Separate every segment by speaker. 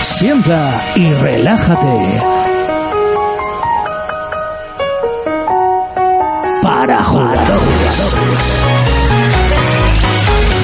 Speaker 1: Sienta y relájate. Para jugadores.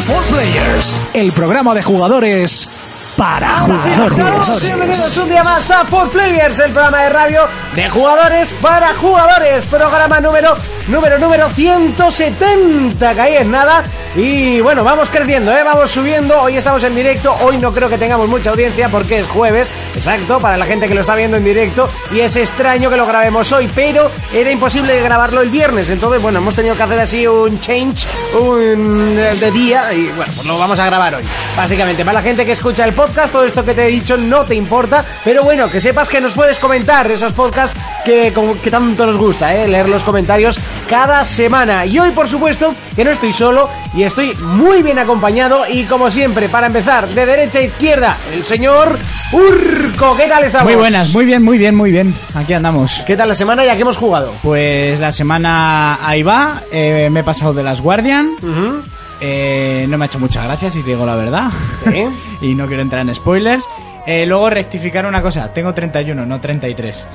Speaker 1: Four Players, el programa de jugadores para
Speaker 2: Vamos,
Speaker 1: jugadores.
Speaker 2: Bienvenidos un día más a Four Players, el programa de radio de jugadores para jugadores. Programa número, número, número 170, que ahí es nada. Y bueno, vamos creciendo, ¿eh? vamos subiendo. Hoy estamos en directo. Hoy no creo que tengamos mucha audiencia porque es jueves, exacto, para la gente que lo está viendo en directo. Y es extraño que lo grabemos hoy, pero era imposible grabarlo el viernes. Entonces, bueno, hemos tenido que hacer así un change un, eh, de día. Y bueno, pues lo vamos a grabar hoy. Básicamente, para la gente que escucha el podcast, todo esto que te he dicho no te importa, pero bueno, que sepas que nos puedes comentar esos podcasts que, como- que tanto nos gusta, ¿eh? leer los comentarios cada semana. Y hoy, por supuesto, que no estoy solo y estoy muy bien acompañado. Y como siempre, para empezar, de derecha a izquierda, el señor Urco. ¿Qué tal estamos?
Speaker 3: Muy buenas, muy bien, muy bien, muy bien. Aquí andamos.
Speaker 2: ¿Qué tal la semana ya que hemos jugado?
Speaker 3: Pues la semana ahí va. eh, me he pasado de las Guardian.
Speaker 4: Mm.
Speaker 3: Eh, no me ha hecho muchas gracias, si te digo la verdad.
Speaker 2: Sí.
Speaker 3: y no quiero entrar en spoilers. Eh, luego rectificar una cosa. Tengo 31, no 33.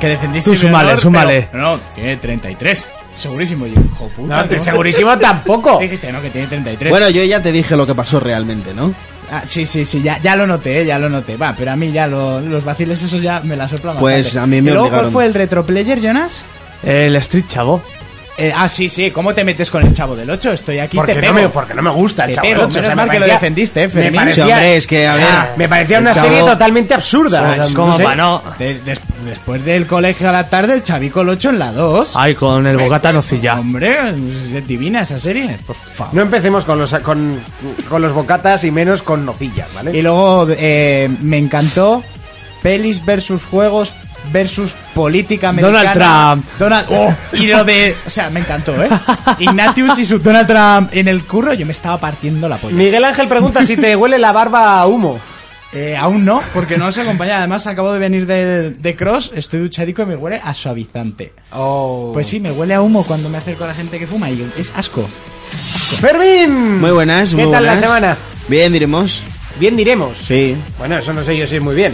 Speaker 3: que defendiste.
Speaker 1: Tú
Speaker 3: mi
Speaker 1: súmale,
Speaker 3: honor,
Speaker 1: súmale.
Speaker 3: pero- no, no, tiene 33. Segurísimo yo. Hijo puta,
Speaker 2: No, te- segurísimo tampoco.
Speaker 3: Dijiste, no, que tiene 33.
Speaker 4: Bueno, yo ya te dije lo que pasó realmente, ¿no?
Speaker 3: Ah, sí, sí, sí, ya, ya lo noté, eh, ya lo noté. Va, pero a mí ya lo- los vaciles esos ya me la soplan
Speaker 4: Pues
Speaker 3: bastante.
Speaker 4: a mí me
Speaker 3: ¿Y luego cuál
Speaker 4: obligaron.
Speaker 3: fue el retroplayer, Jonas?
Speaker 1: El Street Chavo.
Speaker 3: Eh, ah, sí, sí, ¿cómo te metes con el chavo del 8? Estoy aquí, te
Speaker 2: Porque
Speaker 3: pego.
Speaker 2: no, me, porque no me gusta el
Speaker 3: Te
Speaker 2: chaval.
Speaker 3: pego,
Speaker 2: ocho,
Speaker 3: menos
Speaker 2: me
Speaker 3: mal que lo
Speaker 2: parecía-
Speaker 3: defendiste, ¿eh, Fermín?
Speaker 2: Me parecía,
Speaker 4: Sí, hombre, es que, a ver,
Speaker 2: Ah, me parecía
Speaker 4: el
Speaker 2: una
Speaker 4: Chavo-
Speaker 2: serie totalmente absurda.
Speaker 1: Chavo,
Speaker 2: No
Speaker 1: ¿cómo
Speaker 2: sé.
Speaker 1: va, no?
Speaker 3: De- des- después del colegio a la tarde, el chavico el 8 en la 2.
Speaker 1: Ay, con el bogata nocilla.
Speaker 3: Hombre, es divina esa serie, por favor.
Speaker 2: No empecemos con los, con, con los bocatas y menos con nocillas, ¿vale?
Speaker 3: Y luego eh, me encantó pelis versus juegos versus política
Speaker 1: Donald
Speaker 3: americana.
Speaker 1: Trump.
Speaker 3: Donald oh, Y lo de... O sea, me encantó, ¿eh? Ignatius y su Donald Trump en el curro, yo me estaba partiendo la polla.
Speaker 2: Miguel Ángel pregunta si te huele la barba a humo.
Speaker 3: Eh, aún no, porque no se acompaña. Además, acabo de venir de, de Cross, estoy duchadico y me huele a suavizante.
Speaker 4: Oh.
Speaker 3: Pues sí, me huele a humo cuando me acerco a la gente que fuma y es asco.
Speaker 2: Fermín.
Speaker 4: Muy buenas,
Speaker 2: ¿Qué
Speaker 4: muy
Speaker 2: tal la
Speaker 4: buenas.
Speaker 2: semana?
Speaker 4: Bien, diremos.
Speaker 2: Bien diremos.
Speaker 4: Sí,
Speaker 2: Bueno, eso no sé yo si es muy bien.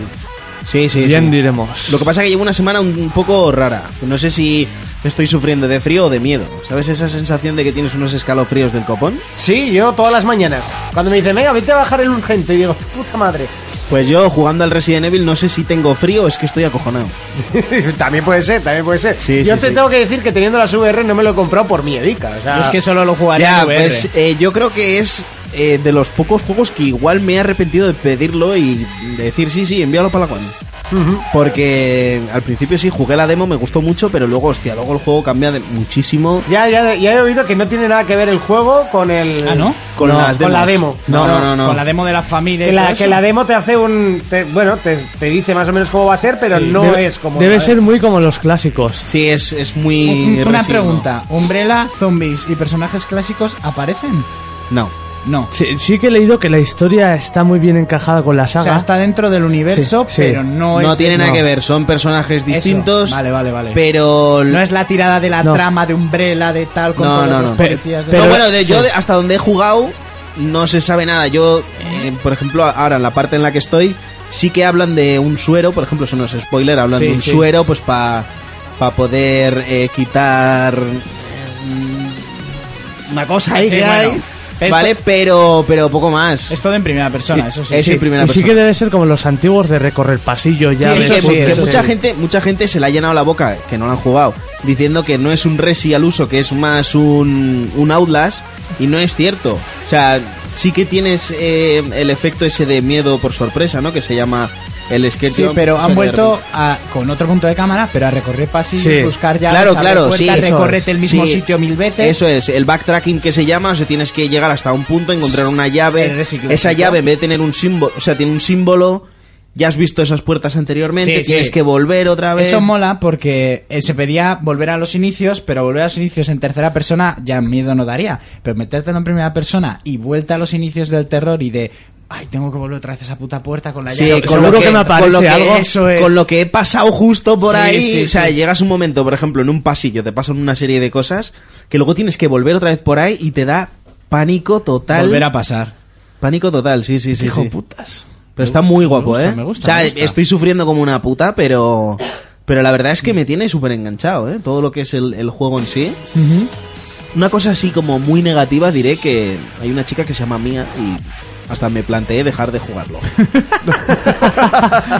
Speaker 4: sí, sí.
Speaker 1: Bien
Speaker 4: sí.
Speaker 1: diremos.
Speaker 4: Lo que pasa es que llevo una semana un, un poco rara. No sé si estoy sufriendo de frío o de miedo. ¿Sabes esa sensación de que tienes unos escalofríos del copón?
Speaker 2: Sí, yo todas las mañanas. Cuando me dicen, venga, vete a bajar el urgente, y digo, puta madre.
Speaker 4: Pues yo jugando al Resident Evil no sé si tengo frío o es que estoy acojonado.
Speaker 2: también puede ser, también puede ser.
Speaker 4: Sí,
Speaker 2: yo
Speaker 4: sí,
Speaker 2: te
Speaker 4: sí.
Speaker 2: tengo que decir que teniendo las VR no me lo he comprado por miedica. O sea,
Speaker 3: Yo es que solo lo jugaría
Speaker 4: Ah. ya,
Speaker 3: en VR.
Speaker 4: pues eh, yo creo que es eh, de los pocos juegos que igual me he arrepentido de pedirlo y de decir sí, sí, envíalo para la One. Porque al principio sí jugué la demo, me gustó mucho, pero luego, hostia, luego el juego cambia de muchísimo
Speaker 2: ya, ya, ya he oído que no tiene nada que ver el juego con el.
Speaker 3: Ah, ¿no?
Speaker 4: con,
Speaker 2: No,
Speaker 4: las
Speaker 2: con la
Speaker 4: demos.
Speaker 2: demo.
Speaker 4: No, no, no. no.
Speaker 3: Con la demo de la familia. y
Speaker 2: Que
Speaker 3: todo
Speaker 2: la,
Speaker 3: eso.
Speaker 2: que la demo te hace un. te- bueno, te, te dice más o menos cómo va a ser, pero no
Speaker 1: Debe-
Speaker 2: es como.
Speaker 1: Debe ser muy como los clásicos.
Speaker 4: Sí, es, es
Speaker 3: Un-
Speaker 4: muy.
Speaker 3: un- una
Speaker 4: residuo.
Speaker 3: pregunta. ¿Umbrella, zombies y personajes clásicos aparecen?
Speaker 4: No.
Speaker 3: No.
Speaker 1: Sí, sí que he leído que la historia está muy bien encajada con la
Speaker 3: O sea,
Speaker 1: saga.
Speaker 3: está dentro del universo,
Speaker 1: Sí, sí.
Speaker 3: pero no
Speaker 4: No,
Speaker 3: es...
Speaker 4: tiene nada
Speaker 1: no.
Speaker 4: que ver, son personajes
Speaker 3: Eso.
Speaker 4: distintos.
Speaker 3: Vale, vale, vale.
Speaker 4: Pero.
Speaker 3: No es la tirada de la
Speaker 1: No.
Speaker 3: trama de Umbrella, de tal, con
Speaker 4: No,
Speaker 3: todos
Speaker 4: no,
Speaker 3: los
Speaker 4: no.
Speaker 3: policías... de-
Speaker 4: No,
Speaker 1: Pero-
Speaker 4: bueno, de- yo de- hasta donde he jugado no se sabe nada. Yo, eh, por ejemplo, ahora en la parte en la que estoy, sí que hablan de un suero, por ejemplo, eso no es spoiler, hablan
Speaker 1: Sí,
Speaker 4: de un
Speaker 1: sí.
Speaker 4: suero pues para poder eh, quitar eh, una cosa ahí
Speaker 3: Sí,
Speaker 4: que
Speaker 3: bueno.
Speaker 4: hay.
Speaker 3: Pero
Speaker 4: vale,
Speaker 3: esto-
Speaker 4: pero, pero poco más.
Speaker 3: Es todo en primera persona, eso sí.
Speaker 4: es
Speaker 3: sí.
Speaker 4: en primera
Speaker 1: y sí que
Speaker 4: persona.
Speaker 1: debe ser como los antiguos de recorrer pasillos ya
Speaker 4: Sí,
Speaker 1: ves,
Speaker 4: que,
Speaker 1: porque-
Speaker 4: que
Speaker 3: eso
Speaker 4: mucha
Speaker 3: sí.
Speaker 4: gente mucha gente se le ha llenado la boca que no lo han jugado diciendo que no es un resi al uso que es más un, un outlast y no es cierto o sea sí que tienes eh, el efecto ese de miedo por sorpresa no que se llama el sketch
Speaker 3: Sí, pero han vuelto a- con otro punto de cámara, pero a recorrer pasillos,
Speaker 1: Sí.
Speaker 3: buscar ya
Speaker 4: Claro, claro, sí, eso
Speaker 3: recorrete
Speaker 4: es.
Speaker 3: el mismo
Speaker 4: Sí.
Speaker 3: sitio mil veces.
Speaker 4: eso es, el backtracking que se llama, o sea, tienes que llegar hasta un punto, encontrar una
Speaker 3: El
Speaker 4: llave.
Speaker 3: reciclaje,
Speaker 4: Esa
Speaker 3: ¿no?
Speaker 4: llave, en vez de tener un símbolo, o sea, tiene un símbolo, ya has visto esas puertas anteriormente,
Speaker 3: Sí,
Speaker 4: tienes
Speaker 3: sí.
Speaker 4: que volver otra vez.
Speaker 3: Eso mola porque eh, se pedía volver a los inicios, pero volver a los inicios en tercera persona ya miedo no daría. Pero metértelo en primera persona y vuelta a los inicios del terror y de, ay, tengo que volver otra vez a esa puta puerta con la
Speaker 4: Sí,
Speaker 3: llave.
Speaker 1: con seguro que me aparece
Speaker 4: con lo que-
Speaker 1: algo.
Speaker 4: eso es. Con lo que he pasado justo por
Speaker 3: Sí,
Speaker 4: ahí.
Speaker 3: sí,
Speaker 4: o sea,
Speaker 3: sí.
Speaker 4: llegas un momento, por ejemplo, en un pasillo, te pasan una serie de cosas que luego tienes que volver otra vez por ahí y te da pánico total.
Speaker 3: Volver a pasar.
Speaker 4: Pánico total, sí, sí, sí.
Speaker 1: Hijo
Speaker 4: sí.
Speaker 1: putas.
Speaker 4: Pero está
Speaker 3: me
Speaker 4: muy guapo,
Speaker 3: gusta,
Speaker 4: ¿eh?
Speaker 3: me gusta,
Speaker 4: o sea,
Speaker 3: me gusta.
Speaker 4: estoy sufriendo como una puta, pero. Pero la verdad es que me tiene súper enganchado, ¿eh? Todo lo que es el, el juego en sí. Una cosa así como muy negativa diré que hay una chica que se llama Mía y hasta me planteé dejar de jugarlo.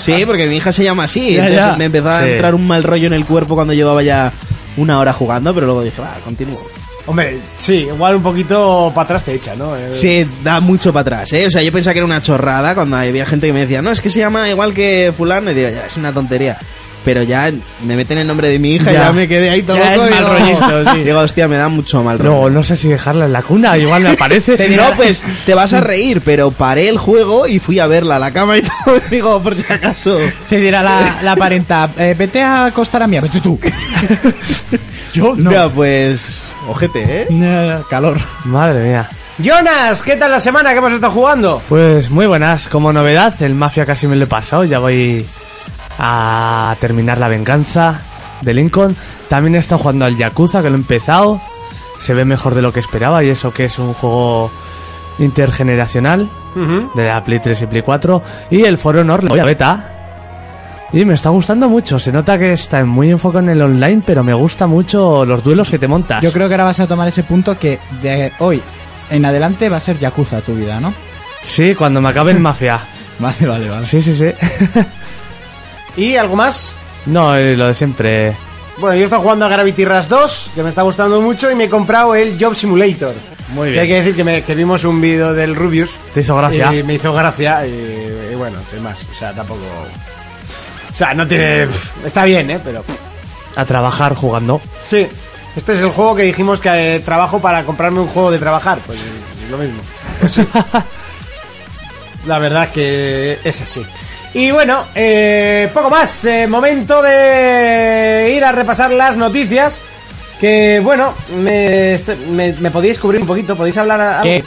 Speaker 4: sí, porque mi hija se llama así.
Speaker 3: Ya,
Speaker 4: entonces
Speaker 3: ya.
Speaker 4: me empezó a
Speaker 2: Sí.
Speaker 4: entrar un mal rollo en el cuerpo cuando llevaba ya una hora jugando, pero luego dije, va, continúo.
Speaker 2: Hombre, sí, igual un poquito para atrás te echa, ¿no? Eh,
Speaker 4: Se da mucho para atrás, ¿eh? O sea, yo pensaba que era una chorrada cuando había gente que me decía, no, es que se llama igual que fulano, y digo, ya, es una tontería. Pero ya me meten el nombre de mi hija, ya,
Speaker 2: Ya.
Speaker 4: me quedé ahí todo
Speaker 3: Ya
Speaker 4: loco,
Speaker 3: es
Speaker 4: digo,
Speaker 3: malrollista, sí.
Speaker 4: digo, hostia, me da mucho mal rollo.
Speaker 2: No, no sé si dejarla en la cuna, igual me aparece.
Speaker 4: Te digo, no, pues te vas a reír, pero paré el juego y fui a verla a la cama y todo, digo, por si acaso.
Speaker 3: Te dirá la, la parenta, eh, vete a acostar a mí, vete tú. Yo no.
Speaker 4: Hostia, pues, ojete, ¿eh?
Speaker 3: Eh, calor.
Speaker 5: Madre mía.
Speaker 2: Jonas, ¿qué tal la semana que hemos estado jugando?
Speaker 5: Pues muy buenas. Como novedad, el Mafia casi me lo he pasado. Ya voy a terminar la venganza de Lincoln. También he estado jugando al Yakuza, que lo he empezado. Se ve mejor de lo que esperaba y eso que es un juego intergeneracional de la Play 3 y Play 4. Y el For Honor, voy a beta. Y me está gustando mucho. Se nota que está muy enfocado en el online, pero me gusta mucho los duelos que te montas.
Speaker 3: Yo creo que ahora vas a tomar ese punto que de hoy en adelante va a ser Yakuza tu vida, ¿no?
Speaker 5: Sí, cuando me acabe el Mafia.
Speaker 3: Vale, vale, vale.
Speaker 5: Sí, sí, sí.
Speaker 2: ¿Y algo más?
Speaker 5: No, eh, lo de siempre.
Speaker 2: Bueno, yo he estado jugando a Gravity Rush 2, que me está gustando mucho, y me he comprado el Job Simulator.
Speaker 5: Muy
Speaker 2: Que
Speaker 5: bien.
Speaker 2: hay que decir que, me- que vimos un vídeo del Rubius.
Speaker 5: Te hizo gracia.
Speaker 2: Y me hizo gracia, y, y bueno, sin más. O sea, tampoco. O sea, no tiene. Está bien, ¿eh? Pero.
Speaker 5: A trabajar jugando.
Speaker 2: Sí. Este es el juego que dijimos que eh, trabajo para comprarme un juego de trabajar. Pues eh, lo mismo. Pues sí. La verdad es que es así. Y bueno, eh, poco más. Eh, momento de ir a repasar las noticias. Que bueno, me, est- me, me podéis cubrir un poquito, podéis hablar. a- algo?
Speaker 3: ¿Qué?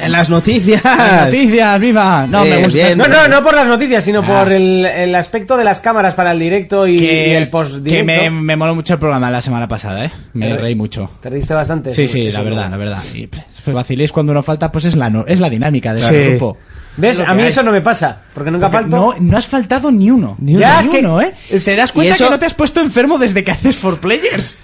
Speaker 4: En las noticias.
Speaker 3: Noticias, viva. No,
Speaker 4: Bien,
Speaker 3: me gusta.
Speaker 4: bien.
Speaker 2: No, no, no por las noticias, sino
Speaker 3: Ah.
Speaker 2: por el, el aspecto de las cámaras para el directo y, y el post
Speaker 3: que
Speaker 2: directo.
Speaker 3: me, me moló mucho el programa la semana pasada, ¿eh? Me
Speaker 2: Eh,
Speaker 3: reí mucho.
Speaker 2: Te reíste bastante.
Speaker 3: Sí, sí,
Speaker 2: Eso
Speaker 3: la
Speaker 2: no.
Speaker 3: verdad, la verdad. Y, pff, vaciléis cuando no falta, pues es la, no- es la dinámica del
Speaker 5: Sí.
Speaker 3: grupo.
Speaker 2: ¿Ves? A mí eso no me pasa, porque nunca
Speaker 3: Porque
Speaker 2: falto.
Speaker 3: No, no has faltado ni uno. Ni
Speaker 2: uno. Ya, que-
Speaker 3: uno, ¿eh?
Speaker 2: es-
Speaker 3: ¿Te das
Speaker 4: y
Speaker 3: cuenta
Speaker 4: eso-
Speaker 3: que no te has puesto enfermo desde que haces For Players?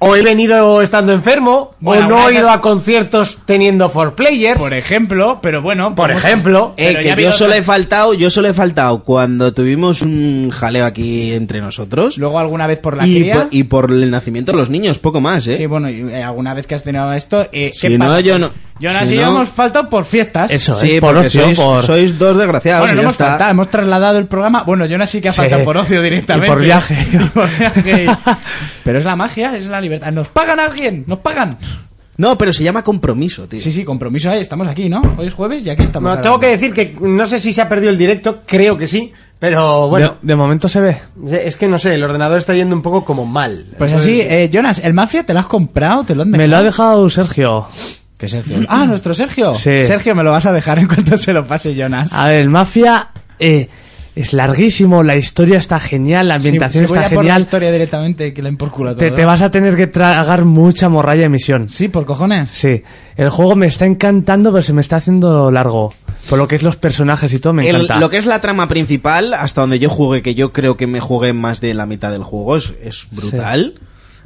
Speaker 2: O he venido estando enfermo,
Speaker 3: Bueno,
Speaker 2: o no he
Speaker 3: gracias.
Speaker 2: ido a conciertos teniendo for players,
Speaker 3: Por e-
Speaker 2: por,
Speaker 3: ejemplo, pero bueno. podemos-
Speaker 2: ejemplo.
Speaker 4: Eh,
Speaker 3: Pero ya ha
Speaker 4: que
Speaker 3: habido
Speaker 4: yo solo
Speaker 3: otra-
Speaker 4: he faltado, yo solo he faltado cuando tuvimos un jaleo aquí entre nosotros.
Speaker 3: Luego alguna vez por la
Speaker 4: y,
Speaker 3: cría.
Speaker 4: por, y por el nacimiento de los niños, poco más, ¿eh?
Speaker 3: Sí, bueno, y, eh, alguna vez que has tenido esto. Eh, ¿qué
Speaker 4: Si
Speaker 3: pasa?
Speaker 4: no, yo no-
Speaker 3: Jonas
Speaker 4: si
Speaker 3: y yo
Speaker 4: no-
Speaker 3: hemos faltado por fiestas.
Speaker 5: Eso
Speaker 4: Sí,
Speaker 5: es ¿eh? por
Speaker 4: porque
Speaker 5: ocio,
Speaker 4: sois,
Speaker 5: por.
Speaker 4: sois dos desgraciados
Speaker 3: Bueno,
Speaker 4: y
Speaker 3: no
Speaker 4: ya
Speaker 3: hemos
Speaker 4: está.
Speaker 3: faltado, hemos trasladado el programa. Bueno, Jonas sí que ha
Speaker 5: Sí.
Speaker 3: faltado por ocio directamente.
Speaker 5: Y por viaje.
Speaker 3: Y por viaje. Pero es la magia, es la libertad. ¿Nos pagan alguien? ¿Nos pagan?
Speaker 4: No, pero se llama compromiso, tío.
Speaker 3: Sí, sí, compromiso ahí. Estamos aquí, ¿no? Hoy es jueves y aquí estamos.
Speaker 2: Bueno, tengo que
Speaker 3: grabando.
Speaker 2: decir que no sé si se ha perdido el directo, creo que sí, pero bueno,
Speaker 5: de, de momento se ve.
Speaker 2: es que no sé, el ordenador está yendo un poco como mal.
Speaker 3: Pues así, eh, Jonas, ¿el Mafia te lo has comprado? ¿Te lo han
Speaker 5: Me lo ha
Speaker 3: dejado?
Speaker 5: dejado Sergio.
Speaker 3: ¿Qué Sergio? Ah, nuestro Sergio.
Speaker 5: Sí.
Speaker 3: Sergio, me lo vas a dejar en cuanto se lo pase Jonas.
Speaker 5: A ver, el Mafia eh, es larguísimo, la historia está genial, la
Speaker 3: Si-
Speaker 5: ambientación
Speaker 3: si voy
Speaker 5: está
Speaker 3: a por la
Speaker 5: genial.
Speaker 3: historia directamente que la empurcula todo.
Speaker 5: Te, te vas a tener que tragar mucha morralla de misión.
Speaker 3: Sí, por cojones.
Speaker 5: Sí, el juego me está encantando, pero se me está haciendo largo. Por lo que es los personajes y todo, me
Speaker 4: El-
Speaker 5: encanta.
Speaker 4: lo que es la trama principal, hasta donde yo jugué, que yo creo que me jugué más de la mitad del juego, es, es brutal.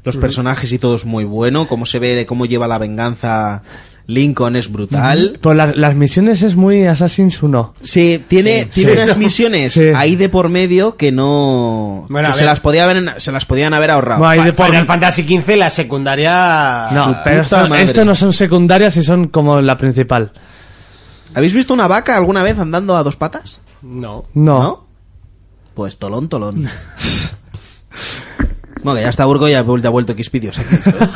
Speaker 4: Los personajes y todo es muy bueno. Cómo se ve, cómo lleva la venganza Lincoln es brutal.
Speaker 5: Pero la- las misiones es muy Assassin's 1.
Speaker 4: Sí, tiene, tiene unas misiones
Speaker 5: Sí.
Speaker 4: ahí de por medio que no.
Speaker 2: Bueno,
Speaker 4: que
Speaker 2: a
Speaker 4: se
Speaker 2: ver.
Speaker 4: las, podía haber, se las podían haber ahorrado.
Speaker 5: Bueno, hay
Speaker 2: Fi-
Speaker 5: de por-
Speaker 2: Final Fantasy XV, la secundaria...
Speaker 5: No,
Speaker 4: Su puta
Speaker 5: pero esto,
Speaker 4: madre.
Speaker 5: esto no son secundarias y son como la principal.
Speaker 4: ¿Habéis visto una vaca alguna vez andando a dos patas?
Speaker 2: No.
Speaker 5: No.
Speaker 4: Pues tolón, tolón. bueno, que ya está Urgo y ya ha vuelto- ha vuelto Xvideos aquí, ¿sabes?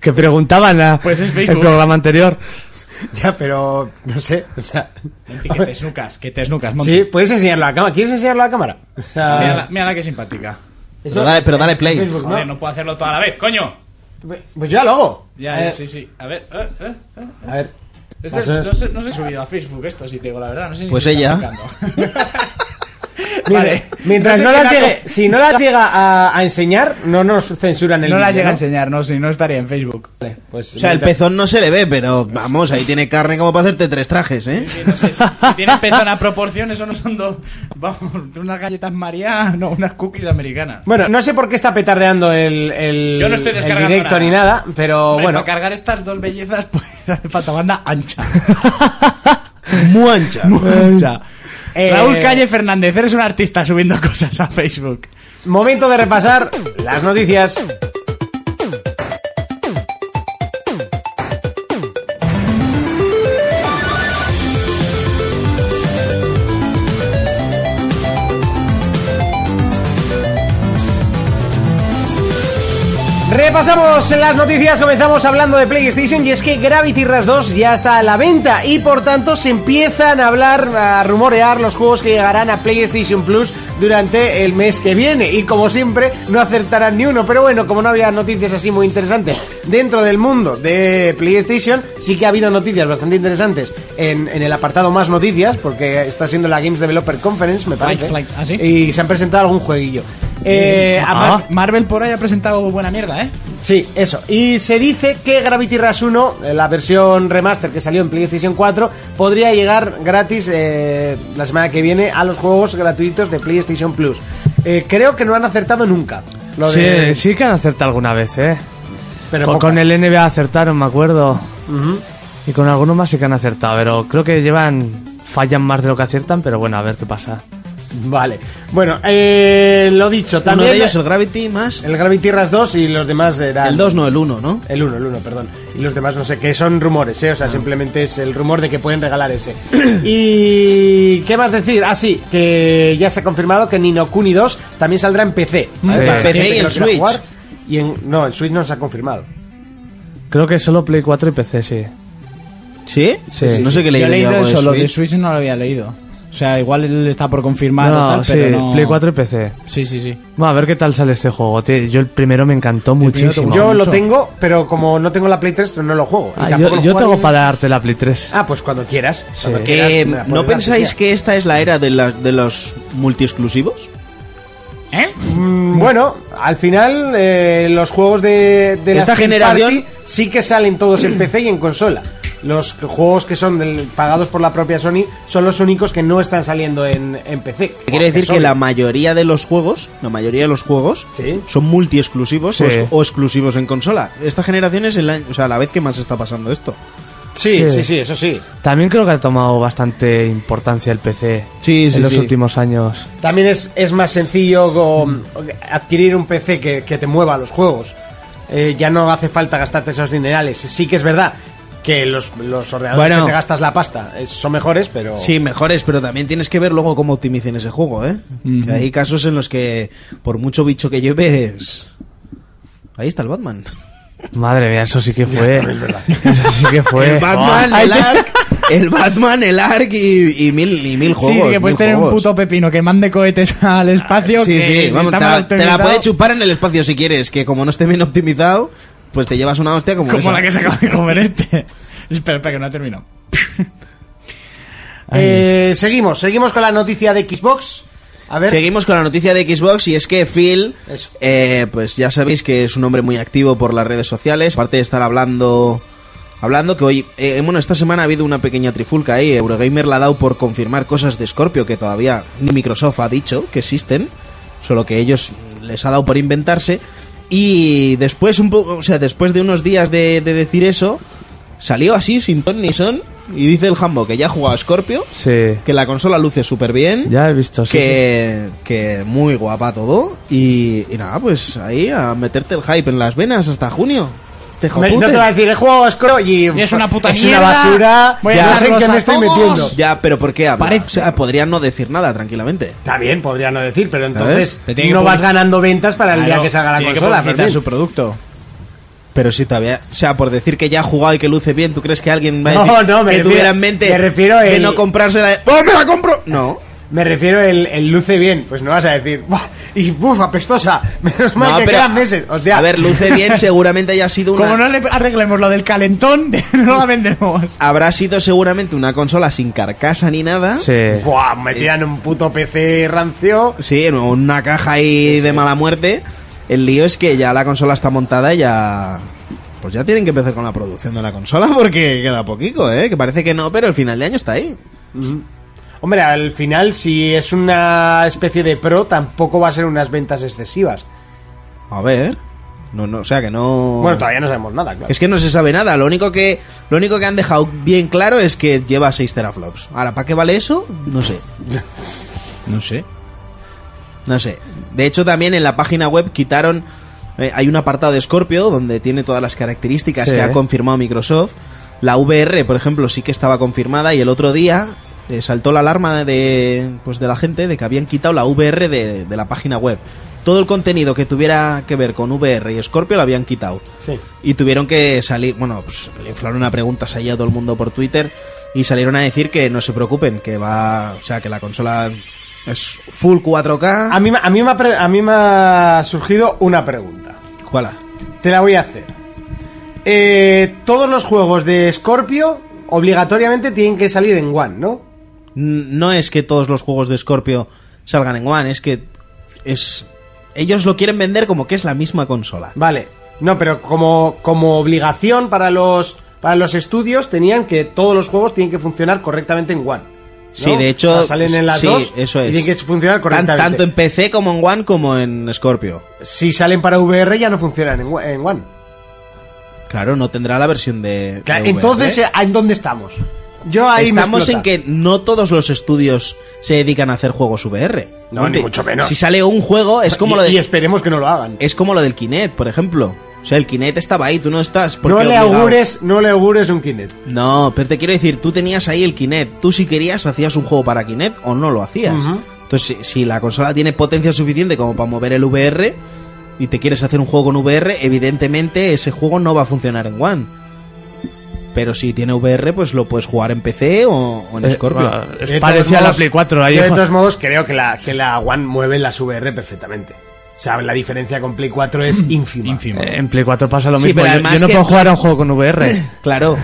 Speaker 5: que preguntaban la,
Speaker 3: Pues es
Speaker 5: el
Speaker 3: Facebook.
Speaker 5: programa anterior.
Speaker 2: Ya, pero... No sé, o sea...
Speaker 3: Monty, que te snucas, que te snucas, Monty.
Speaker 2: Sí, puedes enseñarlo a la cámara. ¿Quieres enseñarlo a la cámara? O sea,
Speaker 3: Mira la, mira la que simpática.
Speaker 2: eso-
Speaker 4: Pero dale- pero dale play.
Speaker 2: Facebook, ¿no?
Speaker 3: Joder, no puedo hacerlo toda la vez, coño.
Speaker 2: Pues yo ya lo hago.
Speaker 3: Ya,
Speaker 2: a ver,
Speaker 3: ya, sí, sí. A ver, eh, eh, eh.
Speaker 2: A ver.
Speaker 3: Este
Speaker 2: Vamos
Speaker 3: es-
Speaker 2: a ver.
Speaker 3: no, sé, no sé si he subido a Facebook esto, si te digo la verdad. No sé ni
Speaker 4: Pues
Speaker 3: si está
Speaker 4: ella.
Speaker 3: aplicando. Vale.
Speaker 2: Mientras no,
Speaker 3: sé
Speaker 2: las
Speaker 3: qué
Speaker 2: llegue,
Speaker 3: dato-
Speaker 2: si no las llega a, a enseñar, no nos censuran el
Speaker 3: No la
Speaker 2: vídeo,
Speaker 3: llega a enseñar, no, si no estaría en Facebook.
Speaker 2: Pues,
Speaker 4: O sea, el pezón no se le ve, pero vamos, ahí tiene carne como para hacerte tres trajes, ¿eh?
Speaker 3: No sé, si, si tienes pezón a proporción, eso no son dos. Vamos, unas galletas María, no, unas cookies americanas.
Speaker 2: Bueno, no sé por qué está petardeando el, el-
Speaker 3: Yo no estoy
Speaker 2: el
Speaker 3: descargando
Speaker 2: directo
Speaker 3: nada.
Speaker 2: ni nada, pero
Speaker 3: Hombre,
Speaker 2: bueno.
Speaker 3: Para cargar estas dos bellezas, pues hace falta banda ancha.
Speaker 4: Muy ancha.
Speaker 3: Mucha.
Speaker 2: Eh,
Speaker 3: Raúl Calle Fernández, eres un artista subiendo cosas a Facebook.
Speaker 2: Momento de repasar las noticias. Repasamos las noticias, comenzamos hablando de PlayStation y es que Gravity Rush 2 ya está a la venta y por tanto se empiezan a hablar, a rumorear los juegos que llegarán a PlayStation Plus durante el mes que viene y como siempre no acertarán ni uno, pero bueno, como no había noticias así muy interesantes dentro del mundo de PlayStation, sí que ha habido noticias bastante interesantes en, en el apartado más noticias porque está siendo la Games Developer Conference, me parece,
Speaker 3: Flight, flight, ¿ah, sí? Ah.
Speaker 2: y se han presentado algún jueguillo. Eh,
Speaker 4: ah.
Speaker 2: apar-
Speaker 3: Mar- Marvel por ahí ha presentado buena mierda, ¿eh?
Speaker 2: Sí, eso. Y se dice que Gravity Rush 1, eh, la versión remaster que salió en PlayStation 4, podría llegar gratis eh, la semana que viene a los juegos gratuitos de PlayStation Plus. Eh, creo que no han acertado nunca. Lo
Speaker 5: Sí,
Speaker 2: de-
Speaker 5: sí que han acertado alguna vez, ¿eh?
Speaker 2: pero
Speaker 5: con,
Speaker 2: pocas.
Speaker 5: con el NBA acertaron, me acuerdo. Y con algunos más sí que han acertado, pero creo que llevan... Fallan más de lo que aciertan, pero bueno, a ver qué pasa.
Speaker 2: Vale. Bueno, eh, lo dicho,
Speaker 4: Uno
Speaker 2: también
Speaker 4: de ellos el Gravity más...
Speaker 2: el Gravity Rush 2 y los demás eran...
Speaker 4: El 2 no, el 1, ¿no?
Speaker 2: El 1, el 1, perdón. Y los demás no sé, que son rumores, ¿eh? O
Speaker 5: Ah.
Speaker 2: sea, simplemente es el rumor de que pueden regalar ese. ¿Y qué más decir? Ah, sí, que ya se ha confirmado que Nino Kuni 2 también saldrá en PC.
Speaker 5: Sí.
Speaker 2: Para la
Speaker 4: En
Speaker 2: gente
Speaker 4: PC y
Speaker 2: que lo
Speaker 4: en
Speaker 2: quiera
Speaker 4: Switch.
Speaker 2: y en, no, en Switch no se ha confirmado.
Speaker 5: Creo que solo Play 4 y PC, sí.
Speaker 4: ¿Sí?
Speaker 5: Sí, sí,
Speaker 4: No sé qué leí
Speaker 3: Yo he leído
Speaker 4: algo de
Speaker 3: eso, lo de
Speaker 4: Switch.
Speaker 3: Switch no lo había leído. O sea, igual él está por confirmar o
Speaker 5: no,
Speaker 3: tal,
Speaker 5: sí,
Speaker 3: pero no...
Speaker 5: Play 4 y PC.
Speaker 3: Sí, sí, sí.
Speaker 5: Bueno, a ver qué tal sale este juego. tío. Yo el primero me encantó muchísimo.
Speaker 2: yo lo
Speaker 3: mucho.
Speaker 2: tengo, pero como no tengo la Play 3, no lo juego. Y
Speaker 5: Ah,
Speaker 2: tampoco
Speaker 5: yo,
Speaker 2: lo
Speaker 5: yo
Speaker 2: juego
Speaker 5: tengo
Speaker 2: ahí.
Speaker 5: para darte la Play 3.
Speaker 2: Ah, pues cuando quieras. cuando quieras,
Speaker 4: Que,
Speaker 2: me la
Speaker 4: Eh, ¿No
Speaker 2: puedes dar,
Speaker 4: pensáis
Speaker 2: si quieres.
Speaker 4: que esta es la era de, la- de los multiexclusivos?
Speaker 2: Mm, Bueno, al final eh, los juegos de, de las
Speaker 4: Esta
Speaker 2: third
Speaker 4: generación-
Speaker 2: party sí que salen todos en PC y en consola. Los juegos que son del- pagados por la propia Sony son los únicos que no están saliendo en, en PC.
Speaker 4: Quiero decir
Speaker 2: Sony.
Speaker 4: que la mayoría de los juegos, la mayoría de los juegos,
Speaker 2: Sí.
Speaker 4: son multiexclusivos
Speaker 5: Sí.
Speaker 4: o, ex- o exclusivos en consola. Esta generación es el, año- o sea, la vez que más está pasando esto.
Speaker 2: Sí, sí,
Speaker 5: Sí.
Speaker 2: sí, eso sí.
Speaker 5: También creo que ha tomado bastante importancia el PC
Speaker 4: Sí, sí,
Speaker 5: en los
Speaker 4: sí.
Speaker 5: últimos años.
Speaker 2: También es, es más sencillo go- adquirir un PC que, que te mueva los juegos. Eh, ya no hace falta gastarte esos dinerales. Sí que es verdad que los, los ordenadores
Speaker 4: Bueno.
Speaker 2: que te gastas la pasta eh, son mejores, pero...
Speaker 4: Oh. Sí, mejores, pero también tienes que ver luego cómo optimicen ese juego, ¿eh? Que hay casos en los que, por mucho bicho que lleves... Ahí está el Batman.
Speaker 5: Madre mía, eso sí que fue. eso sí que fue.
Speaker 4: El Batman,
Speaker 5: Buah.
Speaker 4: el Ark, el Batman, el Ark y, y mil, y mil juegos.
Speaker 3: sí, que puedes
Speaker 4: mil
Speaker 3: tener un
Speaker 4: juegos.
Speaker 3: puto pepino que mande cohetes al espacio.
Speaker 4: Sí,
Speaker 3: que
Speaker 4: sí,
Speaker 3: si
Speaker 4: vamos,
Speaker 3: está
Speaker 4: te,
Speaker 3: mal
Speaker 4: la- te la
Speaker 3: optimizado,
Speaker 4: puedes chupar en el espacio si quieres, que como no esté bien optimizado, pues te llevas una hostia como,
Speaker 3: Como
Speaker 4: esa.
Speaker 3: la que se acaba de comer este. espera, espera, que no ha terminado.
Speaker 2: Eh, seguimos, seguimos con la noticia de Xbox. A ver.
Speaker 4: Seguimos con la noticia de Xbox y es que Phil,
Speaker 2: Eso.
Speaker 4: eh, pues ya sabéis que es un hombre muy activo por las redes sociales, aparte de estar hablando... Hablando que hoy, eh, bueno, esta semana ha habido una pequeña trifulca ahí. Eurogamer la ha dado por confirmar cosas de Scorpio que todavía ni Microsoft ha dicho que existen, solo que ellos les ha dado por inventarse. Y después, un poco, o sea, después de unos días de, de decir eso, salió así, sin ton ni son, y dice el Hambo que ya ha jugado a Scorpio,
Speaker 5: Sí,
Speaker 4: que la consola luce súper bien
Speaker 5: ya he visto. Sí,
Speaker 4: que, que muy guapa todo. Y, y nada, pues ahí a meterte el hype en las venas hasta junio. Este
Speaker 2: Me- no
Speaker 4: jopute.
Speaker 2: te voy a decir, he jugado a Scro y,
Speaker 3: Y es una puta
Speaker 2: es
Speaker 3: mierda.
Speaker 2: una basura.
Speaker 3: Voy a
Speaker 2: ya no sé en
Speaker 3: darlos
Speaker 2: qué
Speaker 3: a
Speaker 2: me estoy
Speaker 3: todos.
Speaker 2: metiendo.
Speaker 4: Ya, pero ¿por qué habla? O sea, podrían no decir nada tranquilamente.
Speaker 2: Está bien, podría no decir, pero
Speaker 4: ¿Sabes?
Speaker 2: entonces
Speaker 3: Pero tiene que
Speaker 2: no vas
Speaker 3: public-
Speaker 2: ganando ventas para el día
Speaker 3: Claro,
Speaker 2: que salga la
Speaker 3: tiene que
Speaker 2: consola.
Speaker 3: publicitar
Speaker 2: Fermín.
Speaker 3: su producto.
Speaker 4: Pero si todavía, o sea, por decir que ya ha jugado y que luce bien, ¿tú crees que alguien va a
Speaker 2: No,
Speaker 4: decir
Speaker 2: no, me
Speaker 4: que
Speaker 2: refiero-
Speaker 4: tuviera en mente
Speaker 2: me refiero
Speaker 4: de
Speaker 2: el-
Speaker 4: no comprársela? De, ¡Oh, me la compro! No.
Speaker 2: Me refiero el, el luce bien, pues no vas a decir, "Buah, y ¡buf! apestosa. Menos mal
Speaker 4: No,
Speaker 2: que
Speaker 4: pero-
Speaker 2: quedan meses. O sea,
Speaker 4: a ver, luce bien, seguramente haya sido una...
Speaker 3: Como no le arreglemos lo del calentón, no la vendemos.
Speaker 4: Habrá sido seguramente una consola sin carcasa ni nada.
Speaker 5: Sí.
Speaker 2: ¡buah! Metida en un puto PC rancio.
Speaker 4: Sí, en una caja ahí de mala muerte. El lío es que ya la consola está montada y ya... Pues ya tienen que empezar con la producción de la consola porque queda poquito, ¿eh? Que parece que no, pero el final de año está ahí.
Speaker 2: Hombre, al final, si es una especie de pro, tampoco va a ser unas ventas excesivas.
Speaker 4: A ver... No, no, o sea que no...
Speaker 2: Bueno, todavía no sabemos nada, claro.
Speaker 4: Es que no se sabe nada. Lo único que, lo único que han dejado bien claro es que lleva 6 teraflops. Ahora, ¿para qué vale eso? No sé.
Speaker 3: No sé.
Speaker 4: No sé. De hecho, también en la página web quitaron. eh, hay un apartado de Scorpio donde tiene todas las características
Speaker 5: Sí.
Speaker 4: que ha confirmado Microsoft. La VR, por ejemplo, sí que estaba confirmada y el otro día eh, saltó la alarma de, pues de la gente de que habían quitado la VR de, de la página web. Todo el contenido que tuviera que ver con VR y Scorpio lo habían quitado.
Speaker 2: Sí.
Speaker 4: Y tuvieron que salir, bueno, pues le inflaron una pregunta allí a todo el mundo por Twitter y salieron a decir que no se preocupen, que va, o sea, que la consola es full 4K.
Speaker 2: A mí, me- a, mí me ha pre- a mí me ha surgido una pregunta.
Speaker 4: ¿Cuál?
Speaker 2: Te la voy a hacer. Eh, todos los juegos de Scorpio obligatoriamente tienen que salir en One, ¿no?
Speaker 4: N- No es que todos los juegos de Scorpio salgan en One, es que es ellos lo quieren vender como que es la misma consola.
Speaker 2: Vale. No, pero como, como obligación para los, para los estudios tenían que todos los juegos tienen que funcionar correctamente en One. ¿no?
Speaker 4: Sí, de hecho,
Speaker 2: O sea, salen en las
Speaker 4: sí,
Speaker 2: dos
Speaker 4: eso
Speaker 2: y
Speaker 4: es.
Speaker 2: tienen que funcionar
Speaker 4: Tan-
Speaker 2: correctamente.
Speaker 4: tanto en PC como en One como en Scorpio.
Speaker 2: Si salen para VR ya no funcionan en, One- en One.
Speaker 4: Claro, no tendrá la versión de.
Speaker 2: Claro,
Speaker 4: de VR.
Speaker 2: entonces, eh, ¿en dónde estamos? Yo ahí me
Speaker 4: Estamos en
Speaker 2: explota.
Speaker 4: que no todos los estudios se dedican a hacer juegos VR.
Speaker 2: No, ni mucho menos.
Speaker 4: Si sale un juego, es como,
Speaker 2: y,
Speaker 4: lo de- Eh,
Speaker 2: y esperemos que no lo hagan.
Speaker 4: es como lo del Kinect, por ejemplo. O sea, el Kinect estaba ahí, tú no estás. porque
Speaker 2: No le,
Speaker 4: obligado.
Speaker 2: augures, no le augures un Kinect.
Speaker 4: No, pero te quiero decir, tú tenías ahí el Kinect. Tú si querías hacías un juego para Kinect o no lo hacías.
Speaker 2: Ujú.
Speaker 4: Entonces, si, si la consola tiene potencia suficiente como para mover el VR y te quieres hacer un juego con VR, evidentemente ese juego no va a funcionar en One. Pero si tiene VR, pues lo puedes jugar en PC o, o en
Speaker 5: Eh,
Speaker 4: Scorpio.
Speaker 5: bueno, es
Speaker 2: De
Speaker 5: parecía
Speaker 2: todos
Speaker 5: la
Speaker 2: modos-
Speaker 5: Play 4. Ahí
Speaker 2: yo de
Speaker 5: jo-
Speaker 2: todos modos creo que la, que la One mueve las VR perfectamente. O sea, la diferencia con Play 4 es ínfima.
Speaker 3: Ínfimo.
Speaker 5: Eh, En Play 4 pasa lo
Speaker 4: Sí,
Speaker 5: mismo.
Speaker 4: pero
Speaker 5: Yo-
Speaker 4: además
Speaker 5: yo no
Speaker 4: que-
Speaker 5: puedo jugar a un juego con VR.
Speaker 4: Claro.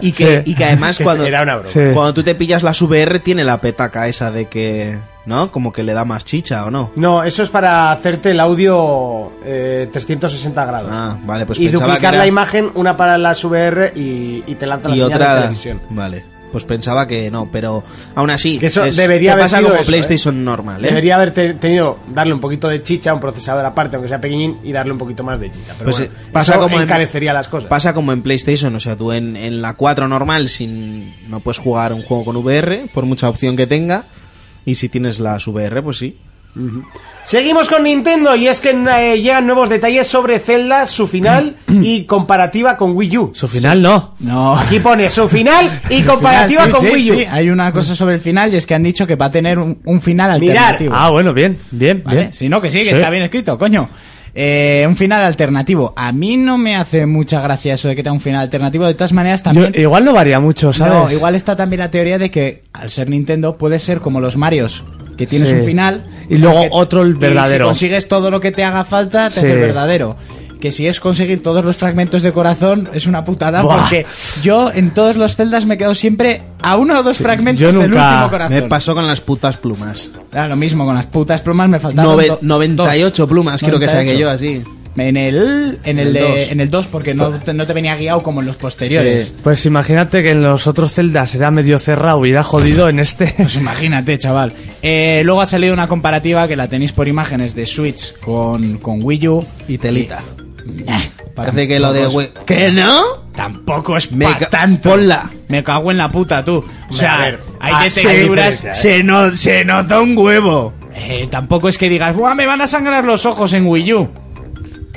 Speaker 4: y, que,
Speaker 5: Sí.
Speaker 4: y que además
Speaker 2: Que
Speaker 4: cuando,
Speaker 2: Era una broma.
Speaker 5: Sí.
Speaker 4: cuando tú te pillas las VR tiene la petaca esa de que, ¿no? Como que le da más chicha o no.
Speaker 2: No, eso es para hacerte el audio eh, 360 grados.
Speaker 4: Ah, vale, pues
Speaker 2: y
Speaker 4: pensaba
Speaker 2: duplicar
Speaker 4: que era-
Speaker 2: la imagen, una para las VR y, y te lanza la
Speaker 4: y
Speaker 2: señal de
Speaker 4: otra...
Speaker 2: televisión.
Speaker 4: Vale. Pues pensaba que no, pero aún así...
Speaker 2: Que eso
Speaker 4: es-
Speaker 2: debería
Speaker 4: te
Speaker 2: haber
Speaker 4: pasa
Speaker 2: sido
Speaker 4: como
Speaker 2: eso,
Speaker 4: PlayStation normal, ¿eh?
Speaker 2: Debería haber te- tenido, darle un poquito de chicha, un procesador aparte, aunque sea pequeñín, y darle un poquito más de chicha. Pero
Speaker 4: Pues,
Speaker 2: bueno,
Speaker 4: eh, pasa
Speaker 2: eso
Speaker 4: como en-
Speaker 2: encarecería las cosas.
Speaker 4: Pasa como en PlayStation, o sea, tú en, en la 4 normal sin no puedes jugar un juego con VR, por mucha opción que tenga, y si tienes las VR, pues sí.
Speaker 2: Seguimos con Nintendo y es que eh, llegan nuevos detalles sobre Zelda, su final y comparativa con Wii U.
Speaker 5: Su final no.
Speaker 3: No.
Speaker 2: Aquí pone su final y comparativa
Speaker 3: Sí,
Speaker 2: con
Speaker 3: sí,
Speaker 2: Wii U.
Speaker 3: sí. Hay una cosa sobre el final y es que han dicho que va a tener un, un final
Speaker 2: Mirar.
Speaker 3: alternativo.
Speaker 5: Ah, bueno, bien, bien,
Speaker 3: ¿Vale?
Speaker 5: bien.
Speaker 3: Si no, que sí, que
Speaker 5: Sí.
Speaker 3: está bien escrito, coño. Eh, un final alternativo. A mí no me hace mucha gracia eso de que tenga un final alternativo. De todas maneras,
Speaker 5: Yo-
Speaker 3: también.
Speaker 5: igual no varía mucho, ¿sabes?
Speaker 3: No, igual está también la teoría de que al ser Nintendo puede ser como los Marios, que tienes
Speaker 5: Sí.
Speaker 3: un final
Speaker 5: Y luego
Speaker 3: que-
Speaker 5: otro el
Speaker 3: y
Speaker 5: verdadero.
Speaker 3: si consigues todo lo que te haga falta, te
Speaker 5: Sí.
Speaker 3: hace el verdadero. Que si es conseguir todos los fragmentos de corazón, es una putada,
Speaker 5: Buah.
Speaker 3: porque yo en todos los celdas me quedo siempre a uno o dos fragmentos
Speaker 5: yo
Speaker 3: del
Speaker 5: nunca-
Speaker 3: último corazón.
Speaker 4: Me pasó con las putas plumas.
Speaker 3: Era lo mismo con las putas plumas, me faltaban
Speaker 4: Nove-
Speaker 3: do-
Speaker 4: 98
Speaker 3: dos.
Speaker 4: plumas, creo que
Speaker 3: 98.
Speaker 4: saqué yo así.
Speaker 3: En el en el
Speaker 4: El
Speaker 3: de-
Speaker 4: dos.
Speaker 3: en el 2 porque no te, no te venía guiado como en los posteriores.
Speaker 4: Sí.
Speaker 5: Pues imagínate que en los otros celdas era medio cerrado y era jodido en este.
Speaker 3: Pues imagínate, chaval. Eh, luego ha salido una comparativa que la tenéis por imágenes de Switch con, con Wii U.
Speaker 4: Y telita.
Speaker 3: Eh,
Speaker 4: Parece que lo de...
Speaker 3: tampoco es-
Speaker 4: Wii- ¿Que no?
Speaker 3: Tampoco es
Speaker 4: Me
Speaker 3: pa'
Speaker 4: ca-
Speaker 3: tanto.
Speaker 4: ponla.
Speaker 3: Me cago en la puta, tú. O sea,
Speaker 2: a ver,
Speaker 3: hay
Speaker 2: así hay
Speaker 3: texturas.
Speaker 2: diferencia, ¿eh?
Speaker 4: Se, no, se nota un huevo.
Speaker 3: Eh, tampoco es que digas, ¡buah, me van a sangrar los ojos en Wii U!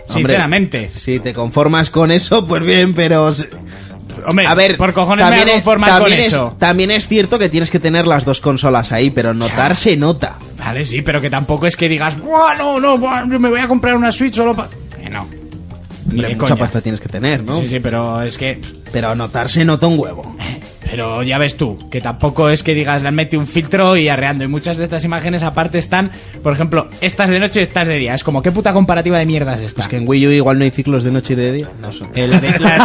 Speaker 3: Sinceramente.
Speaker 4: si te conformas con eso, pues bien, pero... se-
Speaker 3: Hombre,
Speaker 4: a ver,
Speaker 3: por cojones me
Speaker 4: también
Speaker 3: voy a
Speaker 4: es-
Speaker 3: conformar con
Speaker 4: también es-
Speaker 3: eso.
Speaker 4: También es cierto que tienes que tener las dos consolas ahí, pero notar se nota.
Speaker 3: Vale, sí, pero que tampoco es que digas, ¡buah, no, no, buah, yo me voy a comprar una Switch solo para. no. Ni
Speaker 4: Hombre,
Speaker 3: de
Speaker 4: mucha
Speaker 3: coña.
Speaker 4: pasta tienes que tener, ¿no?
Speaker 3: Sí, sí, pero es que.
Speaker 4: Pero notar se nota un huevo.
Speaker 3: Pero ya ves tú, que tampoco es que digas, le han metido un filtro y arreando. Y muchas de estas imágenes aparte están, por ejemplo, estas de noche, estas de día. Es como, ¿qué puta comparativa de mierdas es esta?
Speaker 4: Es que en Wii U igual no hay ciclos de noche y de día. No sé.
Speaker 3: Eh, la, de, la-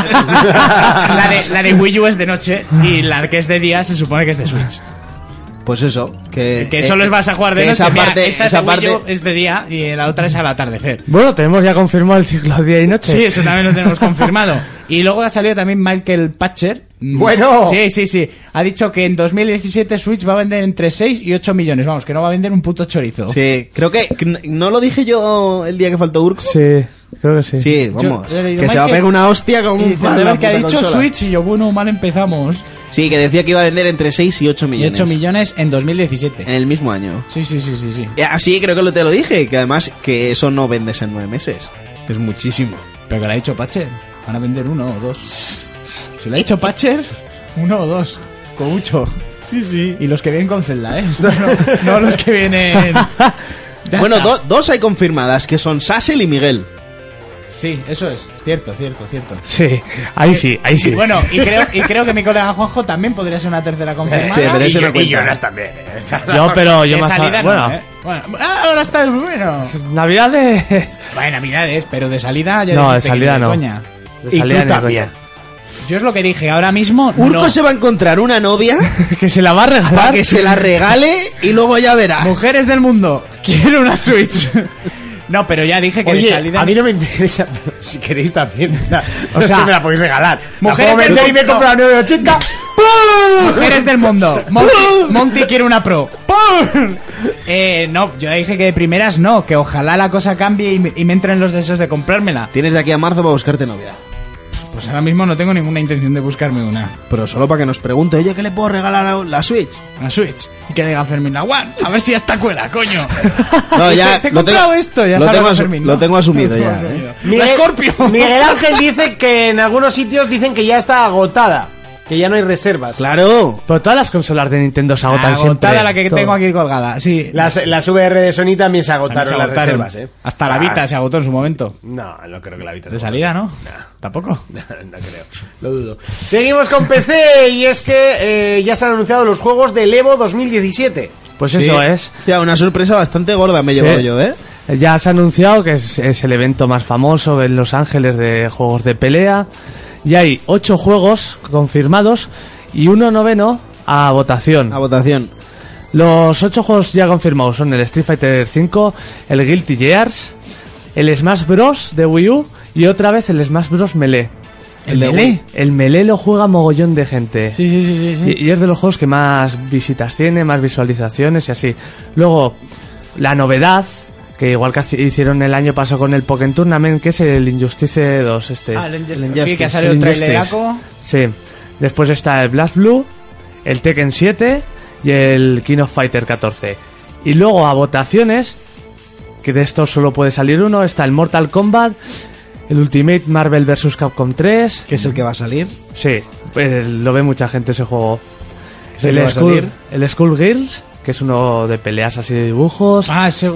Speaker 3: la de- la de Wii U es de noche y la que es de día se supone que es de Switch.
Speaker 4: Pues eso, que...
Speaker 3: Que
Speaker 4: eh,
Speaker 3: solo les vas a jugar de
Speaker 4: que
Speaker 3: noche.
Speaker 4: esa
Speaker 3: Mira,
Speaker 4: parte-
Speaker 3: esta es
Speaker 4: esa
Speaker 3: de Wii U,
Speaker 4: parte-
Speaker 3: es de día y la otra es al atardecer.
Speaker 5: Bueno, tenemos ya confirmado el ciclo día y noche.
Speaker 3: Sí, eso también lo tenemos confirmado. Y luego ha salido también Michael Patcher. Mm,
Speaker 2: Bueno.
Speaker 3: Sí, sí, sí. Ha dicho que en 2017 Switch va a vender entre 6 y 8 millones. Vamos, que no va a vender un puto chorizo.
Speaker 4: Sí, creo que... que n- ¿No lo dije yo el día que faltó Urco?
Speaker 5: Sí, creo que sí.
Speaker 4: Sí, vamos.
Speaker 3: Yo he leído
Speaker 4: que
Speaker 3: mal
Speaker 4: se va a
Speaker 3: que-
Speaker 4: pegar una hostia con
Speaker 3: Y
Speaker 4: un
Speaker 3: dice,
Speaker 4: fan
Speaker 3: de
Speaker 4: la
Speaker 3: ver que ha
Speaker 4: puta
Speaker 3: dicho
Speaker 4: consola.
Speaker 3: Switch y yo, bueno, mal empezamos.
Speaker 4: Sí, que decía que iba a vender entre 6 y 8
Speaker 3: Y
Speaker 4: millones. Eh.
Speaker 3: 8 millones en 2017.
Speaker 4: En el mismo año.
Speaker 3: Sí, sí, sí, sí, sí.
Speaker 4: Eh, Así creo que lo te lo dije, que además que eso no vendes en 9 meses. Es muchísimo.
Speaker 3: Pero que lo ha dicho Patcher. Van a vender uno o dos. Si lo ha dicho Patcher, uno o dos. Con mucho. Sí, sí. Y los que vienen con Zelda, ¿eh? No, no los que vienen. Ya
Speaker 4: bueno,
Speaker 3: está.
Speaker 4: do- dos hay confirmadas, que son Sassel y Miguel.
Speaker 3: Sí, eso es. Cierto, cierto, cierto.
Speaker 5: Sí, ahí sí, ahí sí.
Speaker 3: Bueno, y creo, y creo que mi colega Juanjo también podría ser una tercera confirmada.
Speaker 4: Sí, pero
Speaker 6: y,
Speaker 4: eso no
Speaker 6: yo- y
Speaker 4: cuenta.
Speaker 6: Jonas también. eh.
Speaker 5: yo, pero yo
Speaker 3: De
Speaker 5: más.
Speaker 3: salida no,
Speaker 5: bueno,
Speaker 3: ¿eh? Bueno, ah, ahora está el bueno.
Speaker 5: Navidad de.
Speaker 3: Bueno, Navidades, pero de salida ya
Speaker 5: No, de
Speaker 3: dijiste que
Speaker 5: salida
Speaker 3: ni
Speaker 5: no.
Speaker 3: coña.
Speaker 5: de salida ni de coña.
Speaker 3: Yo es lo que dije, ahora mismo
Speaker 4: Urco
Speaker 3: no.
Speaker 4: se va a encontrar una novia
Speaker 5: Que se la va a
Speaker 4: para
Speaker 5: regalar.
Speaker 4: que se la regale y luego ya verá.
Speaker 3: Mujeres del mundo, quiero una Switch. No, pero ya dije que de
Speaker 6: Oye,
Speaker 3: salida
Speaker 6: a mí no me interesa, pero si queréis también. O sea, no
Speaker 3: sea,
Speaker 6: sé si me la podéis regalar.
Speaker 3: mujeres
Speaker 6: Mujeres me
Speaker 3: del
Speaker 6: vender y me
Speaker 3: mundo.
Speaker 6: compro la 980.
Speaker 3: Mujeres del mundo. Monty, Monty quiere una pro. ¡Pum! Eh, no, yo dije que de primeras no, que ojalá la cosa cambie y me, y me entren los deseos de comprármela.
Speaker 4: Tienes de aquí a marzo para buscarte novia.
Speaker 3: Pues ahora mismo no tengo ninguna intención de buscarme una.
Speaker 4: Pero solo para que nos pregunte, oye, ¿qué le puedo regalar a la Switch?
Speaker 3: Una Switch. Y que diga Fermín, la One. A ver si hasta cuela, coño.
Speaker 4: No,
Speaker 3: Te,
Speaker 4: ya.
Speaker 3: te he
Speaker 4: lo tengo-
Speaker 3: comprado esto, ya
Speaker 4: lo
Speaker 3: sabes,
Speaker 4: tengo, asu-
Speaker 3: Fermín.
Speaker 4: lo
Speaker 3: ¿no?
Speaker 4: tengo asumido
Speaker 3: Lo tengo
Speaker 4: ya.
Speaker 3: asumido.
Speaker 4: ¿eh?
Speaker 3: La Scorpio.
Speaker 2: Miguel Ángel dice que en algunos sitios dicen que ya está agotada, que ya no hay reservas.
Speaker 4: Claro.
Speaker 5: Pero todas las consolas de Nintendo se agotan siempre.
Speaker 3: Agotada la que
Speaker 5: Todo.
Speaker 3: tengo aquí colgada. Sí.
Speaker 2: Las, las VR de Sony también se agotaron,
Speaker 3: se
Speaker 2: las
Speaker 3: agotaron.
Speaker 2: reservas, ¿eh?
Speaker 3: Hasta la Vita se agotó en su momento.
Speaker 2: No, no creo que la habitación.
Speaker 3: De salida, ¿no? Tampoco.
Speaker 2: No creo, lo dudo. Seguimos con PC y es que eh, ya se han anunciado los juegos del Evo 2017.
Speaker 5: Pues eso
Speaker 4: Sí.
Speaker 5: es.
Speaker 4: Hostia, una sorpresa bastante gorda me he
Speaker 5: Sí.
Speaker 4: llevado yo, ¿eh?
Speaker 5: Ya se ha anunciado que es, es el evento más famoso en Los Ángeles de juegos de pelea. Y hay ocho juegos confirmados y uno noveno a votación.
Speaker 4: A votación.
Speaker 5: Los ocho juegos ya confirmados son el Street Fighter V, el Guilty Gears, el Smash Bros. de Wii U y otra vez el Smash Bros. Melee.
Speaker 4: ¿El de Wii?
Speaker 5: El Melee lo juega mogollón de gente.
Speaker 3: Sí, sí, sí, sí. sí.
Speaker 2: eh,
Speaker 5: Y, y es de los juegos que más visitas tiene, más visualizaciones y así. Luego, la novedad, que igual que haci- hicieron el año pasado con el Pokémon Tournament, que es el Injustice 2 este.
Speaker 3: Ah, el Injustice.
Speaker 4: Injustice.
Speaker 3: Sí, que ha salido el
Speaker 5: El Injustice.
Speaker 3: traileraco.
Speaker 5: Sí. Después está el Blast Blue, el Tekken 7 y el King of Fighter 14. Y luego a votaciones, que de estos solo puede salir uno, está el Mortal Kombat, el Ultimate Marvel vs. Capcom 3.
Speaker 4: Que es el que va a salir.
Speaker 5: Sí, pues lo ve mucha gente ese juego.
Speaker 4: ¿Es el que va a salir?
Speaker 5: el Skull Girls, que es uno de peleas así de dibujos.
Speaker 3: Ah, ese...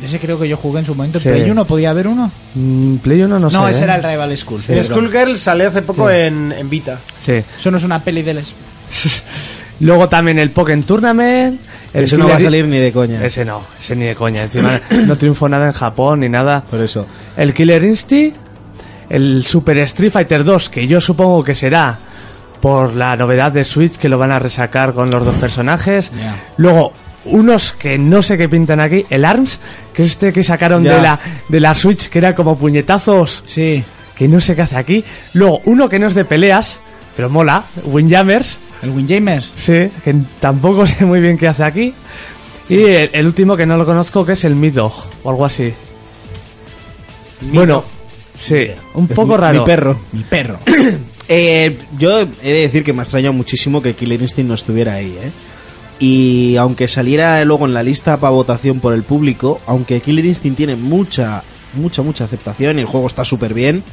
Speaker 3: Ese creo que yo jugué en su momento.
Speaker 5: Sí.
Speaker 3: pero ¿Play uno podía haber uno?
Speaker 5: Mm, Play 1 no, sé.
Speaker 3: No, ese
Speaker 5: ¿eh?
Speaker 3: era el Rival School.
Speaker 2: El Skullgirl salió hace poco
Speaker 5: Sí.
Speaker 2: en, en Vita.
Speaker 5: Sí.
Speaker 3: Eso no es una peli del...
Speaker 5: Luego también el Pokémon Tournament. El
Speaker 4: Eso no va a
Speaker 5: Killer-
Speaker 4: salir ni de coña.
Speaker 5: Ese no, ese ni de coña. Encima no triunfó nada en Japón ni nada.
Speaker 4: Por eso.
Speaker 5: El Killer Instinct, el Super Street Fighter 2, que yo supongo que será por la novedad de Switch que lo van a resacar con los dos personajes.
Speaker 3: Ya.
Speaker 5: Luego, unos que no sé qué pintan aquí, el ARMS, que es este que sacaron
Speaker 4: Ya.
Speaker 5: de la, de la Switch, que era como puñetazos,
Speaker 3: Sí.
Speaker 5: que no sé qué hace aquí. Luego, uno que no es de peleas, pero mola, Windjammers.
Speaker 3: El Windjamers.
Speaker 5: Sí, que tampoco sé muy bien qué hace aquí. Y el, el último que no lo conozco, que es el Mid Dog, o algo así. Bueno, sí, un poco raro.
Speaker 4: Mi perro.
Speaker 3: Mi perro.
Speaker 4: Eh, yo he de decir que me ha extrañado muchísimo que Killer Instinct no estuviera ahí, ¿eh? Y aunque saliera luego en la lista para votación por el público, aunque Killer Instinct tiene mucha, mucha, mucha aceptación y el juego está súper bien,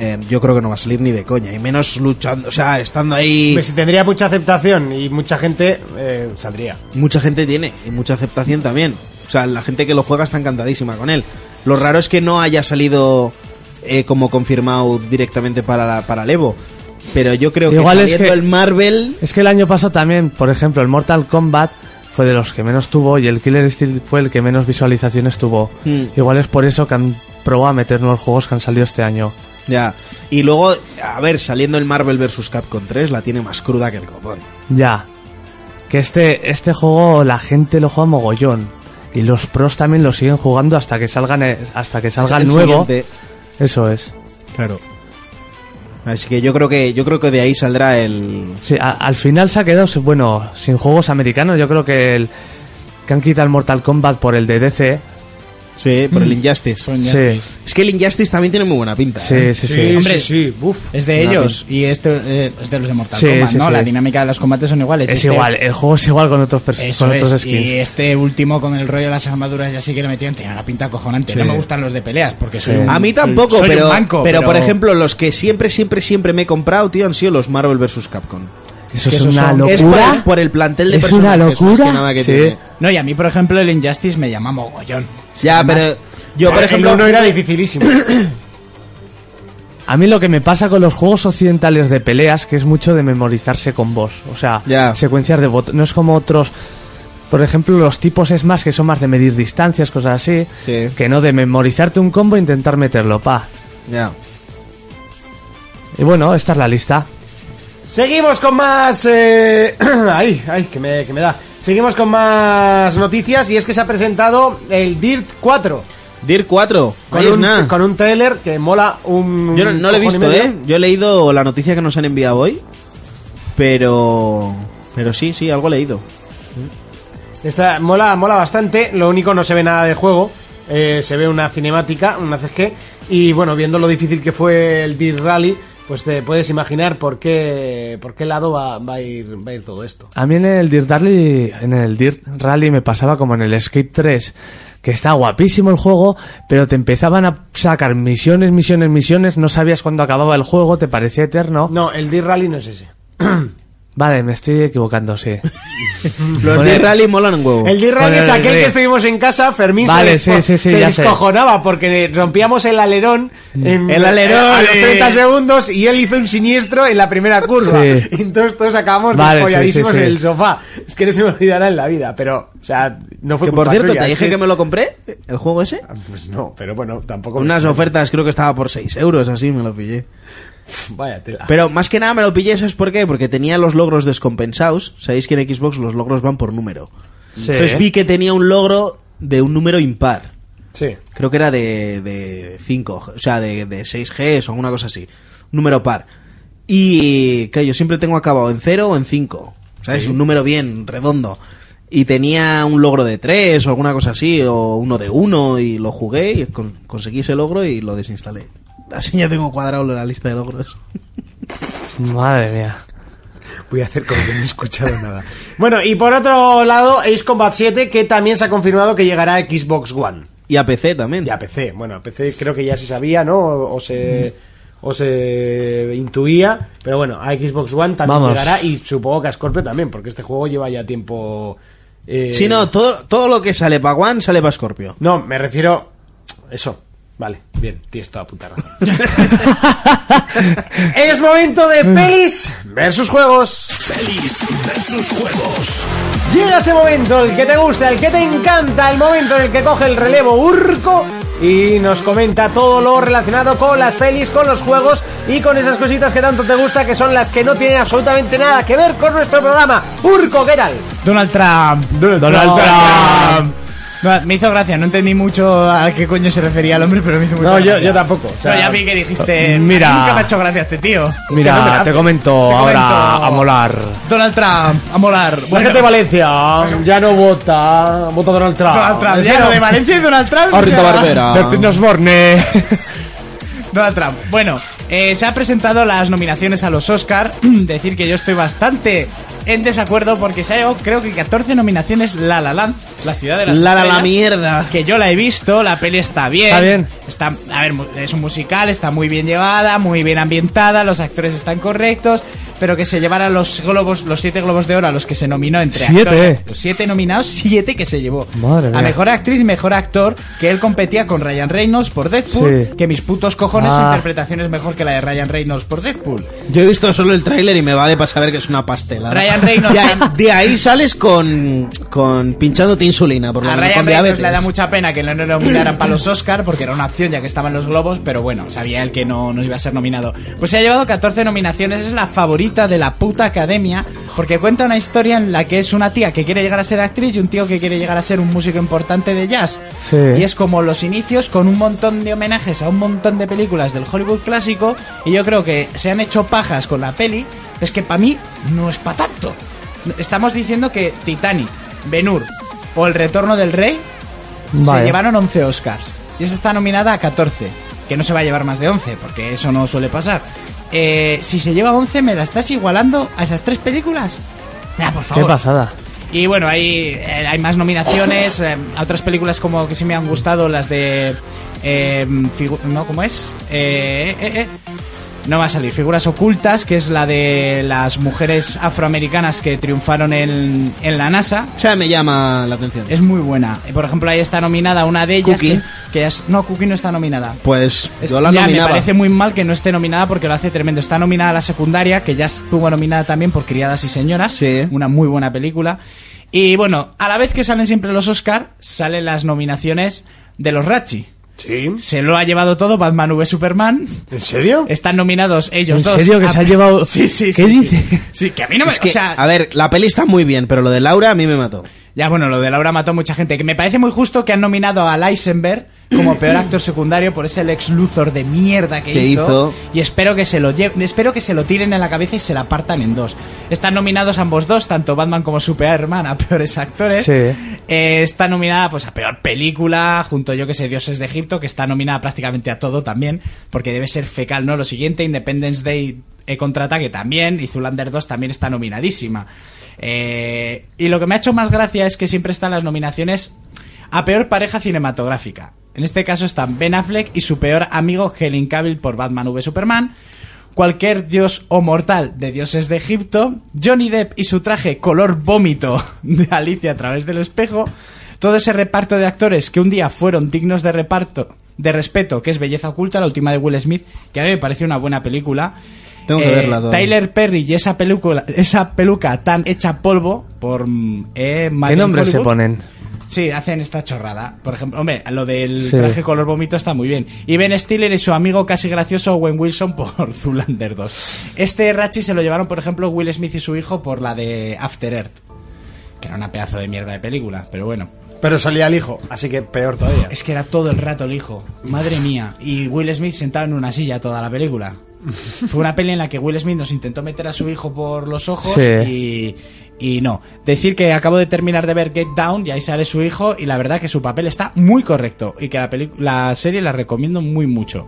Speaker 4: eh, yo creo que no va a salir ni de coña. Y menos luchando, o sea, estando ahí...
Speaker 2: Pues si tendría mucha aceptación y mucha gente eh, saldría.
Speaker 4: mucha gente tiene y mucha aceptación también. O sea, la gente que lo juega está encantadísima con él. Lo raro es que no haya salido eh, como confirmado directamente para, la- para el Evo. Pero yo creo que
Speaker 5: Igual es
Speaker 4: saliendo
Speaker 5: que-
Speaker 4: el Marvel
Speaker 5: Es que el año pasado también, por ejemplo, el Mortal Kombat fue de los que menos tuvo y el Killer Instinct fue el que menos visualizaciones tuvo.
Speaker 4: Mm.
Speaker 5: Igual es por eso que han probado a meter nuevos juegos que han salido este año.
Speaker 4: Ya. Y luego, a ver, saliendo el Marvel vs. Capcom 3, la tiene más cruda que el copón.
Speaker 5: Ya. Que este, este juego la gente lo juega mogollón. Y los pros también lo siguen jugando hasta que salgan eh, hasta que salga el
Speaker 4: El
Speaker 5: nuevo.
Speaker 4: siguiente.
Speaker 5: Eso es.
Speaker 4: Claro. Así que yo creo que yo creo que de ahí saldrá el
Speaker 5: Sí, a- al final se ha quedado, sin- bueno, sin juegos americanos. Yo creo que el que han quitado el Mortal Kombat por el de DC.
Speaker 4: sí, por el Injustice.
Speaker 3: Son ya
Speaker 5: Sí,
Speaker 3: estáis.
Speaker 4: Es que el Injustice también tiene muy buena pinta.
Speaker 5: sí,
Speaker 4: ¿eh?
Speaker 5: sí,
Speaker 6: Sí,
Speaker 5: sí.
Speaker 3: Hombre.
Speaker 6: sí, sí, uf.
Speaker 3: Es de ellos y este eh, es de los de Mortal
Speaker 5: Sí,
Speaker 3: Kombat,
Speaker 5: sí,
Speaker 3: ¿no?
Speaker 5: sí.
Speaker 3: La dinámica de los combates son iguales.
Speaker 5: Es
Speaker 3: Este-
Speaker 5: igual, el juego es igual con otros, pers-
Speaker 3: Eso
Speaker 5: con otros
Speaker 3: es,
Speaker 5: skins.
Speaker 3: y este último con el rollo de las armaduras ya sí que le metían, tenía una pinta cojonante. No me gustan los de peleas porque soy
Speaker 5: Sí.
Speaker 3: un-
Speaker 4: A mí
Speaker 3: soy-
Speaker 4: tampoco,
Speaker 3: soy un
Speaker 4: pero,
Speaker 3: manco,
Speaker 4: pero por ejemplo, los que siempre siempre siempre me he comprado, tío, han sido los Marvel vs. Capcom.
Speaker 5: Eso
Speaker 3: que
Speaker 5: es
Speaker 3: esos
Speaker 5: una
Speaker 3: son-
Speaker 5: locura.
Speaker 4: Es por el, por el plantel de
Speaker 5: Es
Speaker 4: personas
Speaker 5: una
Speaker 4: que es más
Speaker 5: locura.
Speaker 4: que nada que
Speaker 5: Sí.
Speaker 4: tiene.
Speaker 3: No, y a mí, por ejemplo, el Injustice me llama mogollón.
Speaker 4: Ya,
Speaker 3: Además,
Speaker 4: pero yo
Speaker 2: Eh,
Speaker 4: por ejemplo
Speaker 6: el uno era dificilísimo.
Speaker 5: A mí lo que me pasa con los juegos occidentales de peleas que es mucho de memorizarse con voz, o sea,
Speaker 4: Ya.
Speaker 5: secuencias de voz, no es como otros por ejemplo, los tipos es más que son más de medir distancias, cosas así,
Speaker 4: Sí.
Speaker 5: que no de memorizarte un combo e intentar meterlo, pa.
Speaker 4: Ya.
Speaker 5: Y bueno, esta es la lista.
Speaker 2: Seguimos con más... eh, ay, ay, que me, que me da. Seguimos con más noticias y es que se ha presentado el Dirt 4.
Speaker 4: Dir 4,
Speaker 2: Con
Speaker 4: ahí es
Speaker 2: un,
Speaker 4: nada.
Speaker 2: con un trailer que mola un...
Speaker 4: Yo no, no lo he
Speaker 2: un cojón y
Speaker 4: visto,
Speaker 2: medio.
Speaker 4: ¿eh? Yo he leído la noticia que nos han enviado hoy, pero... Pero sí, sí, algo he leído.
Speaker 2: Está, mola, mola bastante, lo único no se ve nada de juego, eh, se ve una cinemática, una CG, y bueno, viendo lo difícil que fue el Dirt Rally, pues te puedes imaginar por qué, por qué lado va, va a ir, va a ir todo esto.
Speaker 5: A mí en el Dirt Rally, en el Dirt Rally me pasaba como en el Skate 3, que está guapísimo el juego, pero te empezaban a sacar misiones, misiones, misiones, no sabías cuándo acababa el juego, te parecía eterno.
Speaker 2: No, el Dirt Rally no es ese.
Speaker 5: Vale, me estoy equivocando, sí.
Speaker 4: Los
Speaker 5: Vale.
Speaker 4: de rally molan un huevo.
Speaker 2: El Dirt Rally
Speaker 5: Bueno,
Speaker 2: es aquel
Speaker 5: sí.
Speaker 2: que estuvimos en casa, Fermín
Speaker 5: Vale,
Speaker 2: se, desco-
Speaker 5: sí, sí, sí,
Speaker 2: se
Speaker 5: ya sé. Mm.
Speaker 2: descojonaba porque rompíamos el alerón en,
Speaker 4: El alerón,
Speaker 2: a los
Speaker 4: eh.
Speaker 2: 30 segundos y él hizo un siniestro en la primera curva.
Speaker 5: Sí.
Speaker 2: Y entonces todos acabamos
Speaker 5: Vale, sí,
Speaker 2: despolladísimos
Speaker 5: sí, sí.
Speaker 2: en el sofá. Es que no se me olvidará en la vida, pero, o sea, no fue
Speaker 4: Que por
Speaker 2: culpa
Speaker 4: cierto,
Speaker 2: suya, es
Speaker 4: te dije que me lo compré, el juego ese.
Speaker 2: Pues no, pero bueno, tampoco...
Speaker 4: Con unas ofertas, creo que estaba por 6 euros, así me lo pillé.
Speaker 2: Vaya tela.
Speaker 4: Pero más que nada me lo pillé, ¿sabes por qué? Porque tenía los logros descompensados. Sabéis que en Xbox los logros van por número.
Speaker 5: Sí.
Speaker 4: Entonces vi que tenía un logro de un número impar.
Speaker 2: Sí.
Speaker 4: Creo que era de, de 5, o sea, de, de 6G o alguna cosa así. Número par. Y que yo siempre tengo acabado en 0 o en 5. ¿Sabes? Un número bien, redondo. Y tenía un logro de 3 o alguna cosa así, o uno de 1 y lo jugué y con- conseguí ese logro y lo desinstalé. Así ya tengo cuadrado la lista de logros.
Speaker 5: Madre mía.
Speaker 2: Voy a hacer como que no he escuchado nada. Bueno, y por otro lado, Ace Combat 7, que también se ha confirmado que llegará a Xbox One.
Speaker 4: Y a PC también.
Speaker 2: Y a PC. Bueno, a PC creo que ya se sabía, ¿no? O, o se... O se intuía, pero bueno, a Xbox One también
Speaker 5: Vamos.
Speaker 2: llegará y supongo que a Scorpio también, porque este juego lleva ya tiempo. eh,
Speaker 4: Si no, todo, todo lo que sale para One sale para Scorpio.
Speaker 2: No, me refiero. Eso. Vale, bien, tienes toda puta razón. es momento de pelis versus juegos.
Speaker 1: Pelis versus juegos.
Speaker 2: Llega ese momento, el que te gusta, el que te encanta, el momento en el que coge el relevo Urco y nos comenta todo lo relacionado con las pelis, con los juegos y con esas cositas que tanto te gusta que son las que no tienen absolutamente nada que ver con nuestro programa. Urco, ¿qué tal?
Speaker 3: Donald Trump. Donald, Trump. No, me hizo gracia, no entendí mucho a qué coño se refería el hombre, pero me hizo mucha gracia.
Speaker 2: tampoco.
Speaker 3: No, ya vi que dijiste.
Speaker 5: Mira.
Speaker 3: Nunca me ha hecho gracia este tío.
Speaker 5: Mira, te comento ahora
Speaker 3: comento.
Speaker 5: a molar.
Speaker 3: Donald Trump, a molar.
Speaker 2: La
Speaker 3: Bueno,
Speaker 2: gente de Valencia ya no vota, vota Donald Trump.
Speaker 3: Donald Trump,
Speaker 2: Es
Speaker 3: ya
Speaker 2: que
Speaker 3: lo
Speaker 2: no-
Speaker 3: de Valencia y Donald Trump. o sea,
Speaker 5: Bertín Osborne.
Speaker 3: Donald Trump. Bueno, eh, se han presentado las nominaciones a los Oscar. Decir que yo estoy bastante en desacuerdo porque se ha llevado, creo que 14 nominaciones La La Land, La Ciudad de las
Speaker 4: La la, la
Speaker 3: Estrellas,
Speaker 4: mierda.
Speaker 3: Que yo la he visto, la peli está bien.
Speaker 5: Está bien.
Speaker 3: Está, a ver, mu- es un musical, está muy bien llevada, muy bien ambientada, los actores están correctos. pero que se llevara los globos, los siete globos de oro a los que se nominó entre
Speaker 5: Siete.
Speaker 3: actores. Los siete nominados, siete que se llevó.
Speaker 5: Madre mía.
Speaker 3: A mejor actriz y mejor actor, que él competía con Ryan Reynolds por Deadpool,
Speaker 5: Sí.
Speaker 3: que mis putos cojones su
Speaker 5: Ah.
Speaker 3: interpretación es mejor que la de Ryan Reynolds por Deadpool.
Speaker 4: Yo he visto solo el tráiler y me vale para saber que es una pastelada.
Speaker 3: Ryan Reynolds.
Speaker 4: De, ahí- de ahí sales con, con pinchándote insulina, por lo
Speaker 3: A
Speaker 4: menos
Speaker 3: Ryan
Speaker 4: con
Speaker 3: Reynolds
Speaker 4: diabetes.
Speaker 3: le da mucha pena que no lo nominaran para los Oscar porque era una opción ya que estaban los globos, pero bueno, sabía él que no, no iba a ser nominado. Pues se ha llevado 14 nominaciones, es la favorita de la puta academia porque cuenta una historia en la que es una tía que quiere llegar a ser actriz y un tío que quiere llegar a ser un músico importante de jazz.
Speaker 5: Sí.
Speaker 3: Y es como los inicios con un montón de homenajes a un montón de películas del Hollywood clásico y yo creo que se han hecho pajas con la peli, es que para mí no es para tanto. Estamos diciendo que Titanic, Benur o El Retorno del Rey
Speaker 5: Vale.
Speaker 3: se llevaron 11 Oscars y esa está nominada a 14, que no se va a llevar más de 11 porque eso no suele pasar. Eh, si se lleva 11, ¿me la estás igualando a esas tres películas? Nah, por
Speaker 5: Qué
Speaker 3: favor.
Speaker 5: pasada.
Speaker 3: Y bueno, hay, eh, hay más nominaciones. eh, a otras películas como que sí me han gustado, las de. eh, figu- ¿No? ¿Cómo es? Eh, eh, eh, No va a salir. Figuras ocultas, que es la de las mujeres afroamericanas que triunfaron en, en la NASA.
Speaker 4: O sea, me llama la atención.
Speaker 3: Es muy buena. Eh, Por ejemplo, ahí está nominada una de ellas.
Speaker 4: Cookie.
Speaker 3: Que, que ya es- no, Cookie no está nominada.
Speaker 4: Pues
Speaker 3: Es-
Speaker 4: yo la
Speaker 3: ya, me
Speaker 4: nominaba.
Speaker 3: parece muy mal que no esté nominada porque lo hace tremendo. Está nominada a la secundaria, que ya estuvo nominada también por Criadas y Señoras.
Speaker 4: Sí.
Speaker 3: Una muy buena película. Y bueno, a la vez que salen siempre los Oscar, salen las nominaciones de los Ratchi.
Speaker 6: Sí.
Speaker 3: Se lo ha llevado todo Batman v Superman.
Speaker 6: ¿En serio?
Speaker 3: Están nominados ellos
Speaker 5: ¿En
Speaker 3: dos. Ah,
Speaker 5: serio que se ha llevado-
Speaker 3: Sí, sí,
Speaker 5: ¿Qué
Speaker 3: sí, sí.
Speaker 5: dice?
Speaker 3: Sí, que a mí no me.
Speaker 4: Es que,
Speaker 3: o sea,
Speaker 4: a ver, la peli está muy bien, pero lo de Laura a mí me mató.
Speaker 3: ya, bueno, lo de Laura mató a mucha gente. Que me parece muy justo que han nominado a Eisenberg como peor actor secundario por ese Lex Luthor de mierda que,
Speaker 4: Que hizo.
Speaker 3: Y espero que se lo lleven, espero que se lo tiren en la cabeza y se la partan en dos. Están nominados ambos dos, tanto Batman como Superman, a peores actores.
Speaker 5: Sí.
Speaker 3: Eh, está nominada pues a peor película, junto yo que sé, Dioses de Egipto, que está nominada prácticamente a todo también, porque debe ser fecal, ¿no? Lo siguiente, Independence Day eh, contraataque también, y Zulander 2 también está nominadísima. Eh, y lo que me ha hecho más gracia es que siempre están las nominaciones a peor pareja cinematográfica. En este caso están Ben Affleck y su peor amigo Helen Cavill por Batman v Superman. Cualquier dios o mortal de dioses de Egipto, Johnny Depp y su traje color vómito de Alicia a través del espejo, todo ese reparto de actores que un día fueron dignos de reparto, de respeto, que es Belleza Oculta, la última de Will Smith, que a mí me parece una buena película. Eh,
Speaker 4: Tengo que verla todavía.
Speaker 3: Tyler Perry y esa peluca, esa peluca tan hecha polvo por mm, eh, Mad
Speaker 5: ¿Qué
Speaker 3: in
Speaker 5: nombres se
Speaker 3: Hollywood.
Speaker 5: ponen?
Speaker 3: Sí, hacen esta chorrada. Por ejemplo, hombre, lo del
Speaker 5: Sí.
Speaker 3: traje color vómito está muy bien. Y Ben Stiller y su amigo casi gracioso Owen Wilson por Zulander 2. Este Rachi se lo llevaron, por ejemplo, Will Smith y su hijo por la de After Earth. Que era una pedazo de mierda de película, pero bueno.
Speaker 6: Pero salía el hijo, así que peor todavía.
Speaker 3: Es que era todo el rato el hijo. Madre mía. Y Will Smith sentado en una silla toda la película. Fue una peli en la que Will Smith nos intentó meter a su hijo por los ojos
Speaker 5: Sí.
Speaker 3: y, y no. Decir que acabo de terminar de ver Get Down y ahí sale su hijo y la verdad que su papel está muy correcto y que la, peli- la serie la recomiendo muy mucho.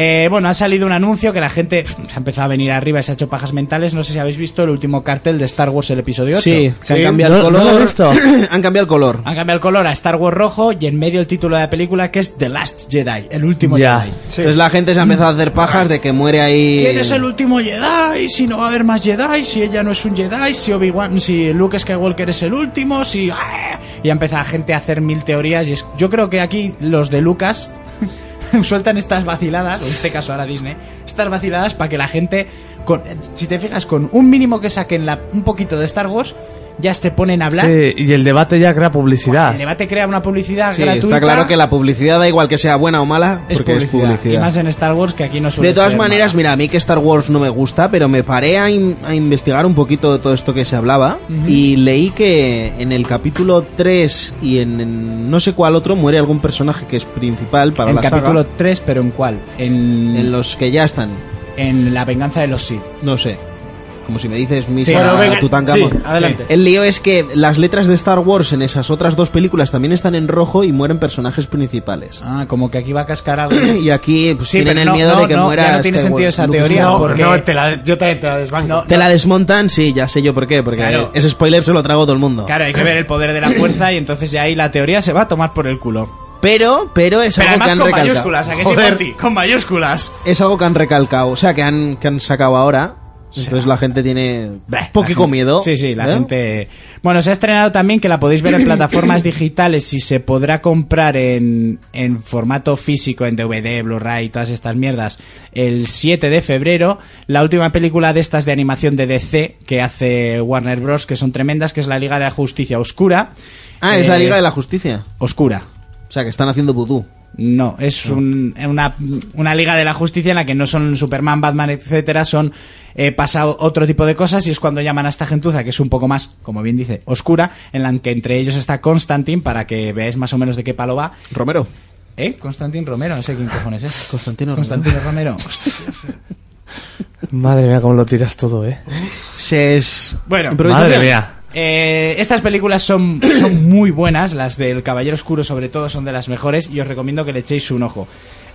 Speaker 3: Eh, bueno, ha salido un anuncio que la gente pf, se ha empezado a venir arriba y se ha hecho pajas mentales. No sé si habéis visto el último cartel de Star Wars, el episodio 8.
Speaker 4: Sí, se han
Speaker 5: Sí.
Speaker 4: cambiado el
Speaker 5: No- no
Speaker 4: color.
Speaker 5: lo he visto.
Speaker 4: han cambiado el color.
Speaker 3: Han cambiado el color a Star Wars rojo y en medio el título de la película que es The Last Jedi, el último
Speaker 5: Ya.
Speaker 3: Jedi.
Speaker 4: Entonces la gente se ha empezado a hacer pajas de que muere ahí.
Speaker 3: ¿Quién es el último Jedi? Si no va a haber más Jedi, si ella no es un Jedi, si Obi-Wan, si Luke Skywalker es el último, si... ¡ah! Y empieza la gente a hacer mil teorías y es... yo creo que aquí los de Lucas sueltan estas vaciladas, o en este caso ahora Disney, estas vaciladas para que la gente, con... si te fijas, con un mínimo que saquen la... un poquito de Star Wars, ya se ponen a hablar.
Speaker 5: Sí, y el debate ya crea publicidad.
Speaker 3: El debate crea una publicidad
Speaker 4: Sí,
Speaker 3: gratuita.
Speaker 4: está claro que la publicidad, da igual que sea buena o mala, porque es
Speaker 3: Y
Speaker 4: publicidad.
Speaker 3: más en Star Wars que aquí no suele
Speaker 4: De todas
Speaker 3: ser
Speaker 4: maneras,
Speaker 3: mala.
Speaker 4: mira, a mí que Star Wars no me gusta, pero me paré a, in- a investigar un poquito de todo esto que se hablaba y leí que en el capítulo 3 y en, en no sé cuál otro muere algún personaje que es principal para
Speaker 3: en
Speaker 4: la
Speaker 3: capítulo
Speaker 4: saga.
Speaker 3: 3, pero en cuál? En,
Speaker 4: En los que ya están,
Speaker 3: en la venganza de los Sith.
Speaker 4: no sé. Como si me dices mi
Speaker 3: Sí,
Speaker 4: saga
Speaker 3: bueno, venga,
Speaker 4: Tutankamón.
Speaker 6: sí, adelante.
Speaker 4: El lío es que las letras de Star Wars en esas otras dos películas también están en rojo y mueren personajes principales.
Speaker 3: Ah, como que aquí va a cascar algo.
Speaker 4: Y aquí pues,
Speaker 3: Sí,
Speaker 4: tienen
Speaker 3: pero
Speaker 4: el
Speaker 3: no,
Speaker 4: miedo
Speaker 3: no,
Speaker 4: de que
Speaker 3: no,
Speaker 4: muera. este
Speaker 3: ya no tiene
Speaker 4: Skywalker-
Speaker 3: sentido esa
Speaker 4: Lucas
Speaker 3: teoría,
Speaker 6: No,
Speaker 3: porque-
Speaker 6: no, te la, yo también te la desbanco.
Speaker 3: No,
Speaker 4: ¿Te la desmontan? Sí, ya sé yo por qué, porque
Speaker 3: Claro.
Speaker 4: ese spoiler se lo trago todo el mundo.
Speaker 3: Claro, hay que ver el poder de la fuerza y entonces ya ahí la teoría se va a tomar por el culo.
Speaker 4: Pero, pero es
Speaker 3: Pero
Speaker 4: algo
Speaker 3: además
Speaker 4: que han
Speaker 3: con
Speaker 4: recalcado.
Speaker 3: mayúsculas, ¿a que sí,
Speaker 6: Joder.
Speaker 3: Monty? Con mayúsculas.
Speaker 4: Es algo que han recalcado, o sea, que han, que han sacado ahora. Entonces la gente tiene poquito
Speaker 3: gente-
Speaker 4: miedo.
Speaker 3: Sí, sí, la
Speaker 4: ¿eh?
Speaker 3: gente. Bueno, se ha estrenado también que la podéis ver en plataformas digitales y se podrá comprar en, en formato físico, en DVD, Blu-ray, todas estas mierdas. El 7 de febrero, la última película de estas de animación de DC que hace Warner Bros., que son tremendas, que es la Liga de la Justicia Oscura.
Speaker 4: Ah, es la
Speaker 3: Eh,
Speaker 4: Liga de la Justicia.
Speaker 3: Oscura.
Speaker 4: O sea, que están haciendo vudú.
Speaker 3: No, es un- una, una liga de la justicia en la que no son Superman, Batman, etcétera, son eh, pasa otro tipo de cosas y es cuando llaman a esta gentuza que es un poco más, como bien dice, oscura, en la que entre ellos está Constantine para que veáis más o menos de qué palo va.
Speaker 4: Romero.
Speaker 3: ¿Eh? Constantine Romero, no sé quién cojones es.
Speaker 4: Constantino Romero.
Speaker 3: Constantino Romero.
Speaker 5: Madre mía, cómo lo tiras todo, eh.
Speaker 4: Se es...
Speaker 3: Bueno,
Speaker 4: improvisación.
Speaker 5: Madre mía.
Speaker 3: Eh, estas películas son, son muy buenas, las del Caballero Oscuro sobre todo son de las mejores y os recomiendo que le echéis un ojo.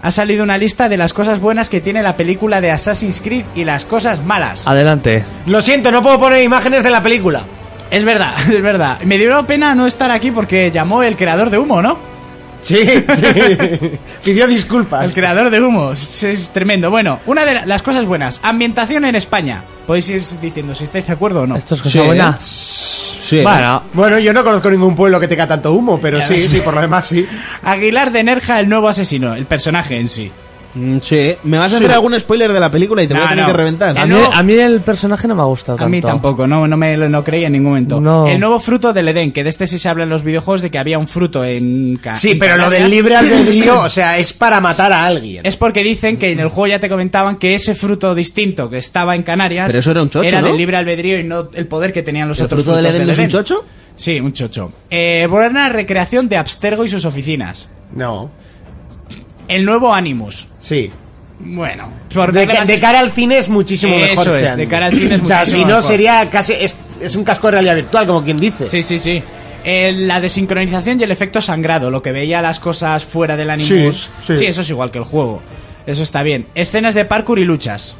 Speaker 3: Ha salido una lista de las cosas buenas que tiene la película de Assassin's Creed y las cosas malas.
Speaker 5: Adelante.
Speaker 2: Lo siento, no puedo poner imágenes de la película.
Speaker 3: Es verdad, es verdad. Me dio pena no estar aquí porque llamó el creador de humo, ¿no?
Speaker 2: Sí, sí. Pidió
Speaker 3: El
Speaker 2: disculpas.
Speaker 3: creador de humos, es, es tremendo. Bueno, una de la- las cosas buenas, ambientación en España. Podéis ir diciendo si estáis de acuerdo o no.
Speaker 5: ¿Esto es cosa
Speaker 4: Sí.
Speaker 5: buena?
Speaker 4: Sí.
Speaker 5: Bueno,
Speaker 2: Bueno, yo no conozco ningún pueblo que tenga tanto humo, pero
Speaker 3: Ya
Speaker 2: sí,
Speaker 3: ves.
Speaker 2: sí, por lo demás sí.
Speaker 3: Aguilar de Nerja, el nuevo asesino, el personaje en sí.
Speaker 4: Mm, Sí. ¿Me vas a hacer algún spoiler de la película y te voy
Speaker 3: No,
Speaker 4: a tener
Speaker 3: no.
Speaker 4: que reventar?
Speaker 3: Eh,
Speaker 5: a,
Speaker 3: no.
Speaker 5: mí, a mí el personaje no me ha gustado tanto.
Speaker 3: A mí tampoco, no, no me lo no creía en ningún momento.
Speaker 5: No.
Speaker 3: El nuevo fruto del Edén, que de este sí se habla en los videojuegos de que había un fruto en... Ca-
Speaker 2: Sí,
Speaker 3: en
Speaker 2: pero lo del
Speaker 3: Canarias.
Speaker 2: libre albedrío, o sea, es para matar a alguien.
Speaker 3: Es porque dicen que en el juego ya te comentaban que ese fruto distinto que estaba en Canarias...
Speaker 4: Pero eso era un chocho,
Speaker 3: Era
Speaker 4: ¿no?
Speaker 3: del libre albedrío y no el poder que tenían los
Speaker 4: ¿El
Speaker 3: otros
Speaker 4: fruto del
Speaker 3: frutos
Speaker 4: Edén no es un
Speaker 3: Edén.
Speaker 4: chocho?
Speaker 3: Sí, un chocho. Eh, buena recreación de Abstergo y sus oficinas.
Speaker 2: No.
Speaker 3: El nuevo Animus.
Speaker 2: Sí.
Speaker 3: Bueno, por
Speaker 2: De,
Speaker 3: darle
Speaker 2: ca-
Speaker 3: más-
Speaker 2: de cara al cine es muchísimo
Speaker 3: Eso
Speaker 2: mejor. este
Speaker 3: es, de
Speaker 2: anime.
Speaker 3: cara al cine es
Speaker 2: O sea,
Speaker 3: muchísimo
Speaker 2: si no
Speaker 3: mejor.
Speaker 2: sería casi. Es, es un casco de realidad virtual, como quien dice.
Speaker 3: Sí, sí, sí. Eh, la desincronización y el efecto sangrado, lo que veía las cosas fuera del
Speaker 2: Sí,
Speaker 3: Animus.
Speaker 2: sí.
Speaker 3: eso es igual que el juego. Eso está bien. Escenas de parkour y luchas.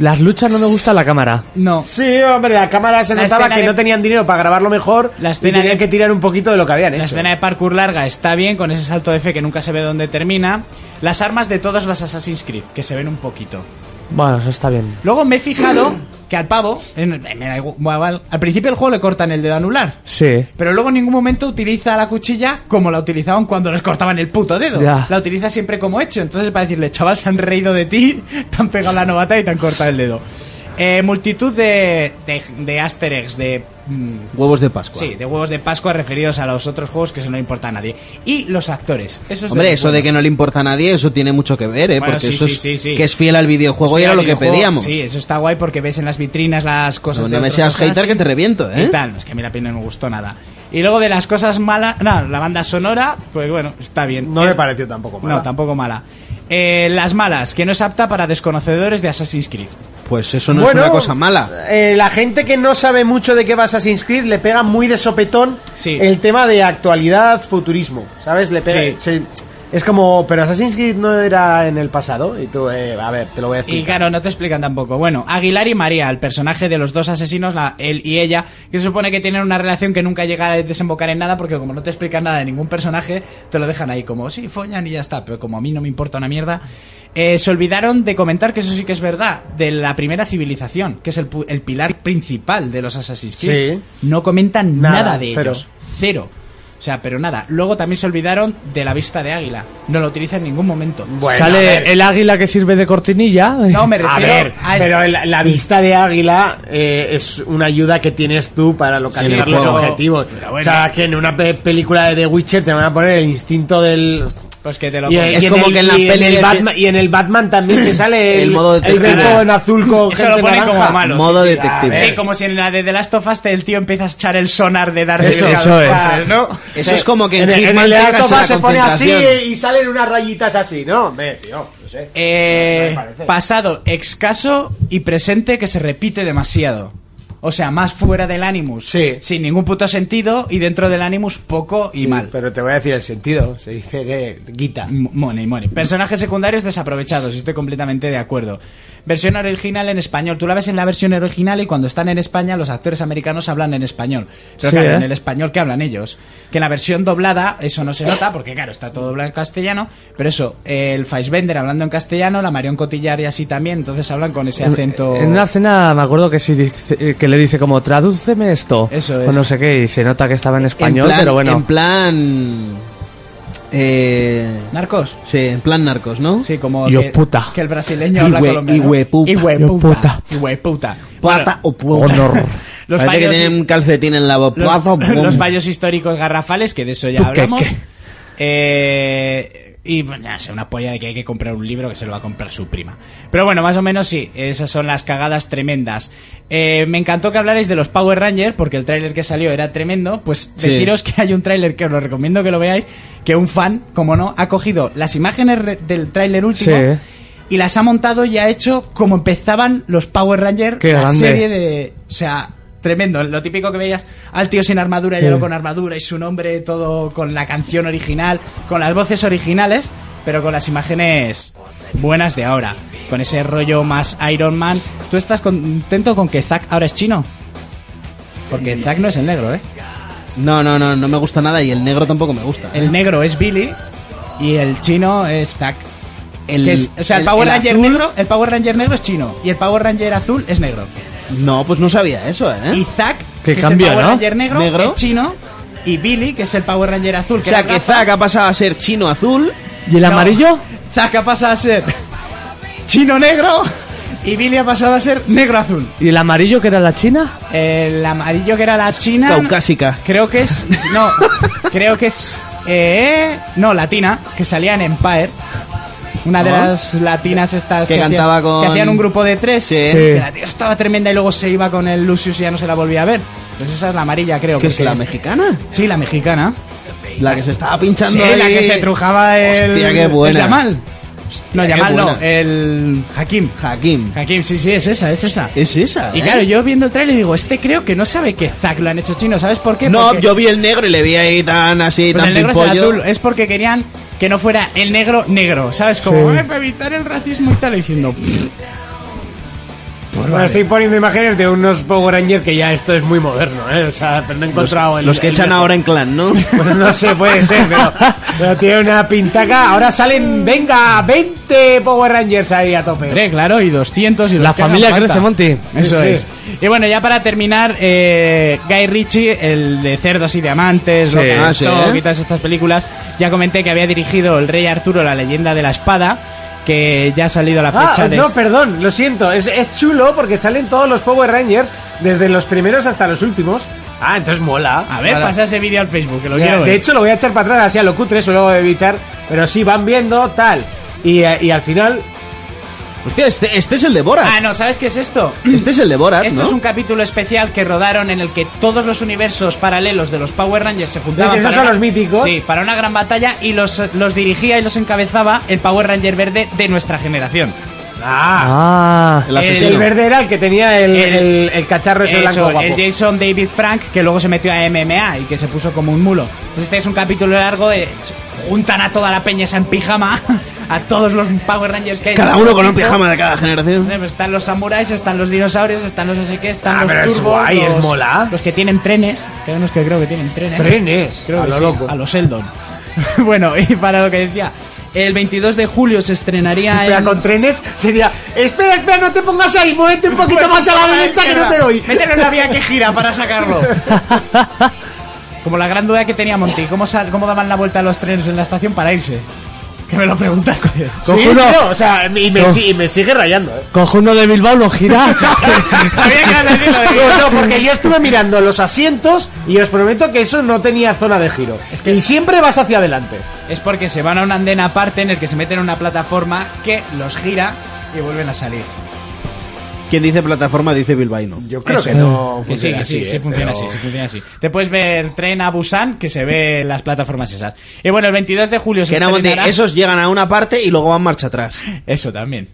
Speaker 5: Las luchas no me gusta la cámara.
Speaker 3: No.
Speaker 2: Sí, hombre, la cámara se
Speaker 3: La
Speaker 2: notaba
Speaker 3: escena
Speaker 2: que
Speaker 3: de-
Speaker 2: no tenían dinero para grabarlo mejor
Speaker 3: La
Speaker 2: y
Speaker 3: escena
Speaker 2: tenían
Speaker 3: de-
Speaker 2: que tirar un poquito de lo que habían
Speaker 3: La
Speaker 2: hecho.
Speaker 3: escena de parkour larga está bien, con ese salto de fe que nunca se ve dónde termina. Las armas de todos los Assassin's Creed, que se ven un poquito.
Speaker 5: Bueno, eso está bien.
Speaker 3: Luego me he fijado que al pavo, en- me da igual, al principio del juego le cortan el dedo anular.
Speaker 5: Sí.
Speaker 3: Pero luego en ningún momento utiliza la cuchilla como la utilizaban cuando les cortaban el puto dedo.
Speaker 5: Ya.
Speaker 3: La utiliza siempre como hecho. Entonces para decirle, chaval, se han reído de ti, te han pegado la novata y te han cortado el dedo. Eh, multitud de, de, de easter eggs, de... mm,
Speaker 4: Huevos de Pascua.
Speaker 3: Sí, de huevos de Pascua referidos a los otros juegos que eso no importa a nadie. Y los actores. Eso es
Speaker 4: Hombre,
Speaker 3: los
Speaker 4: eso de
Speaker 3: buenos.
Speaker 4: que no le importa a nadie, eso tiene mucho que ver, ¿eh?
Speaker 3: Bueno,
Speaker 4: Porque
Speaker 3: sí,
Speaker 4: eso
Speaker 3: sí,
Speaker 4: es,
Speaker 3: sí, sí.
Speaker 4: que es fiel al videojuego y
Speaker 3: Hostia,
Speaker 4: era
Speaker 3: el
Speaker 4: lo que
Speaker 3: videojuego,
Speaker 4: pedíamos.
Speaker 3: Sí, eso está guay porque ves en las vitrinas las cosas.
Speaker 4: Donde
Speaker 3: de
Speaker 4: me
Speaker 3: otros
Speaker 4: seas hater
Speaker 3: Assassin
Speaker 4: que te reviento, ¿eh?
Speaker 3: Y tal, es que a mí la pena no me gustó nada. Y luego de las cosas malas, no, la banda sonora, pues bueno, está bien.
Speaker 2: No
Speaker 3: Eh,
Speaker 2: me pareció tampoco mal.
Speaker 3: No, tampoco mala. Eh, las malas, que no es apta para desconocedores de Assassin's Creed.
Speaker 4: Pues eso no es una cosa mala.
Speaker 2: eh, la gente que no sabe mucho de qué va Assassin's Creed le pega muy de sopetón
Speaker 3: Sí.
Speaker 2: el tema de actualidad, futurismo. ¿Sabes? Le pega.
Speaker 3: Sí.
Speaker 2: se- es como, pero Assassin's Creed no era en el pasado. Y tú, eh, a ver, te lo voy a
Speaker 3: Y
Speaker 2: explicar.
Speaker 3: claro, no te explican tampoco. Bueno, Aguilar y María, el personaje de los dos asesinos, la- él y ella, que se supone que tienen una relación que nunca llega a desembocar en nada, porque como no te explican nada de ningún personaje, te lo dejan ahí como, sí, follan y ya está, pero como a mí no me importa una mierda. Eh, se olvidaron de comentar que eso sí que es verdad, de la primera civilización, que es el, pu- el pilar principal de los Assassin's Creed.
Speaker 2: Sí.
Speaker 3: No comentan nada,
Speaker 2: Nada,
Speaker 3: de
Speaker 2: cero.
Speaker 3: ellos. Cero. O sea, pero nada. Luego también se olvidaron de la vista de águila. No lo utiliza en ningún momento.
Speaker 2: a
Speaker 5: Sale
Speaker 2: ver.
Speaker 5: el águila que sirve de cortinilla.
Speaker 3: No, me
Speaker 2: A
Speaker 3: refiero
Speaker 2: ver,
Speaker 3: a este-
Speaker 2: pero la, la vista de águila eh, es una ayuda que tienes tú para localizar
Speaker 3: Sí,
Speaker 2: los
Speaker 3: pero-
Speaker 2: objetivos.
Speaker 3: pero bueno.
Speaker 2: O sea, que en una pe- película de The Witcher te van a poner el instinto del...
Speaker 3: Pues que te lo
Speaker 2: Y,
Speaker 3: pongan.
Speaker 2: y
Speaker 4: Es como
Speaker 2: el-
Speaker 4: que en la
Speaker 2: y
Speaker 4: peli
Speaker 2: el
Speaker 4: de-
Speaker 2: Batman, y en el Batman también te sale el,
Speaker 4: El modo
Speaker 2: el
Speaker 4: detective.
Speaker 2: beco en azul con
Speaker 3: Eso lo
Speaker 2: gente
Speaker 3: pone
Speaker 2: naranja.
Speaker 3: como malo.
Speaker 4: Modo
Speaker 3: sí, sí.
Speaker 4: detective.
Speaker 3: Sí, como si en la de The Last of Us te- el tío empieza a echar el sonar de Daredevil.
Speaker 5: Eso,
Speaker 3: a los
Speaker 5: eso es.
Speaker 3: padres, ¿no?
Speaker 4: Eso es como que
Speaker 2: En
Speaker 4: en,
Speaker 2: el, en
Speaker 4: Hitman
Speaker 2: el de
Speaker 4: tengas
Speaker 2: Last of Us
Speaker 4: esa
Speaker 2: se pone así
Speaker 4: concentración.
Speaker 2: y salen unas rayitas así, ¿no? Hombre, tío, no sé.
Speaker 3: Eh,
Speaker 2: No me parece.
Speaker 3: pasado, excaso y presente que se repite demasiado. O sea, más fuera del Animus.
Speaker 2: Sí.
Speaker 3: Sin ningún puto sentido y dentro del Animus poco y
Speaker 2: Sí,
Speaker 3: mal.
Speaker 2: Pero te voy a decir el sentido. Se dice que guita.
Speaker 3: M- Money, money. Personajes secundarios desaprovechados, estoy completamente de acuerdo. versión original en español. Tú la ves en la versión original y cuando están en España los actores americanos hablan en español. Pero
Speaker 5: Sí,
Speaker 3: claro,
Speaker 5: ¿eh?
Speaker 3: en el español que hablan ellos. Que en la versión doblada eso no se nota porque claro, está todo doblado en castellano. Pero eso, eh, el Faisbender hablando en castellano, la Marion Cotillar y así también, entonces hablan con ese acento...
Speaker 5: eh, En una escena me acuerdo que sí dice- eh, que le dice como tradúceme esto
Speaker 3: Eso
Speaker 5: o
Speaker 3: es.
Speaker 5: no sé qué y se nota que estaba en español,
Speaker 4: en plan,
Speaker 5: pero bueno.
Speaker 4: En plan. Eh,
Speaker 3: ¿Narcos?
Speaker 4: sí, en plan narcos, ¿no?
Speaker 3: Sí, como
Speaker 5: Yo
Speaker 3: que,
Speaker 5: puta.
Speaker 3: que el brasileño habla
Speaker 4: Higue-
Speaker 3: colombiano.
Speaker 4: higueputa.
Speaker 5: Yo
Speaker 3: Hijueputa.
Speaker 5: puta.
Speaker 3: Hijueputa.
Speaker 4: Plata o puta.
Speaker 5: Honor.
Speaker 3: Los
Speaker 4: Parece que
Speaker 3: fallos-
Speaker 4: tienen un calcetín en la boca. Plata o
Speaker 3: los,
Speaker 4: pum.
Speaker 3: los fallos históricos garrafales, que de eso
Speaker 5: ¿Tú
Speaker 3: ya
Speaker 5: qué,
Speaker 3: hablamos.
Speaker 5: qué?
Speaker 3: Eh, y pues nada, sé una polla de que hay que comprar un libro que se lo va a comprar su prima. Pero bueno, más o menos sí, esas son las cagadas tremendas. Eh, me encantó que hablarais de los Power Rangers, porque el tráiler que salió era tremendo. Pues
Speaker 4: Sí.
Speaker 3: deciros que hay un tráiler que os lo recomiendo que lo veáis, que un fan, como no, ha cogido las imágenes re- del tráiler último
Speaker 5: Sí.
Speaker 3: y las ha montado y ha hecho como empezaban los Power Rangers,
Speaker 5: Qué
Speaker 3: la
Speaker 5: grande.
Speaker 3: serie de... eh, O sea, tremendo. Lo típico que veías al tío sin armadura y
Speaker 5: Sí.
Speaker 3: a lo con armadura y su nombre todo con la canción original, con las voces originales, pero con las imágenes buenas de ahora. Con ese rollo más Iron Man. ¿Tú estás contento con que Zack ahora es chino? Porque Zack no es el negro, ¿eh?
Speaker 4: No, no, no, no me gusta nada y el negro tampoco me gusta.
Speaker 3: El negro es Billy y el chino es Zack.
Speaker 4: El-
Speaker 3: Que es- o sea, el,
Speaker 4: el-
Speaker 3: Power
Speaker 4: el
Speaker 3: Ranger
Speaker 4: azul-
Speaker 3: negro, el Power Ranger negro es chino y el Power Ranger azul es negro.
Speaker 4: No, pues no sabía eso, ¿eh?
Speaker 3: Y Zack,
Speaker 5: Qué
Speaker 3: que
Speaker 5: cambio,
Speaker 3: es el Power
Speaker 5: ¿no?
Speaker 3: Ranger negro,
Speaker 4: Negro.
Speaker 3: es chino y Billy, que es el Power Ranger azul,
Speaker 4: o sea,
Speaker 3: era
Speaker 4: que
Speaker 3: gafas,
Speaker 4: Zack ha pasado a ser chino azul.
Speaker 5: ¿Y el
Speaker 3: No.
Speaker 5: amarillo?
Speaker 3: Zaka pasa a ser chino negro y Billy ha pasado a ser negro azul.
Speaker 5: ¿Y el amarillo que era la China?
Speaker 3: El amarillo que era la china.
Speaker 4: Caucásica.
Speaker 3: Creo que es. No, creo que es. eh, no, latina, que salía en Empire. Una de
Speaker 4: Ah.
Speaker 3: las latinas estas
Speaker 4: Que
Speaker 3: hacían-
Speaker 4: cantaba con-
Speaker 3: que hacían un grupo de tres.
Speaker 4: Sí.
Speaker 3: Que la tía estaba tremenda y luego se iba con el Lucius y ya no se la volvía a ver. Pues esa es la amarilla, creo.
Speaker 4: Que es
Speaker 3: porque-
Speaker 4: la mexicana.
Speaker 3: Sí, la mexicana.
Speaker 4: La que se estaba pinchando
Speaker 3: Sí, la
Speaker 4: ahí.
Speaker 3: que se trujaba el.
Speaker 4: Hostia, qué buena.
Speaker 3: el Yamal. No, eh.
Speaker 4: qué
Speaker 3: Yamal no,
Speaker 4: buena.
Speaker 3: el Hakim.
Speaker 4: Hakim.
Speaker 3: Hakim, sí, sí, es esa, es esa.
Speaker 4: Es esa.
Speaker 3: Y
Speaker 4: ¿eh?
Speaker 3: claro, yo viendo el trailer digo, este creo que no sabe que Zack lo han hecho chino, ¿sabes por qué?
Speaker 4: No,
Speaker 3: Porque-
Speaker 4: yo vi el negro y le vi ahí tan así,
Speaker 3: Pues
Speaker 4: tan
Speaker 3: el negro es el
Speaker 4: pimpollo.
Speaker 3: azul, es porque querían que no fuera el negro negro, ¿sabes? Como, "Ay, para evitar el racismo y tal, diciendo... Pues
Speaker 2: Bueno, estoy poniendo imágenes de unos Power Rangers que ya esto es muy moderno, ¿eh? O sea, pero no he encontrado el-
Speaker 4: Los que
Speaker 2: el-
Speaker 4: echan ahora en clan, ¿no?
Speaker 2: Bueno, no sé, puede ser, pero, pero tiene una pintaca. Ahora salen, venga, 20 Power Rangers ahí a tope.
Speaker 3: Hombre, claro, y 200 y los
Speaker 5: La
Speaker 3: que hagan
Speaker 5: familia
Speaker 3: falta.
Speaker 5: crece, Monty.
Speaker 3: Eso
Speaker 2: Sí.
Speaker 3: es. Y bueno, ya para terminar, eh, Guy Ritchie, el de Cerdos y Diamantes,
Speaker 5: Sí.
Speaker 3: Lock and
Speaker 4: Ah, sí,
Speaker 3: Stock
Speaker 4: ¿eh?
Speaker 3: y todas estas películas, ya comenté que había dirigido El Rey Arturo, la leyenda de la espada, que ya ha salido la
Speaker 2: Ah,
Speaker 3: fecha de...
Speaker 2: no, perdón, lo siento. Es, es chulo porque salen todos los Power Rangers, desde los primeros hasta los últimos. Ah, entonces mola.
Speaker 3: A ver,
Speaker 2: Mola.
Speaker 3: pasa ese vídeo al Facebook, que lo
Speaker 2: Ya,
Speaker 3: quiero ver.
Speaker 2: de hecho, lo voy a echar para atrás, así a lo cutre, suelo evitar. Pero sí, van viendo tal. Y, eh, y al final,
Speaker 4: Hostia, este, este es el de Borat.
Speaker 3: Ah, no, ¿sabes qué es esto?
Speaker 4: Este es el de
Speaker 2: Ah,
Speaker 4: Borat,
Speaker 3: Esto
Speaker 4: ¿no?
Speaker 3: es un capítulo especial que rodaron en el que todos los universos paralelos de los Power Rangers se juntaban.
Speaker 2: Entonces, esos son los míticos.
Speaker 3: Sí, para una gran batalla y los, los dirigía y los encabezaba el Power Ranger verde de nuestra generación.
Speaker 2: ah,
Speaker 5: Ah,
Speaker 4: El
Speaker 2: el,
Speaker 4: asesino.
Speaker 2: verde era el que tenía el,
Speaker 3: El-
Speaker 2: el- el cacharro ese
Speaker 3: Eso,
Speaker 2: blanco guapo.
Speaker 3: el Jason David Frank que luego se metió a MMA y que se puso como un mulo. Pues este es un capítulo largo de juntan a toda la peña esa en pijama, a todos los Power Rangers que hay.
Speaker 4: Cada uno con un pijama de cada generación.
Speaker 3: pues Están los samuráis, están los dinosaurios, están los no sé qué, están
Speaker 2: Ah,
Speaker 3: los
Speaker 2: pero es
Speaker 3: turbos,
Speaker 2: guay, es
Speaker 3: los,
Speaker 2: mola.
Speaker 3: los que tienen trenes, que hay unos que creo que tienen trenes.
Speaker 2: Trenes,
Speaker 3: Creo
Speaker 2: a
Speaker 3: que
Speaker 2: lo
Speaker 3: sí,
Speaker 2: loco.
Speaker 3: a los Eldon. bueno, y para lo que decía, el 22 de julio se estrenaría
Speaker 2: Espera,
Speaker 3: en-
Speaker 2: con trenes sería. Espera, espera, no te pongas ahí, muévete un poquito más a la derecha que no te doy.
Speaker 3: Mételo en la vía que gira para sacarlo. Como la gran duda que tenía Monty, ¿cómo, sal- ¿cómo daban la vuelta a los trenes en la estación para irse? Que me lo preguntaste.
Speaker 2: Sí,
Speaker 5: Cojudo.
Speaker 2: tío, o sea, y me,
Speaker 5: No.
Speaker 2: si- y me sigue rayando, eh.
Speaker 5: coge uno de Bilbao, lo gira.
Speaker 3: Sabía que ibas a decir lo de-
Speaker 2: Digo, no, porque yo estuve mirando los asientos y os prometo que eso no tenía zona de giro.
Speaker 3: Es que-
Speaker 2: Y siempre vas hacia adelante.
Speaker 3: Es porque se van a una andén aparte en el que se meten en una plataforma que los gira y vuelven a salir.
Speaker 4: Quien dice plataforma dice Bilbaíno.
Speaker 2: Yo creo
Speaker 3: Eso.
Speaker 2: que no
Speaker 3: Que sí,
Speaker 2: funciona
Speaker 3: que sí,
Speaker 2: así,
Speaker 3: sí
Speaker 2: eh,
Speaker 3: funciona
Speaker 2: pero-
Speaker 3: así, sí funciona así. Te puedes ver tren a Busan, que se ve en las plataformas esas. Y bueno, el 22 de julio se
Speaker 4: Que no, Monty,
Speaker 3: estrenará...
Speaker 4: esos llegan a una parte y luego van marcha atrás.
Speaker 3: Eso también.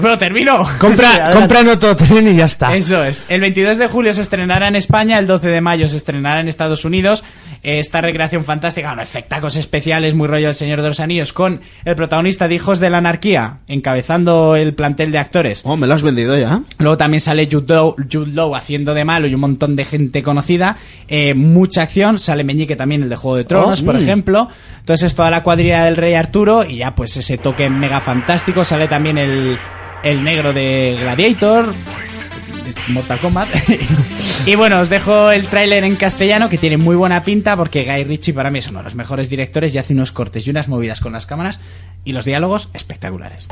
Speaker 3: Bueno, termino.
Speaker 5: Compra, compra en otro tren y ya está.
Speaker 3: Eso es. El 22 de julio se estrenará en España, el 12 de mayo se estrenará en Estados Unidos. Eh, Esta recreación fantástica, unos espectáculos especiales, muy rollo El Señor de los Anillos, con el protagonista de Hijos de la Anarquía, encabezando el plantel de actores.
Speaker 4: Oh, me lo has vendido ya.
Speaker 3: Luego también sale Jude Law, Jude Law haciendo de malo y un montón de gente conocida. Eh, mucha acción. Sale Meñique también, el de Juego de Tronos, por ejemplo. Entonces toda la cuadrilla del Rey Arturo y ya pues ese toque mega fantástico. Sale también el, el negro de Gladiator. de Mortal Kombat. y bueno, os dejo el tráiler en castellano que tiene muy buena pinta porque Guy Ritchie para mí es uno de los mejores directores y hace unos cortes y unas movidas con las cámaras y los diálogos espectaculares.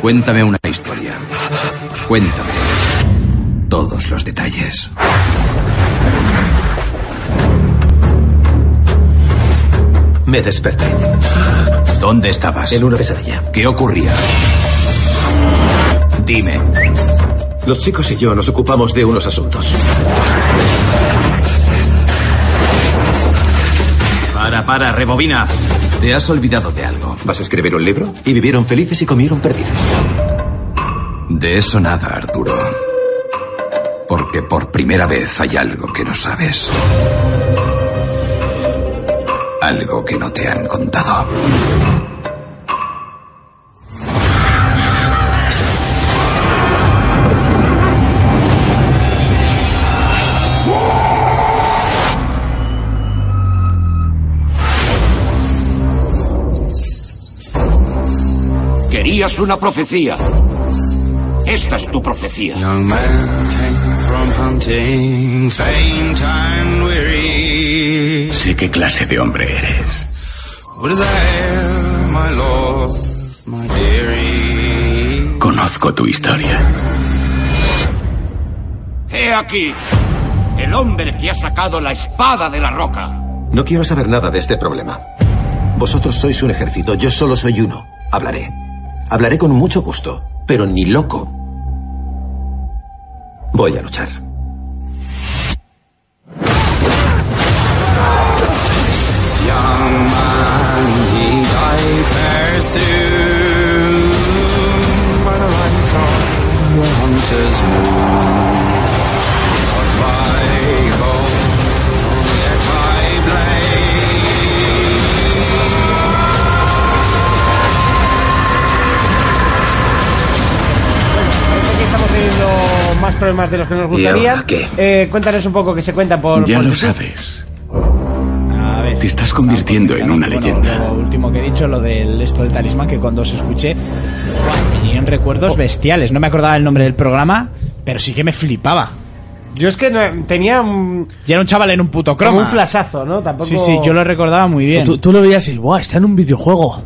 Speaker 7: Cuéntame una historia. Cuéntame todos los detalles. Me desperté. ¿Dónde estabas? En una pesadilla. ¿Qué ocurría? Dime. Los chicos y yo nos ocupamos de unos asuntos.
Speaker 8: Para, para, rebobina.
Speaker 7: Te has olvidado de algo. ¿Vas a escribir un libro? Y vivieron felices y comieron perdices. De eso nada, Arturo. Porque por primera vez hay algo que no sabes. Algo que no te han contado.
Speaker 8: Querías una profecía. Esta es tu profecía.
Speaker 9: Young man came from hunting, faint and weary.
Speaker 7: Sé qué clase de hombre eres.
Speaker 9: What is that, my lord, my dearie?
Speaker 7: Conozco tu historia.
Speaker 8: He aquí, el hombre que ha sacado la espada de la roca.
Speaker 7: No quiero saber nada de este problema. Vosotros sois un ejército, yo solo soy uno. Hablaré. Hablaré con mucho gusto, pero ni loco. Voy a luchar.
Speaker 9: Young man, he died fair soon. By the light of the hunter's moon. Not by gold, yet I blame.
Speaker 2: Aquí estamos teniendo más problemas de los que nos gustaría.
Speaker 7: ¿Y ahora qué?
Speaker 2: Eh, cuéntanos un poco que se cuenta por.
Speaker 10: Ya
Speaker 2: por
Speaker 10: lo
Speaker 2: YouTube.
Speaker 10: sabes. Te estás convirtiendo en una
Speaker 3: Bueno,
Speaker 10: leyenda.
Speaker 3: Lo último que he dicho, lo del esto del talismán, que cuando os escuché, ¡buah! me vinieron recuerdos
Speaker 2: Oh.
Speaker 3: bestiales. No me acordaba el nombre del programa, pero sí que me flipaba.
Speaker 2: Yo es que no- tenía un,
Speaker 3: Y era un chaval en un puto
Speaker 2: como
Speaker 3: croma.
Speaker 2: un flasazo, ¿no? Tampoco.
Speaker 3: Sí, sí, yo lo recordaba muy bien.
Speaker 5: Tú, tú lo veías y, ¡buah! Está en un videojuego.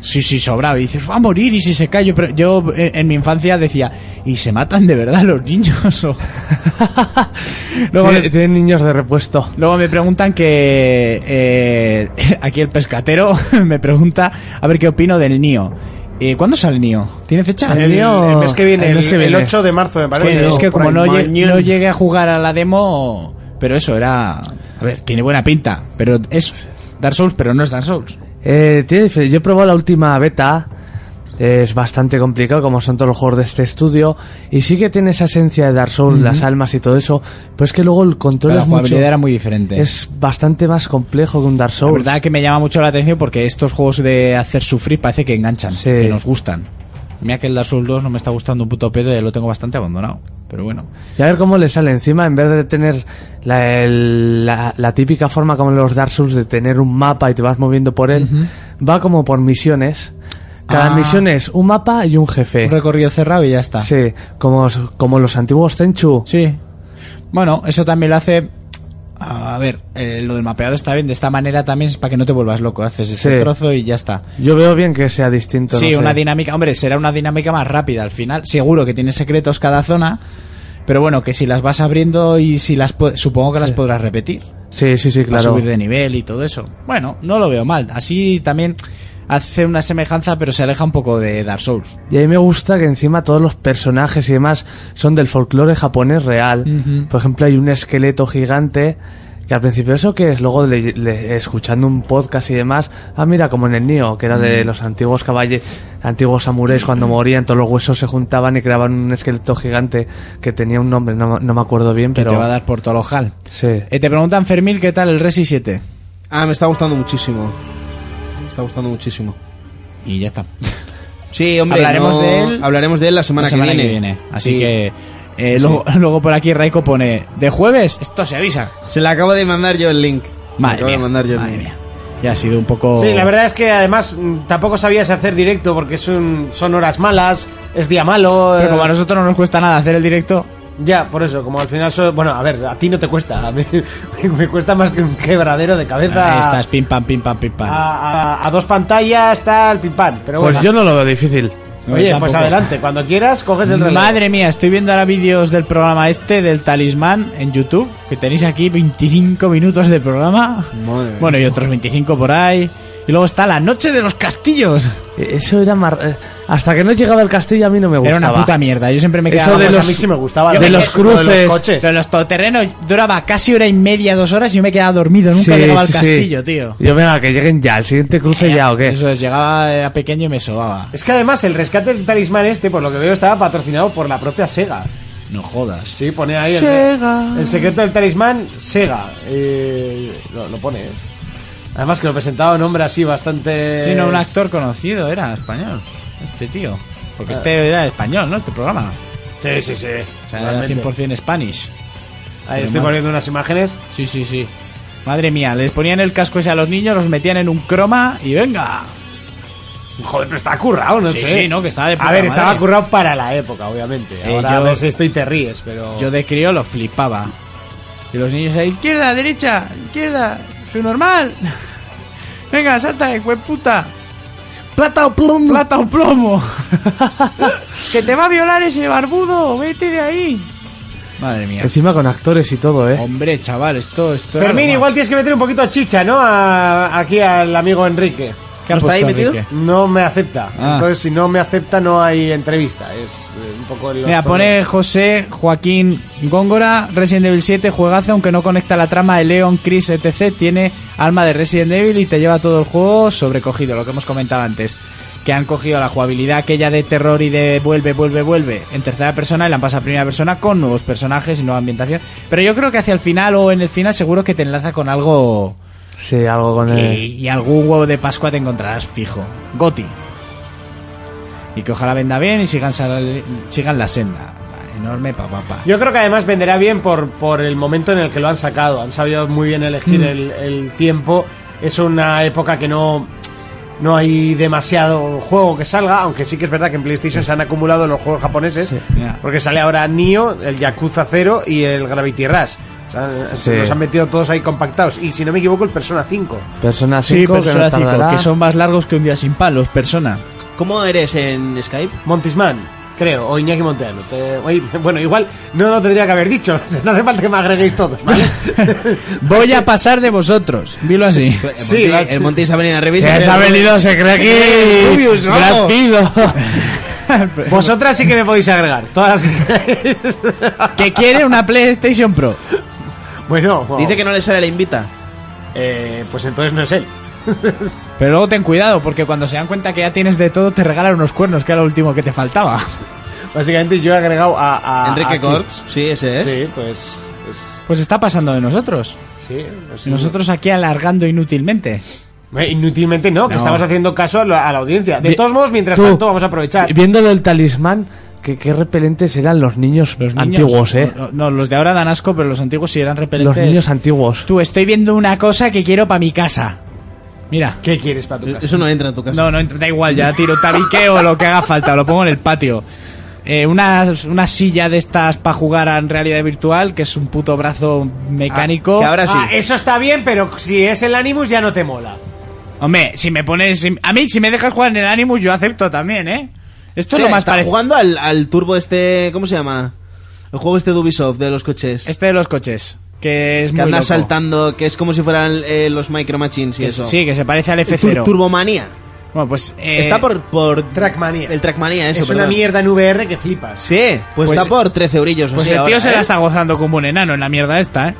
Speaker 3: Sí, sí, sobrado. Y dices, va a morir y si se cae. Yo- Pero yo eh, en mi infancia decía, ¿y se matan de verdad los niños? O- Luego
Speaker 5: Tiene-
Speaker 3: me-
Speaker 5: Tienen niños de repuesto.
Speaker 3: Luego me preguntan que eh, aquí el pescatero me pregunta a ver qué opino del Nio. Eh, ¿Cuándo sale Nio? ¿Tiene fecha?
Speaker 5: El Nioh-
Speaker 2: El mes que viene,
Speaker 5: el
Speaker 2: el,
Speaker 5: mes que
Speaker 2: el
Speaker 5: viene.
Speaker 2: 8 de marzo, me parece.
Speaker 3: Bueno, es que
Speaker 2: Por
Speaker 3: como
Speaker 2: ahí.
Speaker 3: no, lle-
Speaker 2: Mañana.
Speaker 3: no llegué a jugar a la demo, pero eso era... A ver, tiene buena pinta, pero es Dark Souls, pero no es Dark Souls.
Speaker 5: Eh, tiene difer- yo he probado la última beta. Es bastante complicado, como son todos los juegos de este estudio. Y sí que tiene esa esencia de Dark Souls, las almas y todo eso. Pero es que luego el control
Speaker 3: la
Speaker 5: es mucho-
Speaker 3: jugabilidad era muy diferente.
Speaker 5: Es bastante más complejo que un Dark
Speaker 3: la
Speaker 5: Souls.
Speaker 3: verdad que me llama mucho la atención porque estos juegos de hacer sufrir parece que enganchan,
Speaker 5: Sí.
Speaker 3: que nos gustan. Mira que el Dark Souls 2 no me está gustando un puto pedo y lo tengo bastante abandonado. Pero bueno.
Speaker 5: Y a ver cómo le sale encima, en vez de tener la, el- la- la típica forma como en los Dark Souls de tener un mapa y te vas moviendo por él, va como por misiones. Cada
Speaker 3: Ah.
Speaker 5: misión es un mapa y un jefe.
Speaker 3: Un recorrido cerrado y ya está.
Speaker 5: Sí, como, como los antiguos Tenchu.
Speaker 3: Sí. Bueno, eso también lo hace. A ver, eh, lo del mapeado está bien. De esta manera también es para que no te vuelvas loco. Haces ese
Speaker 5: Sí.
Speaker 3: trozo y ya está.
Speaker 5: Yo veo bien que sea distinto.
Speaker 3: sí,
Speaker 5: no sé.
Speaker 3: una dinámica. Hombre, será una dinámica más rápida al final. Seguro que tiene secretos cada zona. Pero bueno, que si las vas abriendo y si las. pu- Supongo que las podrás repetir.
Speaker 5: Sí, sí, sí,
Speaker 3: Para
Speaker 5: claro.
Speaker 3: subir de nivel y todo eso. Bueno, no lo veo mal. Así también hace una semejanza, pero se aleja un poco de Dark Souls.
Speaker 5: Y a mí me gusta que encima todos los personajes y demás son del folclore japonés real. Por ejemplo, hay un esqueleto gigante Que al principio eso que es, luego le- le- escuchando un podcast y demás, ah mira, como en el Nio, que era de los antiguos caballes, antiguos samuráis cuando morían, todos los huesos se juntaban y creaban un esqueleto gigante que tenía un nombre, no, no me acuerdo bien,
Speaker 3: Que
Speaker 5: pero...
Speaker 3: te va a dar por Tolojal.
Speaker 5: Sí.
Speaker 3: Eh, te preguntan, Fermil, ¿qué tal el Resi 7?
Speaker 4: Ah, me está gustando muchísimo. Me está gustando muchísimo.
Speaker 3: Y ya está.
Speaker 4: Sí, hombre,
Speaker 3: Hablaremos
Speaker 4: no-
Speaker 3: de él-
Speaker 4: hablaremos de él la semana,
Speaker 3: la semana que viene. Así
Speaker 4: Sí.
Speaker 3: que eh, luego, luego por aquí Raiko pone, ¿de jueves? Esto se avisa.
Speaker 4: Se le acabo de mandar yo el link.
Speaker 3: Madre
Speaker 4: Le acabo
Speaker 3: mía,
Speaker 4: de mandar yo el
Speaker 3: madre
Speaker 4: link.
Speaker 3: mía. Ya ha sido un poco...
Speaker 2: Sí, la verdad es que además mm, tampoco sabías hacer directo porque es un- son horas malas, es día malo.
Speaker 3: Pero como
Speaker 2: eh,
Speaker 3: a nosotros no nos cuesta nada hacer el directo,
Speaker 2: Ya, por eso, como al final. so- bueno, a ver, a ti no te cuesta. A mí me, me cuesta más que un quebradero de cabeza.
Speaker 3: ahí estás, pim pam, pim pam, pim pam.
Speaker 2: A, a- a dos pantallas está el pipán. Pero
Speaker 5: Pues
Speaker 2: bueno.
Speaker 5: yo no lo veo difícil.
Speaker 2: Oye,
Speaker 3: No,
Speaker 2: pues
Speaker 3: tampoco.
Speaker 2: adelante, cuando quieras coges el reloj.
Speaker 3: Madre mía, estoy viendo ahora vídeos del programa este, del talismán, en YouTube, que tenéis aquí 25 minutos de programa.
Speaker 4: Madre mía.
Speaker 3: Bueno, y otros 25 por ahí. Y luego está la noche de los castillos.
Speaker 5: Eso era mar- eh, Hasta que no llegaba el castillo a mí no me gustaba.
Speaker 3: Era una puta mierda. Yo siempre me quedaba...
Speaker 5: Eso de
Speaker 3: pues,
Speaker 5: los,
Speaker 3: a mí sí
Speaker 2: me gustaba,
Speaker 5: de
Speaker 2: lo de-
Speaker 5: los
Speaker 2: lo de los
Speaker 5: cruces.
Speaker 2: coches.
Speaker 3: Pero en los todoterrenos duraba casi hora y media, dos horas y yo me quedaba dormido. Nunca
Speaker 5: Sí,
Speaker 3: llegaba al
Speaker 5: sí, sí.
Speaker 3: castillo, tío.
Speaker 5: Yo venga, que lleguen ya, el siguiente cruce ya o qué.
Speaker 3: Eso es, llegaba, era pequeño y me sobaba.
Speaker 2: Es que además el rescate del talismán este, por lo que veo, estaba patrocinado por la propia Sega.
Speaker 3: No jodas.
Speaker 2: Sí, pone ahí el, el secreto del talismán, Sega. Eh, lo, lo pone, eh. Además que lo presentaba un hombre así
Speaker 5: Eh.
Speaker 2: bastante...
Speaker 3: Sí, no, un actor conocido era español. Este tío.
Speaker 5: Ah.
Speaker 3: Porque este era español, ¿no? Este programa.
Speaker 2: Sí, sí, sí.
Speaker 3: O sea, era
Speaker 2: totalmente.
Speaker 3: 100% Spanish.
Speaker 2: Ahí estoy poniendo unas imágenes.
Speaker 3: Sí, sí, sí. Madre mía, les ponían el casco ese a los niños, los metían en un croma y venga.
Speaker 2: Joder, pero está currado, no
Speaker 3: Sí,
Speaker 2: sé.
Speaker 3: sí, no, que estaba de puta
Speaker 2: A ver, estaba
Speaker 3: madre.
Speaker 2: currado para la época, obviamente.
Speaker 3: Eh,
Speaker 2: Ahora
Speaker 3: yo-
Speaker 2: ves esto y te ríes, pero...
Speaker 3: Yo de crío lo flipaba. Y los niños ahí, izquierda, derecha, izquierda, su normal. Venga, salta, eh, puta. Plata o plomo. Plata o plomo. que te va a violar ese barbudo, vete de ahí. Madre mía.
Speaker 5: Encima con actores y todo, Pues, ¿eh?
Speaker 3: Hombre, chaval, esto, esto. era lo
Speaker 2: Fermín,
Speaker 3: más.
Speaker 2: igual tienes que meter un poquito de chicha, ¿no? A- aquí al amigo Enrique.
Speaker 3: ¿Qué ha
Speaker 4: ¿No está ahí
Speaker 3: puesto,
Speaker 4: metido?
Speaker 3: Enrique?
Speaker 2: No me acepta.
Speaker 3: Ah.
Speaker 2: Entonces, si no me acepta, no hay entrevista. Es eh, un poco... los
Speaker 3: Mira, pone José Joaquín Góngora, Resident Evil 7, juegazo, aunque no conecta la trama de Leon, Chris, etc. Tiene alma de Resident Evil y te lleva todo el juego sobrecogido, lo que hemos comentado antes. Que han cogido la jugabilidad aquella de terror y de vuelve, vuelve, vuelve en tercera persona y la han pasado a primera persona con nuevos personajes y nueva ambientación. Pero yo creo que hacia el final o en el final seguro que te enlaza con algo...
Speaker 5: Sí, algo con
Speaker 3: Y,
Speaker 5: el...
Speaker 3: y algún huevo de Pascua te encontrarás fijo. Goti. Y que ojalá venda bien y sigan, sal- sigan la senda. Enorme papá. Pa, pa.
Speaker 2: Yo creo que además venderá bien por, por el momento en el que lo han sacado. Han sabido muy bien elegir el, el tiempo. Es una época que no, no hay demasiado juego que salga, aunque sí que es verdad que en PlayStation se han acumulado los juegos japoneses.
Speaker 3: ya.
Speaker 2: Porque sale ahora Nio, el Yakuza 0 y el Gravity Rush. O sea,
Speaker 5: Sí.
Speaker 2: Se los han metido todos ahí compactados. Y si no me equivoco, el Persona 5.
Speaker 5: Persona 5 que no tardará.
Speaker 3: que son más largos que un día sin palos, persona.
Speaker 4: ¿Cómo eres en Skype?
Speaker 2: Montisman, creo, o Iñaki Monteano. Te- oye, bueno, igual no lo tendría que haber dicho. No hace falta que me agreguéis todos, ¿vale?
Speaker 3: Voy a pasar de vosotros. Dilo así.
Speaker 2: Sí,
Speaker 4: el,
Speaker 2: las-
Speaker 4: Montis, el Montis ha venido a revisar.
Speaker 5: Se ha venido, se cree aquí.
Speaker 4: Rubius, vamos.
Speaker 5: Brad Pitt.
Speaker 2: Vosotras sí que me podéis agregar. Todas las que queráis.
Speaker 3: que quiere una PlayStation Pro.
Speaker 2: Bueno, wow.
Speaker 4: Dice que no le sale la invita.
Speaker 2: Eh, pues entonces no es él.
Speaker 3: Pero luego ten cuidado, porque cuando se dan cuenta que ya tienes de todo, te regalan unos cuernos, que era lo último que te faltaba.
Speaker 2: Básicamente yo he agregado a.
Speaker 3: Ah,
Speaker 2: a-
Speaker 4: Enrique
Speaker 2: a-
Speaker 4: Corts, sí, ese es.
Speaker 2: Sí, pues. es-
Speaker 3: Pues está pasando de nosotros.
Speaker 2: sí, pues-
Speaker 3: Nosotros aquí alargando inútilmente.
Speaker 2: Eh, Inútilmente no, que
Speaker 3: No.
Speaker 2: estamos haciendo caso a la, a la audiencia. De
Speaker 5: Vi-
Speaker 2: todos modos, mientras
Speaker 5: Tú.
Speaker 2: tanto, vamos a aprovechar.
Speaker 5: Viendo lo del talismán, que qué repelentes eran los niños,
Speaker 3: Los niños-
Speaker 5: antiguos, ¿eh?
Speaker 3: No, no, los de ahora dan asco, pero los antiguos sí eran repelentes.
Speaker 5: Los niños antiguos.
Speaker 3: Tú, estoy viendo una cosa que quiero para mi casa. Mira. Eh,
Speaker 2: ¿Qué quieres para tu casa?
Speaker 4: Eso no entra en tu casa.
Speaker 3: No, no, da igual, ya tiro tabiqueo lo que haga falta, lo pongo en el patio. Eh, una, una silla de estas para jugar en realidad virtual, que es un puto brazo mecánico. eh,
Speaker 4: Que ahora sí.
Speaker 2: Ah, eso está bien, pero si es el Animus ya no te mola.
Speaker 3: Hombre, si me pones. si- a mí, si me dejas jugar en el Animus, yo acepto también, ¿eh? Esto es
Speaker 4: Hostia,
Speaker 3: lo más
Speaker 4: está
Speaker 3: parecido.
Speaker 4: jugando al, al turbo este... ¿Cómo se llama? El juego este de Ubisoft, de los coches.
Speaker 3: Este de los coches, que es
Speaker 4: que
Speaker 3: muy
Speaker 4: anda
Speaker 3: loco.
Speaker 4: saltando, que es como si fueran eh, los Micro Machines y
Speaker 3: Que
Speaker 4: eso.
Speaker 3: Sí, que se parece al
Speaker 4: Tur-
Speaker 3: F0.
Speaker 4: Turbomanía.
Speaker 3: Bueno, pues. eh,
Speaker 4: está por, por...
Speaker 2: Trackmania.
Speaker 4: El Trackmanía, eso,
Speaker 2: es una
Speaker 4: perdón.
Speaker 2: mierda en VR que flipas.
Speaker 4: Sí, pues,
Speaker 3: Pues-
Speaker 4: está por 13 eurillos.
Speaker 3: Pues
Speaker 4: así
Speaker 3: el tío
Speaker 4: ahora,
Speaker 3: se la
Speaker 4: ¿eh?
Speaker 3: está gozando como un enano en la mierda esta, ¿eh?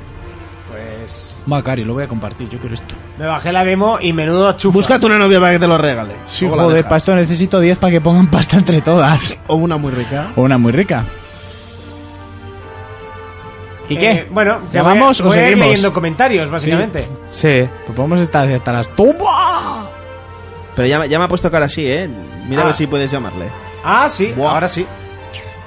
Speaker 2: Pues.
Speaker 3: Va, Cari, lo voy a compartir, yo quiero esto.
Speaker 2: Me bajé la demo y menudo chufa.
Speaker 4: Búscate una novia para que te lo regale.
Speaker 3: Sí,
Speaker 4: Luego la
Speaker 3: joder,
Speaker 4: dejas.
Speaker 3: pasto, necesito 10 para que pongan pasta entre todas.
Speaker 4: O una muy rica.
Speaker 3: O una muy rica.
Speaker 2: ¿Y
Speaker 3: qué?
Speaker 2: bueno,
Speaker 3: ¿Ya
Speaker 2: voy a-
Speaker 3: Eh, vamos o
Speaker 2: voy a ir
Speaker 3: seguimos?
Speaker 2: leyendo comentarios, básicamente.
Speaker 5: Sí.
Speaker 3: Pues podemos estar hasta las tumbas.
Speaker 4: Pero ya, ya me ha puesto cara así, ¿eh? Mira a ver si puedes llamarle.
Speaker 2: Ah, sí,
Speaker 4: Buah.
Speaker 2: ahora sí.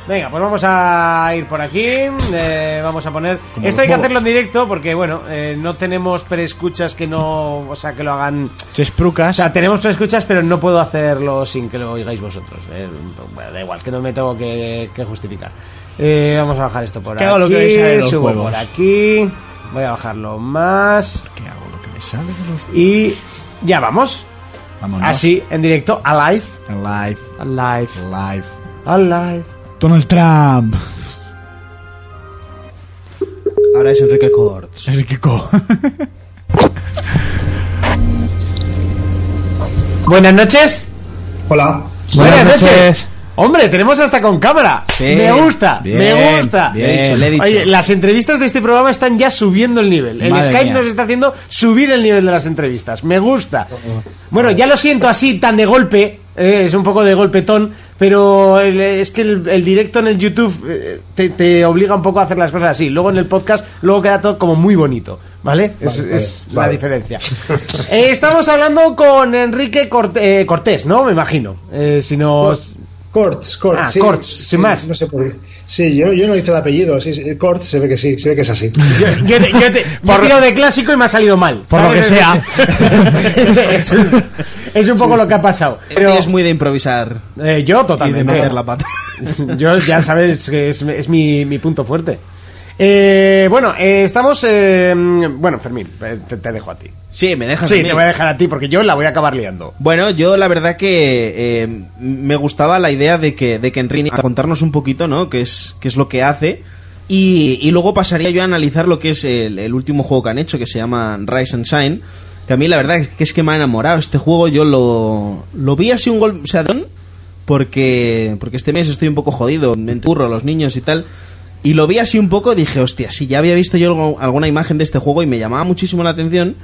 Speaker 2: Venga, pues vamos a ir por aquí. eh, vamos a poner.
Speaker 4: Como
Speaker 2: Esto hay que
Speaker 4: los bobos.
Speaker 2: hacerlo en directo porque, bueno, eh, no tenemos preescuchas que no. O sea, que lo hagan. O
Speaker 3: Chesprucas.
Speaker 2: sea, tenemos preescuchas, pero no puedo hacerlo sin que lo oigáis vosotros. eh, bueno, da igual, que no me tengo que, que justificar. Eh, vamos a bajar esto por
Speaker 3: Que
Speaker 2: aquí.
Speaker 3: hago lo que me sale de los
Speaker 2: subo
Speaker 3: huevos.
Speaker 2: por aquí. Voy a bajarlo más.
Speaker 3: ¿Qué hago? Lo que me sale de los...
Speaker 2: Y ya vamos.
Speaker 3: Vámonos.
Speaker 2: Así, en directo, a live.
Speaker 3: Live,
Speaker 2: Alive.
Speaker 3: live.
Speaker 2: Alive.
Speaker 3: Donald Trump.
Speaker 4: Ahora es Enrique Corts.
Speaker 3: Enriqueco.
Speaker 2: Buenas noches.
Speaker 11: Hola.
Speaker 2: Buenas, noches. Hombre, tenemos hasta con cámara.
Speaker 4: Sí.
Speaker 2: me gusta,
Speaker 4: Bien,
Speaker 2: me gusta.
Speaker 4: bien. Le he dicho, le he dicho.
Speaker 2: Oye, las entrevistas de este programa están ya subiendo el nivel. El
Speaker 3: Madre
Speaker 2: Skype
Speaker 3: mía.
Speaker 2: nos está haciendo subir el nivel de las entrevistas. Me gusta. Bueno, ya lo siento así, tan de golpe. eh, es un poco de golpetón, pero el- es que el, el directo en el YouTube eh, te, te obliga un poco a hacer las cosas así. Luego en el podcast, luego queda todo como muy bonito, ¿vale? Es,
Speaker 11: Vale,
Speaker 2: es
Speaker 11: vale,
Speaker 2: la
Speaker 11: vale.
Speaker 2: diferencia. Eh, estamos hablando con Enrique Cort- eh, Cortés, ¿no? Me imagino. Eh, si nos...
Speaker 11: Corts, Corts.
Speaker 2: Ah,
Speaker 11: sí,
Speaker 2: Corts,
Speaker 11: sí,
Speaker 2: sin más.
Speaker 11: No sé por qué. Sí, yo, yo no hice el apellido. Sí, sí, Corts se ve que sí, se ve que es así.
Speaker 2: Yo, yo te- yo te- yo he tirado de clásico y me ha salido mal.
Speaker 5: Por lo que sea.
Speaker 2: es, es un- es un poco lo que ha pasado. Pero,
Speaker 4: Es muy de improvisar
Speaker 2: eh, yo
Speaker 4: y de
Speaker 2: totalmente.
Speaker 4: meter la pata.
Speaker 2: Yo ya sabes que es, es mi, mi punto fuerte. Eh, bueno, eh, estamos... eh, bueno, Fermín, eh, te, te dejo a ti.
Speaker 4: Sí, me dejas. a
Speaker 2: Sí,
Speaker 4: mí.
Speaker 2: te voy a dejar a ti porque yo la voy a acabar liando.
Speaker 4: Bueno, yo la verdad que eh, me gustaba la idea de que, de que Enrique a contarnos un poquito, ¿no? Qué es, qué es lo que hace. Y, y luego pasaría yo a analizar lo que es el, el último juego que han hecho, que se llama Rise and Shine. Que a mí la verdad es que es que me ha enamorado. Este juego yo lo, lo vi así un golpe. O sea, de un- porque, porque este mes estoy un poco jodido, me enturro los niños y tal. Y lo vi así un poco, dije, hostia, sí, ya había visto yo algo- alguna imagen de este juego y me llamaba muchísimo la atención.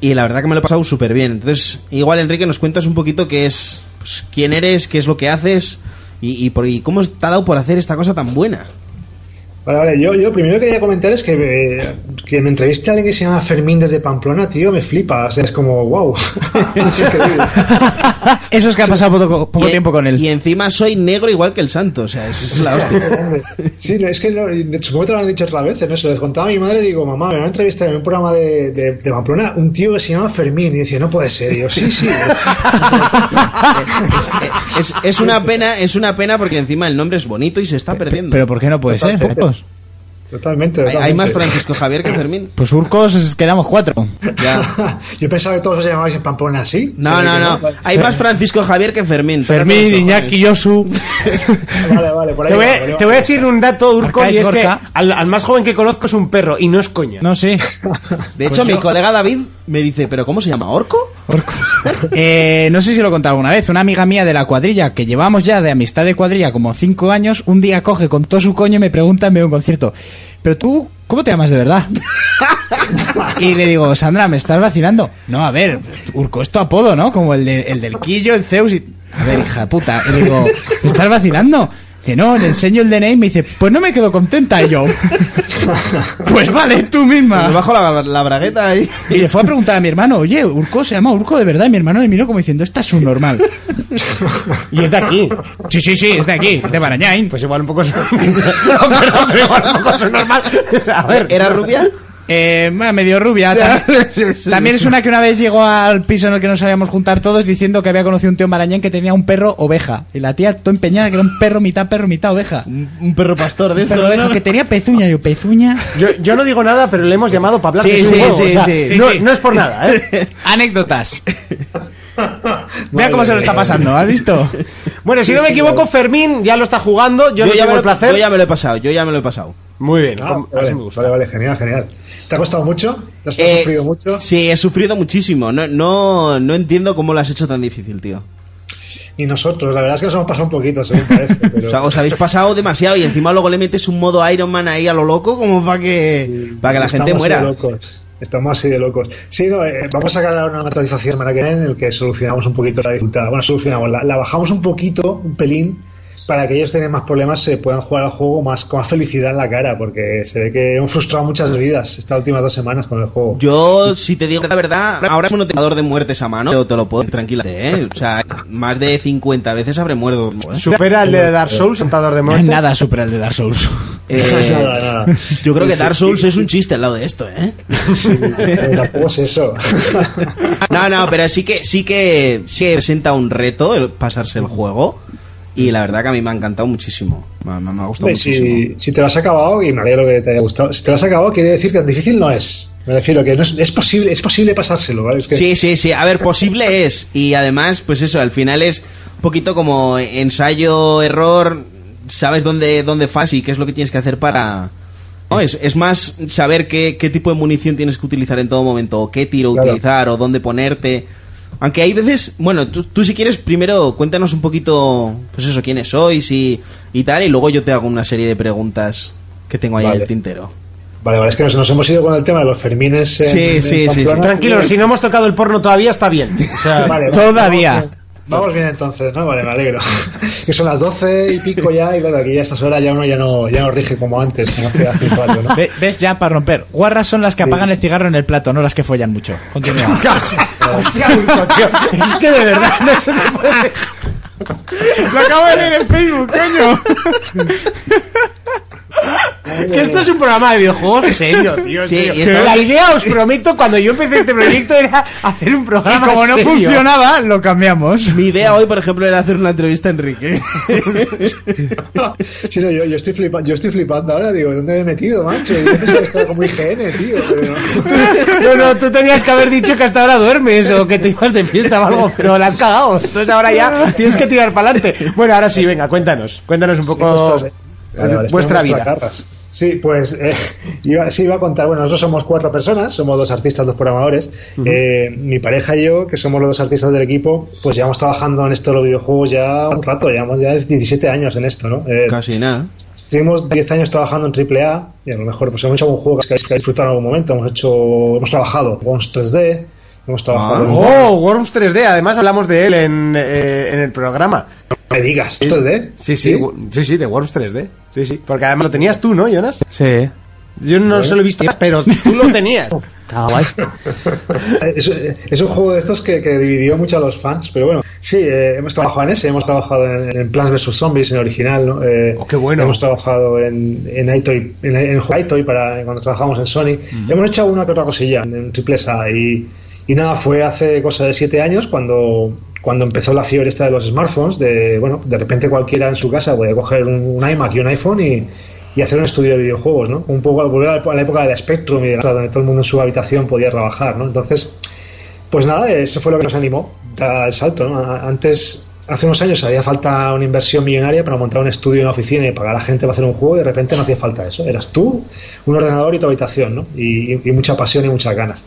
Speaker 4: Y la verdad que me lo he pasado súper bien. Entonces, igual Enrique, nos cuentas un poquito qué es, pues, quién eres, qué es lo que haces y, y por, y cómo te ha dado por hacer esta cosa tan buena.
Speaker 11: Vale, vale. Yo, yo primero quería comentar es que, eh, que me entreviste a alguien que se llama Fermín desde Pamplona, tío, me flipa. O sea, es como, wow. es increíble.
Speaker 3: Eso es que ha pasado poco, poco
Speaker 4: Y-
Speaker 3: tiempo con él.
Speaker 4: Y encima soy negro igual que el santo, o sea, eso es la hostia.
Speaker 11: Sí, no, es que no, supongo que te lo han dicho otra vez, ¿no? Se lo contaba a mi madre y digo, mamá, me van a entrevistar en un programa de, de, de Pamplona un tío que se llama Fermín. Y decía, no puede ser. Y yo, sí, sí.
Speaker 4: Eh, Es, es una pena, es una pena porque encima el nombre es bonito y se está perdiendo.
Speaker 3: Pero ¿por qué no puede ser?
Speaker 11: Totalmente.
Speaker 3: Urcos?
Speaker 11: Totalmente.
Speaker 4: hay, hay
Speaker 11: totalmente.
Speaker 4: más Francisco Javier que Fermín.
Speaker 3: Pues Urcos es- quedamos cuatro.
Speaker 4: Ya.
Speaker 11: Yo pensaba que todos os llamabais en Pamplona así.
Speaker 4: No,
Speaker 11: Sí,
Speaker 4: no, no. Hay más Francisco Javier que Fermín.
Speaker 5: Fermín,
Speaker 4: Toca los cojones.
Speaker 5: Iñaki, Yosu.
Speaker 11: Vale, vale, por ahí.
Speaker 2: Te voy,
Speaker 11: va, por ahí
Speaker 2: a,
Speaker 11: va.
Speaker 2: te voy a decir un dato, Urco,
Speaker 3: Arcaiz
Speaker 2: y es que
Speaker 3: Gorka.
Speaker 2: al, al más joven que conozco es un perro, y no es coña.
Speaker 3: No, sí.
Speaker 4: De hecho, mi colega David me dice, ¿pero cómo se llama? ¿Orco?
Speaker 3: Eh, no sé si lo he contado alguna vez. Una amiga mía de la cuadrilla, que llevamos ya de amistad de cuadrilla como cinco años, un día coge con todo su coño y me pregunta en medio de un concierto, pero tú, ¿cómo te llamas de verdad? Y le digo, Sandra, me estás vacilando. No, a ver, Urco, es tu apodo, ¿no? Como el, de- el del Quillo, el Zeus. Y... A ver, hija de puta. Y le digo, ¿me estás vacilando? Que no, le enseño el DNI y me dice, pues no me quedo contenta. Y yo, pues vale, tú misma.
Speaker 4: Me bajo la, la bragueta ahí.
Speaker 3: Y le fue a preguntar a mi hermano, oye, Urco se llama Urco de verdad. Y mi hermano le miró como diciendo, esta es un normal.
Speaker 2: Y es de aquí.
Speaker 3: Sí, sí, sí, es de aquí, de Barañain.
Speaker 2: Pues igual un poco es... no, pero, pero igual un poco es normal. A ver.
Speaker 4: ¿Era rubia?
Speaker 3: Eh, bueno, medio rubia. Tam- También es una que una vez llegó al piso en el que nos sabíamos juntar todos diciendo que había conocido un tío en Barañain que tenía un perro oveja. Y la tía todo empeñada que era un perro mitad perro, mitad oveja.
Speaker 4: Un, un perro pastor de
Speaker 3: Perro
Speaker 4: estos.
Speaker 3: oveja
Speaker 4: ¿no?
Speaker 3: que tenía pezuña, yo pezuña.
Speaker 2: Yo, yo no digo nada, pero le hemos llamado para hablar
Speaker 4: Sí,
Speaker 2: de su
Speaker 4: sí,
Speaker 2: juego,
Speaker 4: sí,
Speaker 2: o sea,
Speaker 4: sí.
Speaker 2: no,
Speaker 3: Sí, sí.
Speaker 2: no es por nada, ¿eh?
Speaker 3: Anécdotas. Vea
Speaker 11: Madre
Speaker 3: cómo se lo
Speaker 11: mía.
Speaker 3: está pasando, ¿has visto?
Speaker 2: Bueno, si no me equivoco, Fermín ya lo está jugando. Yo,
Speaker 4: Yo,
Speaker 2: no
Speaker 4: ya
Speaker 2: tengo
Speaker 4: me
Speaker 2: el
Speaker 4: lo,
Speaker 2: placer.
Speaker 4: yo ya me lo he pasado, yo ya me lo he pasado.
Speaker 2: Muy bien,
Speaker 11: Ah,
Speaker 2: com-
Speaker 11: vale,
Speaker 2: así me gusta.
Speaker 11: vale, vale, genial, genial. ¿Te ha costado mucho? ¿Te has
Speaker 4: Eh,
Speaker 11: sufrido mucho?
Speaker 4: Sí, he sufrido muchísimo. No, no, no entiendo cómo lo has hecho tan difícil, tío.
Speaker 11: Y nosotros, la verdad es que nos hemos pasado un poquito, según parece. Pero...
Speaker 4: O sea, os habéis pasado demasiado y encima luego le metes un modo Iron Man ahí a lo loco como para que, para que la
Speaker 11: Estamos
Speaker 4: gente muera.
Speaker 11: locos. Estamos así de locos. Sí, no, eh, vamos a sacar ahora una actualización para que en el que solucionamos un poquito la dificultad. Bueno, solucionamos, la, la bajamos un poquito, un pelín, para que ellos tienen más problemas se puedan jugar al juego más con más felicidad en la cara, porque se ve que hemos frustrado muchas vidas estas últimas dos semanas con el juego.
Speaker 4: Yo, si te digo la verdad, ahora es un noticiador de muertes a mano, pero te lo puedo decir tranquilamente, ¿eh? O sea, más de 50 veces habré muerto. ¿eh?
Speaker 2: ¿Supera el de Dark Souls, sentador de muertes?
Speaker 3: Nada supera el de Dark Souls.
Speaker 4: Eh,
Speaker 11: Nada, nada.
Speaker 4: Yo creo que
Speaker 11: Sí,
Speaker 4: Dark Souls
Speaker 11: sí.
Speaker 4: es un chiste al lado de esto, ¿eh?
Speaker 11: Sí, eh, tampoco es eso.
Speaker 4: No, no, pero sí que sí que sí que presenta un reto el pasarse el juego y la verdad que a mí me ha encantado muchísimo. Me, me- me ha gustado
Speaker 11: Hombre,
Speaker 4: muchísimo.
Speaker 11: si, si te lo has acabado, y me alegro que te haya gustado, si te lo has acabado quiere decir que tan difícil no es. Me refiero que no es, es posible, es posible pasárselo, ¿vale? Es que
Speaker 4: Sí, sí, sí. A ver, posible es. Y además, pues eso, al final es un poquito como ensayo, error. Sabes dónde, dónde fas y qué es lo que tienes que hacer para. No, es, es más saber qué, qué tipo de munición tienes que utilizar en todo momento, o qué tiro
Speaker 11: Claro.
Speaker 4: utilizar, o dónde ponerte. Aunque hay veces, bueno, tú, tú si quieres, primero cuéntanos un poquito, pues eso, quiénes sois y, y tal, y luego yo te hago una serie de preguntas que tengo ahí en
Speaker 11: Vale.
Speaker 4: el tintero.
Speaker 11: Vale, vale, es que nos, nos hemos ido con el tema de los Fermines. en-
Speaker 4: Sí,
Speaker 11: en
Speaker 4: sí, sí, sí.
Speaker 11: Pamplona.
Speaker 2: Tranquilos, si no hemos tocado el porno todavía, está bien. O sea, eh.
Speaker 11: Vale, vale,
Speaker 3: Todavía.
Speaker 11: Vamos bien entonces, ¿no? Vale, me alegro. Que son las 12 y pico ya, y claro, aquí ya a estas horas ya uno ya no, ya no rige como antes, que nos queda hace un rato, ¿no?
Speaker 3: Ve- ¿Ves ya para romper? Guarras son las que apagan el cigarro en el plato, no las que follan mucho. Continúa.
Speaker 2: Hostia, Urco, tío, es que de verdad no se te puede. Lo acabo de leer en Facebook, coño. Que esto es un programa de videojuegos serio, tío.
Speaker 4: Sí,
Speaker 2: tío.
Speaker 4: y estamos-
Speaker 2: La idea, os prometo, cuando yo empecé este proyecto era hacer un programa
Speaker 3: Como no
Speaker 2: serio.
Speaker 3: funcionaba, lo cambiamos.
Speaker 4: Mi idea hoy, por ejemplo, era hacer una entrevista a Enrique.
Speaker 11: Sí, no, yo, yo estoy flipando, yo estoy flipando ahora, digo, ¿dónde me he metido, macho? Yo pensaba que estaba como IGN, tío, pero no.
Speaker 2: No, no, tú tenías que haber dicho que hasta ahora duermes o que te ibas de fiesta o algo, pero la has cagado. Entonces ahora ya tienes que tirar para adelante. Bueno, ahora sí, venga, cuéntanos. Cuéntanos un
Speaker 3: pues,
Speaker 2: poco
Speaker 11: Ostras, eh.
Speaker 2: a-
Speaker 11: Vale, vale,
Speaker 2: vuestra
Speaker 11: estoy en
Speaker 2: vida.
Speaker 11: carras. Sí, pues eh, iba, sí, iba a contar. Bueno, nosotros somos cuatro personas, somos dos artistas, dos programadores. Eh, mi pareja y yo, que somos los dos artistas del equipo, pues llevamos trabajando en esto de los videojuegos ya
Speaker 2: Ah.
Speaker 11: un rato, llevamos ya 17 años en esto, ¿no? Eh,
Speaker 4: Casi nada.
Speaker 11: Estuvimos 10 años trabajando en AAA y a lo mejor pues hemos hecho algún juego que que he disfrutado en algún momento. Hemos hecho, hemos trabajado con 3D, hemos trabajado en-
Speaker 2: Oh, Worms 3D, además hablamos de él en, eh, en el programa.
Speaker 11: No me digas, 3D.
Speaker 2: Sí, sí, wo- sí, sí, de Worms 3D. Sí, sí, porque además lo tenías tú, ¿no, Jonas?
Speaker 5: Sí.
Speaker 2: Yo no se lo he visto, pero tú lo tenías.
Speaker 5: Estaba guay.
Speaker 11: Es, es un juego de estos que, que dividió mucho a los fans, pero bueno, sí, eh, hemos trabajado en ese, hemos trabajado en, en Plants vs. Zombies, en el original, ¿no? Eh,
Speaker 2: Oh, qué bueno.
Speaker 11: Hemos trabajado en, en Aitoy, en, en Aitoy para cuando trabajamos en Sony. Hemos hecho una que otra cosilla en, en Triple A y, y nada, fue hace cosa de siete años cuando cuando empezó la fiebre esta de los smartphones, de bueno, de repente cualquiera en su casa puede coger un, un iMac y un iPhone y, y hacer un estudio de videojuegos, ¿no? Un poco al volver a la, epo- a la época del Spectrum y de la- donde todo el mundo en su habitación podía trabajar, ¿no? Entonces, pues nada, eso fue lo que nos animó al salto, ¿no? A- Antes, hace unos años había falta una inversión millonaria para montar un estudio, una oficina y pagar a gente para hacer un juego y de repente no hacía falta eso. Eras tú, un ordenador y tu habitación, ¿no? Y, y- y mucha pasión y muchas ganas.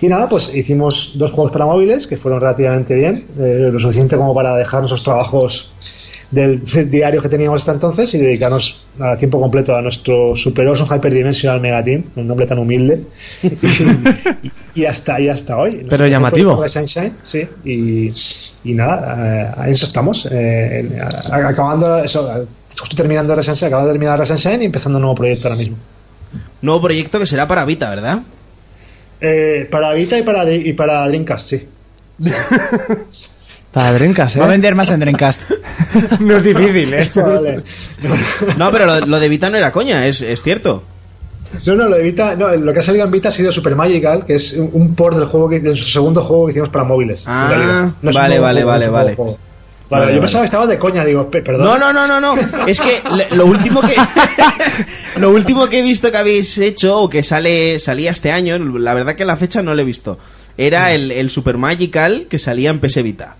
Speaker 11: Y nada, pues hicimos dos juegos para móviles que fueron relativamente bien, eh, lo suficiente como para dejar nuestros trabajos del, del diario que teníamos hasta entonces y dedicarnos a tiempo completo a nuestro superoso Hyperdimensional Mega Team, un nombre tan humilde. y, y hasta, y hasta hoy. Nosotros
Speaker 5: llamativo.
Speaker 11: hemos hecho Sunshine, sí, y, y nada, eh, en eso estamos. eh, en- a- a- acabando, eso, eh, justo terminando Rise and Shine, acabando de terminar Rise and Shine y empezando un nuevo proyecto ahora mismo.
Speaker 4: Nuevo proyecto que será para Vita, ¿verdad?
Speaker 11: Eh, para Vita y para, y para Dreamcast, sí.
Speaker 5: Para Dreamcast,
Speaker 3: Va a
Speaker 5: ¿eh?
Speaker 3: vender más en Dreamcast.
Speaker 2: No es difícil, ¿eh?
Speaker 11: Es probable.
Speaker 4: No, pero lo, lo de Vita no era coña, es, es cierto.
Speaker 11: No, no, lo de Vita, no, lo que ha salido en Vita ha sido Super Magical, que es un- un port del juego que, del segundo juego que hicimos para móviles. en
Speaker 4: Ah,
Speaker 11: realidad. es un
Speaker 4: vale,
Speaker 11: nuevo
Speaker 4: vale,
Speaker 11: juego,
Speaker 4: vale,
Speaker 11: es un nuevo
Speaker 4: vale.
Speaker 11: juego.
Speaker 4: Vale,
Speaker 11: Vale,
Speaker 4: vale.
Speaker 11: yo pensaba que estaba de coña, digo, pe- perdón.
Speaker 4: No, no, no, no, no. Es que le- lo último que lo último que he visto que habéis hecho o que sale salía este año, la verdad que la fecha no lo he visto. Era el, el Super Magical que salía en PS Vita.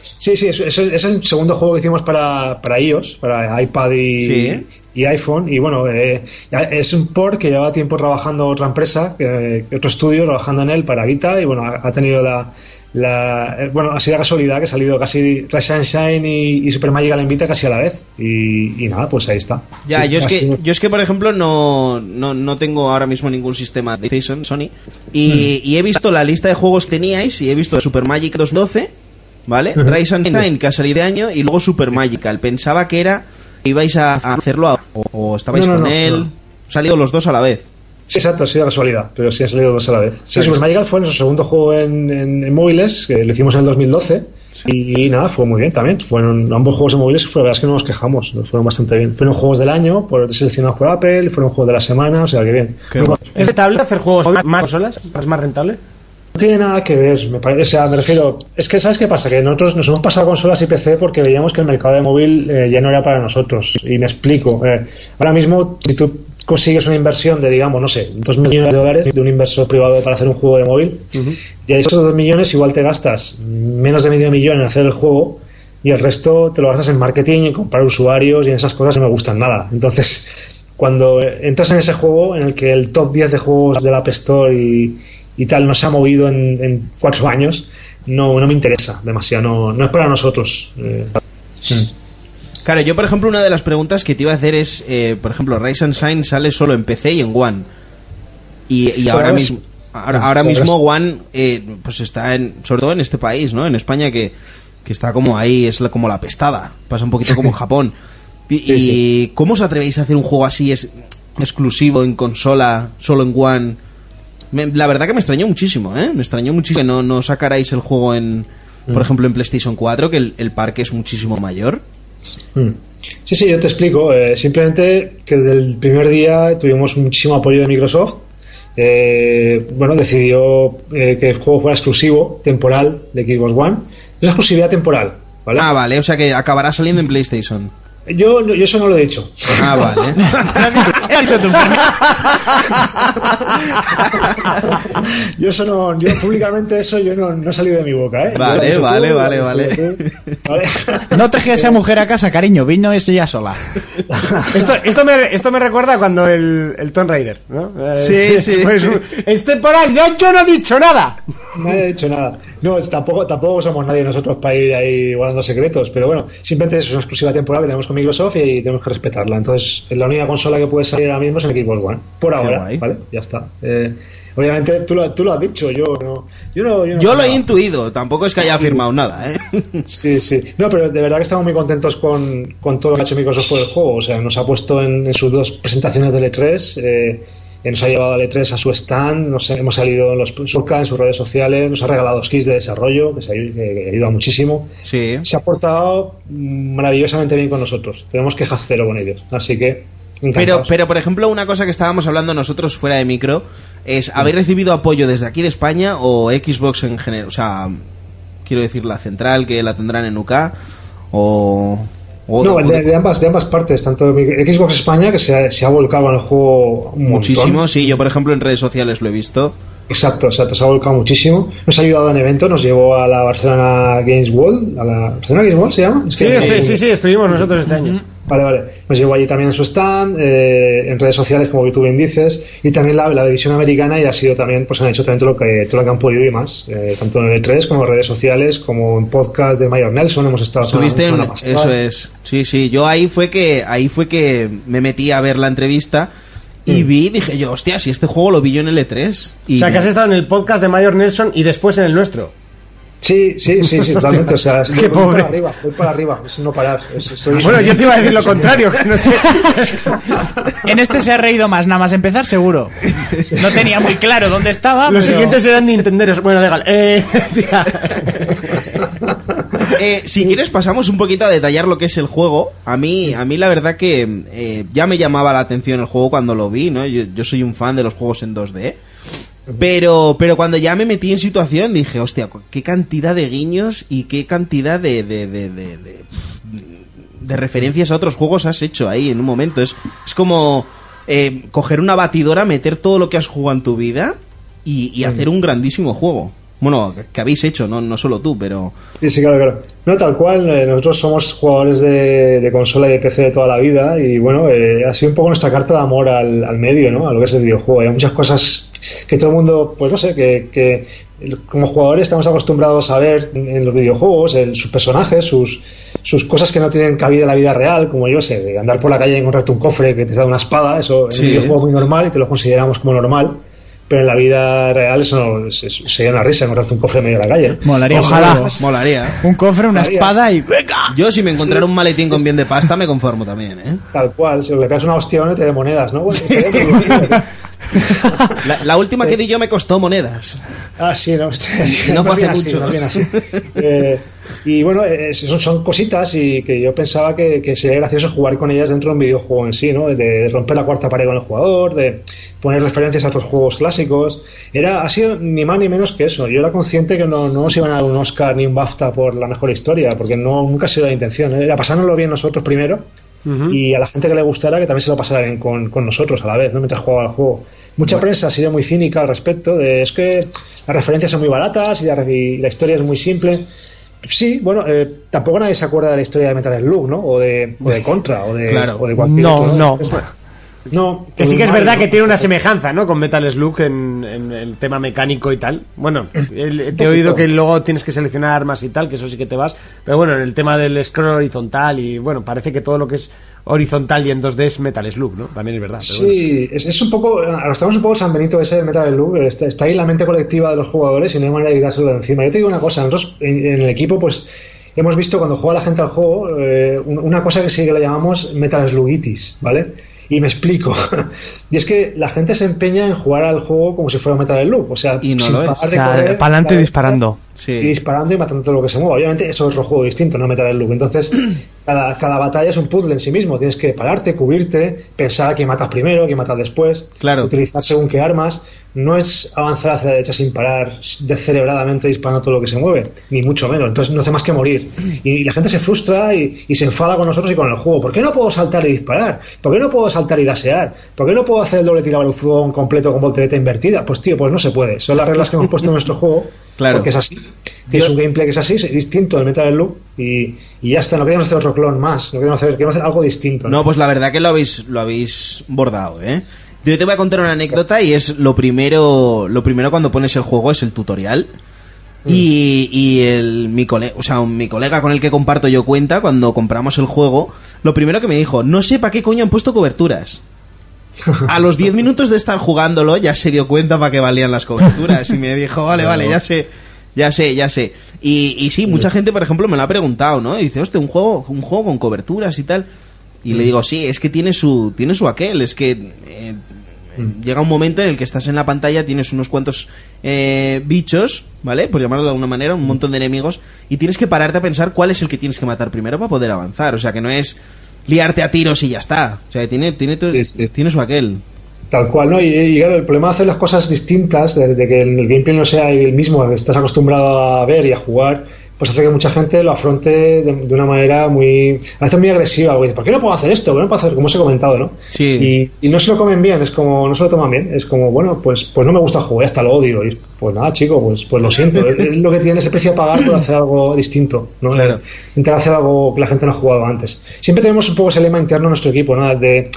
Speaker 11: Sí, sí, eso- eso- ese es el segundo juego que hicimos para, para iOS, para iPad y,
Speaker 4: Sí.
Speaker 11: y iPhone. Y bueno, eh, es un port que llevaba tiempo trabajando otra empresa, que- que otro estudio trabajando en él para Vita. Y bueno, ha, ha tenido la, la, eh, bueno, ha sido casualidad que ha salido casi Rise Sunshine y, y Super Magical Invita casi a la vez. Y, y nada, pues ahí está.
Speaker 4: Ya,
Speaker 11: Sí,
Speaker 4: yo, es
Speaker 11: ha
Speaker 4: que,
Speaker 11: sido-
Speaker 4: yo es que, por ejemplo, no, no, no tengo ahora mismo ningún sistema de PlayStation, Sony. Y, y he visto la lista de juegos que teníais y he visto Super Magic 212, ¿vale?
Speaker 11: Ujú.
Speaker 4: Rise and Shine, que ha salido de año, y luego Super Magical. Pensaba que era que ibais a a hacerlo a- o, o estabais
Speaker 11: No, no,
Speaker 4: con
Speaker 11: no,
Speaker 4: él.
Speaker 11: no.
Speaker 4: Salido los dos a la vez.
Speaker 11: Sí, exacto, ha sido casualidad, pero sí han salido dos a la vez. Sí,
Speaker 4: Claro.
Speaker 11: Super Magical fue nuestro segundo juego en, en- en móviles, que lo hicimos en el 2012. Y, nada, fue muy bien también. Fueron ambos juegos en móviles, fue- la verdad es que no nos quejamos, ¿no? fueron bastante bien. Fueron juegos del año, por, seleccionados por Apple, fueron juegos de la semana, o sea que bien.
Speaker 5: Qué
Speaker 11: No-
Speaker 5: guay.
Speaker 6: ¿Es rentable hacer juegos más, más consolas? ¿Es más rentable?
Speaker 11: no tiene nada que ver, me parece. O sea, me refiero. Es que, ¿sabes qué pasa? Que nosotros nos hemos pasado a consolas y PC porque veíamos que el mercado de móvil eh, ya no era para nosotros. Y me explico. eh, ahora mismo, si tú consigues una inversión de, digamos, no sé, 2 millones de dólares de un inversor privado para hacer un juego de móvil, y a esos 2 millones igual te gastas menos de medio millón en hacer el juego y el resto te lo gastas en marketing, en comprar usuarios y en esas cosas que no me gustan nada. Entonces, cuando entras en ese juego en el que el top 10 de juegos de la App Store y, y tal no se ha movido en, en cuatro años, no, no me interesa demasiado, no, no es para nosotros. Eh,
Speaker 4: Claro, yo, por ejemplo, una de las preguntas que te iba a hacer es, eh, por ejemplo, Rise and Shine sale solo en PC y en One. Y, y ahora
Speaker 11: Pues-
Speaker 4: mismo... Ahora, ahora
Speaker 11: Pues-
Speaker 4: mismo One eh, pues está en, sobre todo en este país, ¿no? En España que, que está como ahí, es la- como la pestada. Pasa un poquito como en Japón. Y, y cómo os atrevéis a hacer un juego así es, exclusivo en consola, solo en One? Me- la verdad que me extrañó muchísimo, ¿eh? Me extrañó muchísimo que no, no sacarais el juego en, por ejemplo, en PlayStation 4, que el, el parque es muchísimo mayor.
Speaker 11: Mm. Sí, sí, yo te explico. Eh, simplemente que desde el primer día tuvimos muchísimo apoyo de Microsoft. Eh, bueno, decidió eh, que el juego fuera exclusivo, temporal, de Xbox One. Es exclusividad temporal, ¿vale?
Speaker 4: Ah, vale, o sea que acabará saliendo en PlayStation.
Speaker 11: Yo, yo eso no lo he dicho.
Speaker 4: Ah, vale.
Speaker 11: Yo eso no, yo públicamente eso yo no, no he salido de mi boca, ¿eh?
Speaker 4: Vale,
Speaker 11: Lo has dicho
Speaker 4: vale,
Speaker 11: lo has
Speaker 4: vale,
Speaker 11: dicho
Speaker 4: vale.
Speaker 11: tú, ¿eh? ¿vale?
Speaker 3: No traje a esa mujer a casa, cariño. Vino ella sola.
Speaker 6: Esto, esto, me, esto me recuerda cuando el, el Tomb Raider, ¿no? Eh,
Speaker 4: Sí,
Speaker 6: es-
Speaker 4: sí.
Speaker 6: pues, es temporal, yo, yo no he dicho nada.
Speaker 11: Nadie ha dicho nada. No, es- tampoco, tampoco somos nadie nosotros para ir ahí guardando secretos, pero bueno, simplemente es una exclusiva temporal que tenemos con Microsoft y tenemos que respetarla. Entonces, es la única consola que puede salir ahora mismo es el Xbox One. Por ahora,
Speaker 4: guay.
Speaker 11: ¿vale? Ya está. Eh, obviamente, tú lo, tú lo has dicho, yo no. Yo, no, yo, no
Speaker 4: Yo
Speaker 11: sé
Speaker 4: lo he
Speaker 11: nada.
Speaker 4: intuido, tampoco es que haya firmado nada, ¿eh?
Speaker 11: Sí, sí. No, pero de verdad que estamos muy contentos con, con todo lo que ha hecho Microsoft por el juego. O sea, nos ha puesto en, en sus dos presentaciones del E3, eh, eh, nos ha llevado al E3 a su stand, nos, hemos salido en los podcasts, en sus redes sociales, nos ha regalado kits de desarrollo, que se ha que- que ayuda muchísimo.
Speaker 4: Sí.
Speaker 11: Se ha portado mm, maravillosamente bien con nosotros. Tenemos quejas cero con ellos. Así que,
Speaker 4: Pero,
Speaker 11: encantados.
Speaker 4: pero, por ejemplo, una cosa que estábamos hablando nosotros fuera de micro es,
Speaker 11: Mm.
Speaker 4: ¿habéis recibido apoyo desde aquí de España o Xbox en general? O sea, quiero decir, la central que la tendrán en UK o... o-
Speaker 11: No,
Speaker 4: o-
Speaker 11: de, de ambas, de ambas partes, tanto de Xbox España, que se ha, se ha volcado en el juego un montón.
Speaker 4: muchísimo, sí, yo por ejemplo en redes sociales lo he visto.
Speaker 11: Exacto, exacto, se ha volcado muchísimo. Nos ha ayudado en eventos, nos llevó a la Barcelona Games World. ¿A la Barcelona Games World se llama? Es
Speaker 6: Sí,
Speaker 11: que-
Speaker 6: estoy- sí, sí, estuvimos nosotros este
Speaker 5: Mm.
Speaker 6: año.
Speaker 11: Vale, vale. Nos llevó allí también en su stand, eh, en redes sociales, como tú bien dices. Y también la, la edición americana y ha sido también, pues han hecho también todo lo que, todo lo que han podido y más. eh, tanto en el E3 como en redes sociales, como en podcast de Mayor Nelson. Hemos estado semana-
Speaker 4: Estuviste en-
Speaker 11: semana pasada.
Speaker 4: Eso es. Sí, sí, yo ahí fue que ahí fue que me metí a ver la entrevista y vi, dije yo, hostia, si este juego lo vi yo en el E3. Y
Speaker 6: Mm. O sea, que has estado en el podcast de Mayor Nelson y después en el nuestro.
Speaker 11: Sí, sí, sí, sí, totalmente. O sea,
Speaker 6: Qué
Speaker 11: voy
Speaker 6: pobre.
Speaker 11: para arriba, voy para arriba, es no parar. es- estoy-
Speaker 6: Bueno, yo te iba a decir lo contrario, que no sé.
Speaker 3: En este se ha reído más, nada más empezar, seguro. No tenía muy claro dónde estaba.
Speaker 6: Los
Speaker 3: pero-
Speaker 6: siguientes serán Nintenderos. Bueno, legal. Eh, tía.
Speaker 4: Eh, si quieres pasamos un poquito a detallar lo que es el juego. A mí, a mí la verdad que eh, ya me llamaba la atención el juego cuando lo vi, ¿no? Yo, yo soy un fan de los juegos en 2D. Pero, pero cuando ya me metí en situación dije, hostia, cu- qué cantidad de guiños y qué cantidad de, de, de, de- de- de referencias a otros juegos has hecho ahí en un momento. Es, es como eh, coger una batidora, meter todo lo que has jugado en tu vida y, y hacer un grandísimo juego. Bueno, que- que habéis hecho, no, no solo tú, pero...
Speaker 11: Sí, sí, claro, claro. No, tal cual, eh, nosotros somos jugadores de, de consola y de PC de toda la vida y bueno, eh, ha sido un poco nuestra carta de amor al, al medio, ¿no? A lo que es el videojuego. Hay muchas cosas que todo el mundo, pues no sé, que, que como jugadores estamos acostumbrados a ver en, en los videojuegos en sus personajes, sus, sus cosas que no tienen cabida en la vida real, como yo sé, andar por la calle y encontrarte un cofre que te da una espada, eso en
Speaker 4: Sí.
Speaker 11: un videojuego es muy normal y te lo consideramos como normal. Pero en la vida real eso no- es- es- sería una risa encontrarte un cofre en medio de la calle.
Speaker 3: Molaría un juego.
Speaker 4: Molaría.
Speaker 5: ¿eh?
Speaker 3: Un cofre, una
Speaker 11: Molaría.
Speaker 3: espada y... ¡Venga!
Speaker 4: Yo si me encontrara un maletín con bien de pasta me conformo también, ¿eh?
Speaker 11: Tal cual, si le pegas una hostia no te de monedas, ¿no? Bueno, estaría muy bien.
Speaker 4: La, la última que di yo me costó monedas.
Speaker 11: Ah, sí, no,
Speaker 4: Y no
Speaker 11: más
Speaker 4: fue
Speaker 11: bien
Speaker 4: hace
Speaker 11: así,
Speaker 4: mucho.
Speaker 11: más bien así. Eh, y bueno, es- son, son cositas y que yo pensaba que, que sería gracioso jugar con ellas dentro de un videojuego en sí, ¿no? De, de romper la cuarta pared con el jugador, de poner referencias a otros juegos clásicos. Era, ha sido ni más ni menos que eso. Yo era consciente que no, no nos iban a dar un Oscar ni un BAFTA por la mejor historia, porque no, nunca ha sido la intención. ¿eh? Era pasárnoslo bien nosotros primero y a la gente que le gustara que también se lo pasara bien con, con nosotros a la vez, ¿no? mientras jugaba al juego. Mucha prensa ha sido muy cínica al respecto, de es que las referencias son muy baratas y la, y la historia es muy simple. Sí, bueno, eh, tampoco nadie se acuerda de la historia de Metal Slug, ¿no? O de, o de Contra, o de,
Speaker 4: Claro.
Speaker 11: o de cualquier
Speaker 5: No,
Speaker 11: otro,
Speaker 5: no.
Speaker 11: No,
Speaker 6: Que sí que es
Speaker 11: Mario,
Speaker 6: verdad que
Speaker 11: ¿no?
Speaker 6: tiene una semejanza, ¿no? Con Metal Slug en, en el tema mecánico y tal. Bueno, el- te he
Speaker 11: poquito.
Speaker 6: oído que luego tienes que seleccionar armas y tal, que eso sí que te vas. Pero bueno, en el tema del scroll horizontal y bueno, parece que todo lo que es horizontal y en 2D es Metal Slug, ¿no? También es verdad. pero bueno.
Speaker 11: Sí, es, es un poco. Ahora estamos un poco San Benito ese del Metal Slug. Está, está ahí la mente colectiva de los jugadores y no hay manera de quitárselo de encima. Yo te digo una cosa: nosotros en, en el equipo, pues hemos visto cuando juega la gente al juego eh, un- una cosa que sí que le llamamos Metal Slugitis, ¿vale? Y me explico. y es que la gente se empeña en jugar al juego como si fuera un Metal Slug. O sea,
Speaker 4: Y no
Speaker 11: sin
Speaker 4: lo es.
Speaker 11: parar
Speaker 5: O
Speaker 11: de
Speaker 5: sea,
Speaker 11: correr,
Speaker 5: para adelante
Speaker 11: ¿vale?
Speaker 5: disparando.
Speaker 11: y
Speaker 4: Sí.
Speaker 11: disparando y matando todo lo que se mueva. Obviamente eso es otro juego distinto, no Metal Slug. Entonces, cada, cada batalla es un puzzle en sí mismo. Tienes que pararte, cubrirte, pensar a quién matas primero, a quién matas después,
Speaker 4: Claro.
Speaker 11: utilizar según qué armas. No es avanzar hacia la derecha sin parar, descerebradamente disparando todo lo que se mueve, ni mucho menos. Entonces no hace más que morir. Y, la gente se frustra y, y se enfada con nosotros y con el juego. ¿Por qué no puedo saltar y disparar? ¿Por qué no puedo saltar y dasear? ¿Por qué no puedo hacer el doble tirabaluzón completo con voltereta invertida? Pues tío, pues no se puede. Son las reglas que hemos puesto en nuestro juego.
Speaker 4: Claro.
Speaker 11: Porque es así. Tienes
Speaker 4: Yo-
Speaker 11: un gameplay que es así, es distinto del Metal Slug y, y ya está, no queremos hacer otro clon más, no queremos hacer, queremos hacer algo distinto.
Speaker 4: No, pues la verdad que lo habéis, lo habéis bordado, ¿eh? Yo te voy a contar una anécdota y es lo primero, lo primero cuando pones el juego es el tutorial. Y, y el, mi, cole, o sea, un- mi colega con el que comparto yo cuenta, cuando compramos el juego, lo primero que me dijo, no sé para qué coño han puesto coberturas. A los 10 minutos de estar jugándolo ya se dio cuenta para qué valían las coberturas y me dijo, vale, vale, ya sé, ya sé, ya sé. Y, y sí, mucha gente, por ejemplo, me lo ha preguntado, ¿no? Y dice, hostia, un juego, un juego con coberturas y tal. Y le digo, sí, es que tiene su, tiene su aquel, es que eh, llega un momento en el que estás en la pantalla, tienes unos cuantos eh, bichos, ¿vale? Por llamarlo de alguna manera, un montón de enemigos, y tienes que pararte a pensar cuál es el que tienes que matar primero para poder avanzar. O sea, que no es liarte a tiros y ya está. O sea, tiene, tiene, tu-
Speaker 11: Sí, sí.
Speaker 4: tiene su aquel.
Speaker 11: Tal cual, ¿no? Y, y claro, el problema de hacer las cosas distintas, de, de que el gameplay no sea el mismo que estás acostumbrado a ver y a jugar, pues hace que mucha gente lo afronte de, de una manera muy, a veces muy agresiva. porque dice, ¿Por qué no puedo hacer esto? ¿Por qué no puedo hacer? Como os he comentado, ¿no?
Speaker 4: Sí.
Speaker 11: Y, y no se lo comen bien, es como, no se lo toman bien, es como, bueno, pues, pues no me gusta jugar, hasta lo odio. Y pues nada, chico, pues, pues lo siento. es, es lo que tiene ese precio a pagar por hacer algo distinto, ¿no?
Speaker 4: Claro.
Speaker 11: Intentar hacer algo que la gente no ha jugado antes. Siempre tenemos un poco ese lema interno en nuestro equipo, ¿no? De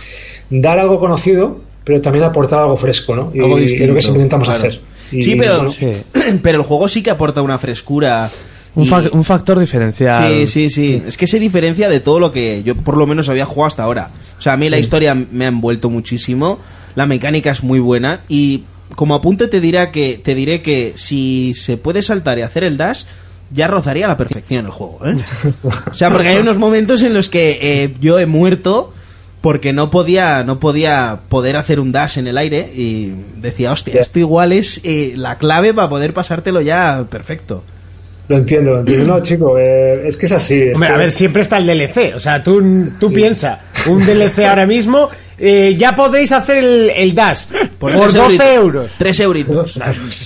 Speaker 11: dar algo conocido, pero también aportar algo fresco, ¿no? Y
Speaker 4: Algo
Speaker 11: es
Speaker 4: distinto.
Speaker 11: lo que siempre intentamos
Speaker 4: claro.
Speaker 11: hacer. Y,
Speaker 4: sí, pero,
Speaker 11: bueno,
Speaker 5: sí.
Speaker 4: pero el juego sí que aporta una frescura.
Speaker 5: Un,
Speaker 4: y-
Speaker 5: fa- un factor diferencial.
Speaker 4: Sí, sí, sí. Es que se diferencia de todo lo que yo por lo menos había jugado hasta ahora. O sea, a mí la historia me ha envuelto muchísimo, la mecánica es muy buena y como apunte te dirá que te diré que si se puede saltar y hacer el dash ya rozaría a la perfección el juego, ¿eh? O sea, porque hay unos momentos en los que eh, yo he muerto porque no podía no podía poder hacer un dash en el aire y decía, hostia, esto igual es eh, la clave para poder pasártelo ya perfecto.
Speaker 11: Lo entiendo, lo entiendo. No, chico, eh, es que es así. es
Speaker 6: Hombre,
Speaker 11: que-
Speaker 6: a
Speaker 4: Pues-
Speaker 6: ver, siempre está el DLC. O sea, tú, tú piensa, un DLC ahora mismo, eh, ya podéis hacer el, el Dash por,
Speaker 4: tres
Speaker 6: 12
Speaker 4: euritos.
Speaker 6: euros.
Speaker 4: Tres euritos.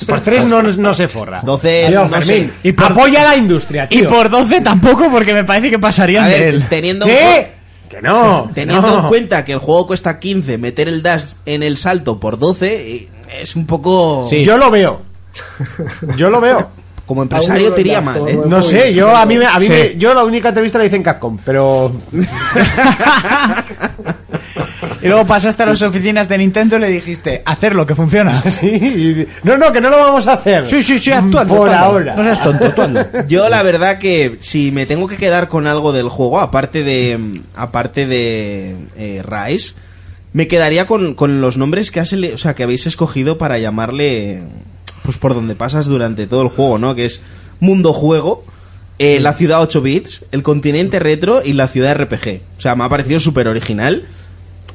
Speaker 6: Por 3 no, no se forra.
Speaker 4: 12,
Speaker 6: Tío,
Speaker 4: no
Speaker 6: Fermín,
Speaker 4: sé.
Speaker 6: Y por- apoya la industria,
Speaker 3: Y
Speaker 6: tío.
Speaker 3: por 12 tampoco, porque me parece que pasarían
Speaker 4: A
Speaker 3: de
Speaker 4: ver,
Speaker 3: él.
Speaker 4: teniendo, en
Speaker 6: ¿Qué?
Speaker 4: cu-
Speaker 6: Que no.
Speaker 4: teniendo
Speaker 6: no.
Speaker 4: en cuenta que el juego cuesta 15, meter el dash en el salto por 12 eh, es un poco...
Speaker 3: Sí.
Speaker 6: Yo lo veo. Yo lo veo.
Speaker 4: Como empresario te iría
Speaker 11: Aún no
Speaker 4: mal,
Speaker 11: lo
Speaker 4: ¿eh?
Speaker 11: gasto,
Speaker 6: No
Speaker 11: Muy
Speaker 6: sé,
Speaker 11: bien.
Speaker 6: yo a mí, me- a mí
Speaker 5: Sí.
Speaker 6: me- yo la única entrevista la hice en Capcom, pero
Speaker 3: Y luego pasaste a las oficinas de Nintendo y le dijiste, hacer lo que funciona.
Speaker 2: Sí, y- no, no, que no lo vamos a hacer.
Speaker 3: Sí, sí, sí, actúa.
Speaker 2: Por ahora.
Speaker 3: No seas tonto, tú hazlo.
Speaker 4: Yo la verdad que si me tengo que quedar con algo del juego, aparte de aparte de eh, Rise, me quedaría con, con los nombres que has ele- o sea, que habéis escogido para llamarle pues por donde pasas durante todo el juego, ¿no? Que es Mundo Juego, eh, la ciudad 8 bits, el continente retro y la ciudad RPG. O sea, me ha parecido súper original.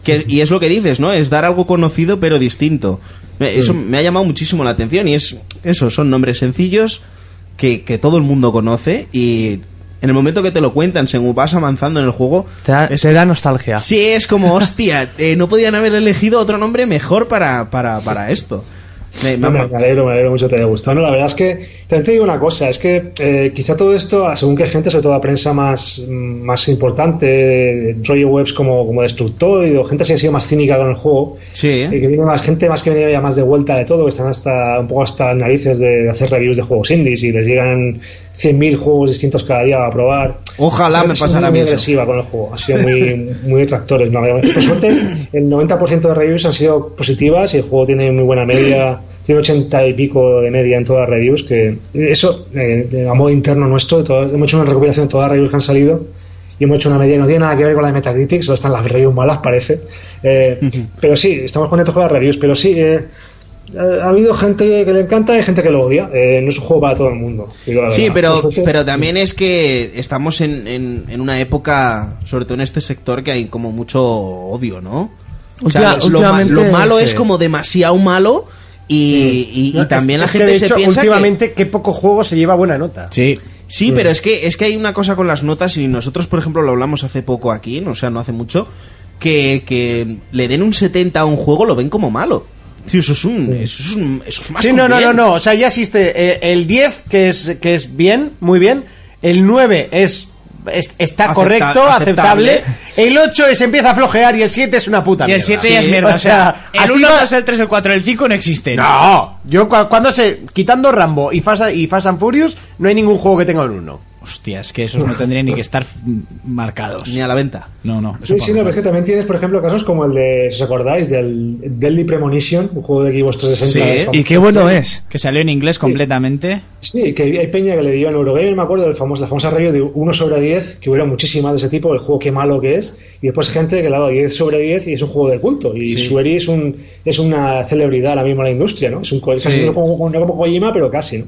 Speaker 4: Que- y es lo que dices, ¿no? Es dar algo conocido pero distinto. Me- Eso
Speaker 5: Mm.
Speaker 4: me ha llamado muchísimo la atención y es eso, son nombres sencillos que, que todo el mundo conoce y en el momento que te lo cuentan, según vas avanzando en el juego,
Speaker 5: Te da, te da nostalgia.
Speaker 4: sí es como, hostia, eh, no podían haber elegido otro nombre mejor para, para, para esto. Me- me
Speaker 11: No,
Speaker 4: ha-
Speaker 11: me, me alegro, me alegro mucho que te haya gustado. No, la verdad es que también te digo una cosa, es que eh, quizá todo esto, a según qué gente, sobre todo la prensa más, mm, más importante, Roger Webs como, como destructor y o gente así que ha sido más cínica con el juego,
Speaker 4: sí, ¿eh?
Speaker 11: eh, que viene más gente más que venía ya más de vuelta de todo, que están hasta un poco hasta narices de, de hacer reviews de juegos indies y les llegan 100.000 juegos distintos cada día a probar.
Speaker 4: Ojalá
Speaker 11: Ha
Speaker 4: me
Speaker 11: sido
Speaker 4: pasara a mí
Speaker 11: muy
Speaker 4: eso.
Speaker 11: agresiva con el juego, ha sido muy, muy detractores. No, eh, por suerte, el 90% de reviews han sido positivas y el juego tiene muy buena media, tiene 80 y pico de media en todas las reviews. que Eso, eh, a modo interno nuestro, de todas- hemos hecho una recopilación de todas las reviews que han salido y hemos hecho una media que no tiene nada que ver con la de Metacritic, solo están las reviews malas, parece. Eh, pero sí, estamos contentos con las reviews, pero sí. eh, ha ha habido gente que le encanta y gente que lo odia. Eh, no es un juego para todo el mundo. digo la
Speaker 4: Sí,
Speaker 11: verdad. Por
Speaker 4: pero,
Speaker 11: suerte-
Speaker 4: pero también es que estamos en, en, en una época, sobre todo en este sector, que hay como mucho odio, ¿no? O sea, lo-
Speaker 5: Ultima-
Speaker 4: lo, ma-
Speaker 5: últimamente,
Speaker 4: lo malo es
Speaker 5: sí.
Speaker 4: como demasiado malo y, y- y
Speaker 2: No, es-
Speaker 4: también la
Speaker 2: es que,
Speaker 4: gente
Speaker 2: de
Speaker 4: se
Speaker 2: hecho,
Speaker 4: piensa que-
Speaker 2: últimamente Mm. qué poco juego se lleva buena nota.
Speaker 3: Sí.
Speaker 4: Sí, pero es que, es que hay una cosa con las notas y nosotros, por ejemplo, lo hablamos hace poco aquí, no, o sea, no hace mucho, que, que le den un 70 a un juego lo ven como malo. Tío, eso es un... Eso es, un- eso es más
Speaker 2: Sí,
Speaker 4: que
Speaker 2: no,
Speaker 4: un
Speaker 2: no, no,
Speaker 4: bien.
Speaker 2: no. O sea, ya existe eh, el 10, que es, que es bien, muy bien. El 9 es, es- está
Speaker 4: Acepta-
Speaker 2: correcto, aceptable.
Speaker 4: aceptable.
Speaker 2: El 8 es empieza a flojear y el 7 es una puta
Speaker 3: Y el
Speaker 2: mierda.
Speaker 3: 7
Speaker 4: Sí,
Speaker 3: ya es mierda.
Speaker 2: o
Speaker 3: O
Speaker 2: sea,
Speaker 3: sea, el
Speaker 2: así
Speaker 3: 1,
Speaker 2: va-
Speaker 3: 2, el 3, el 4, el 5 no existen.
Speaker 2: No, yo cua- cuando se. Quitando Rambo y Fast, y Fast and Furious, no hay ningún juego que tenga un 1.
Speaker 3: Hostia, es que esos no tendrían ni que estar mm, marcados.
Speaker 4: Ni a la venta.
Speaker 3: No, no. eso
Speaker 11: Sí, sí,
Speaker 3: para
Speaker 11: no,
Speaker 3: mí.
Speaker 11: pero es que también tienes, por ejemplo, casos como el de, si os acordáis, del Deadly Premonition, un juego de Xbox 360.
Speaker 4: Sí,
Speaker 11: famoso.
Speaker 5: Y qué bueno es.
Speaker 3: Que salió en inglés completamente.
Speaker 11: Sí, que hay peña que le dio en Eurogamer, me acuerdo, del famoso, la famosa review de 1 sobre 10, que hubiera muchísimas de ese tipo, el juego qué malo que es, y después gente que le ha dado 10 sobre 10 y es un juego del culto, y Sueri es, un, es una celebridad ahora mismo en la industria, ¿no? Es un co- casi no como, no como Kojima, pero casi, ¿no?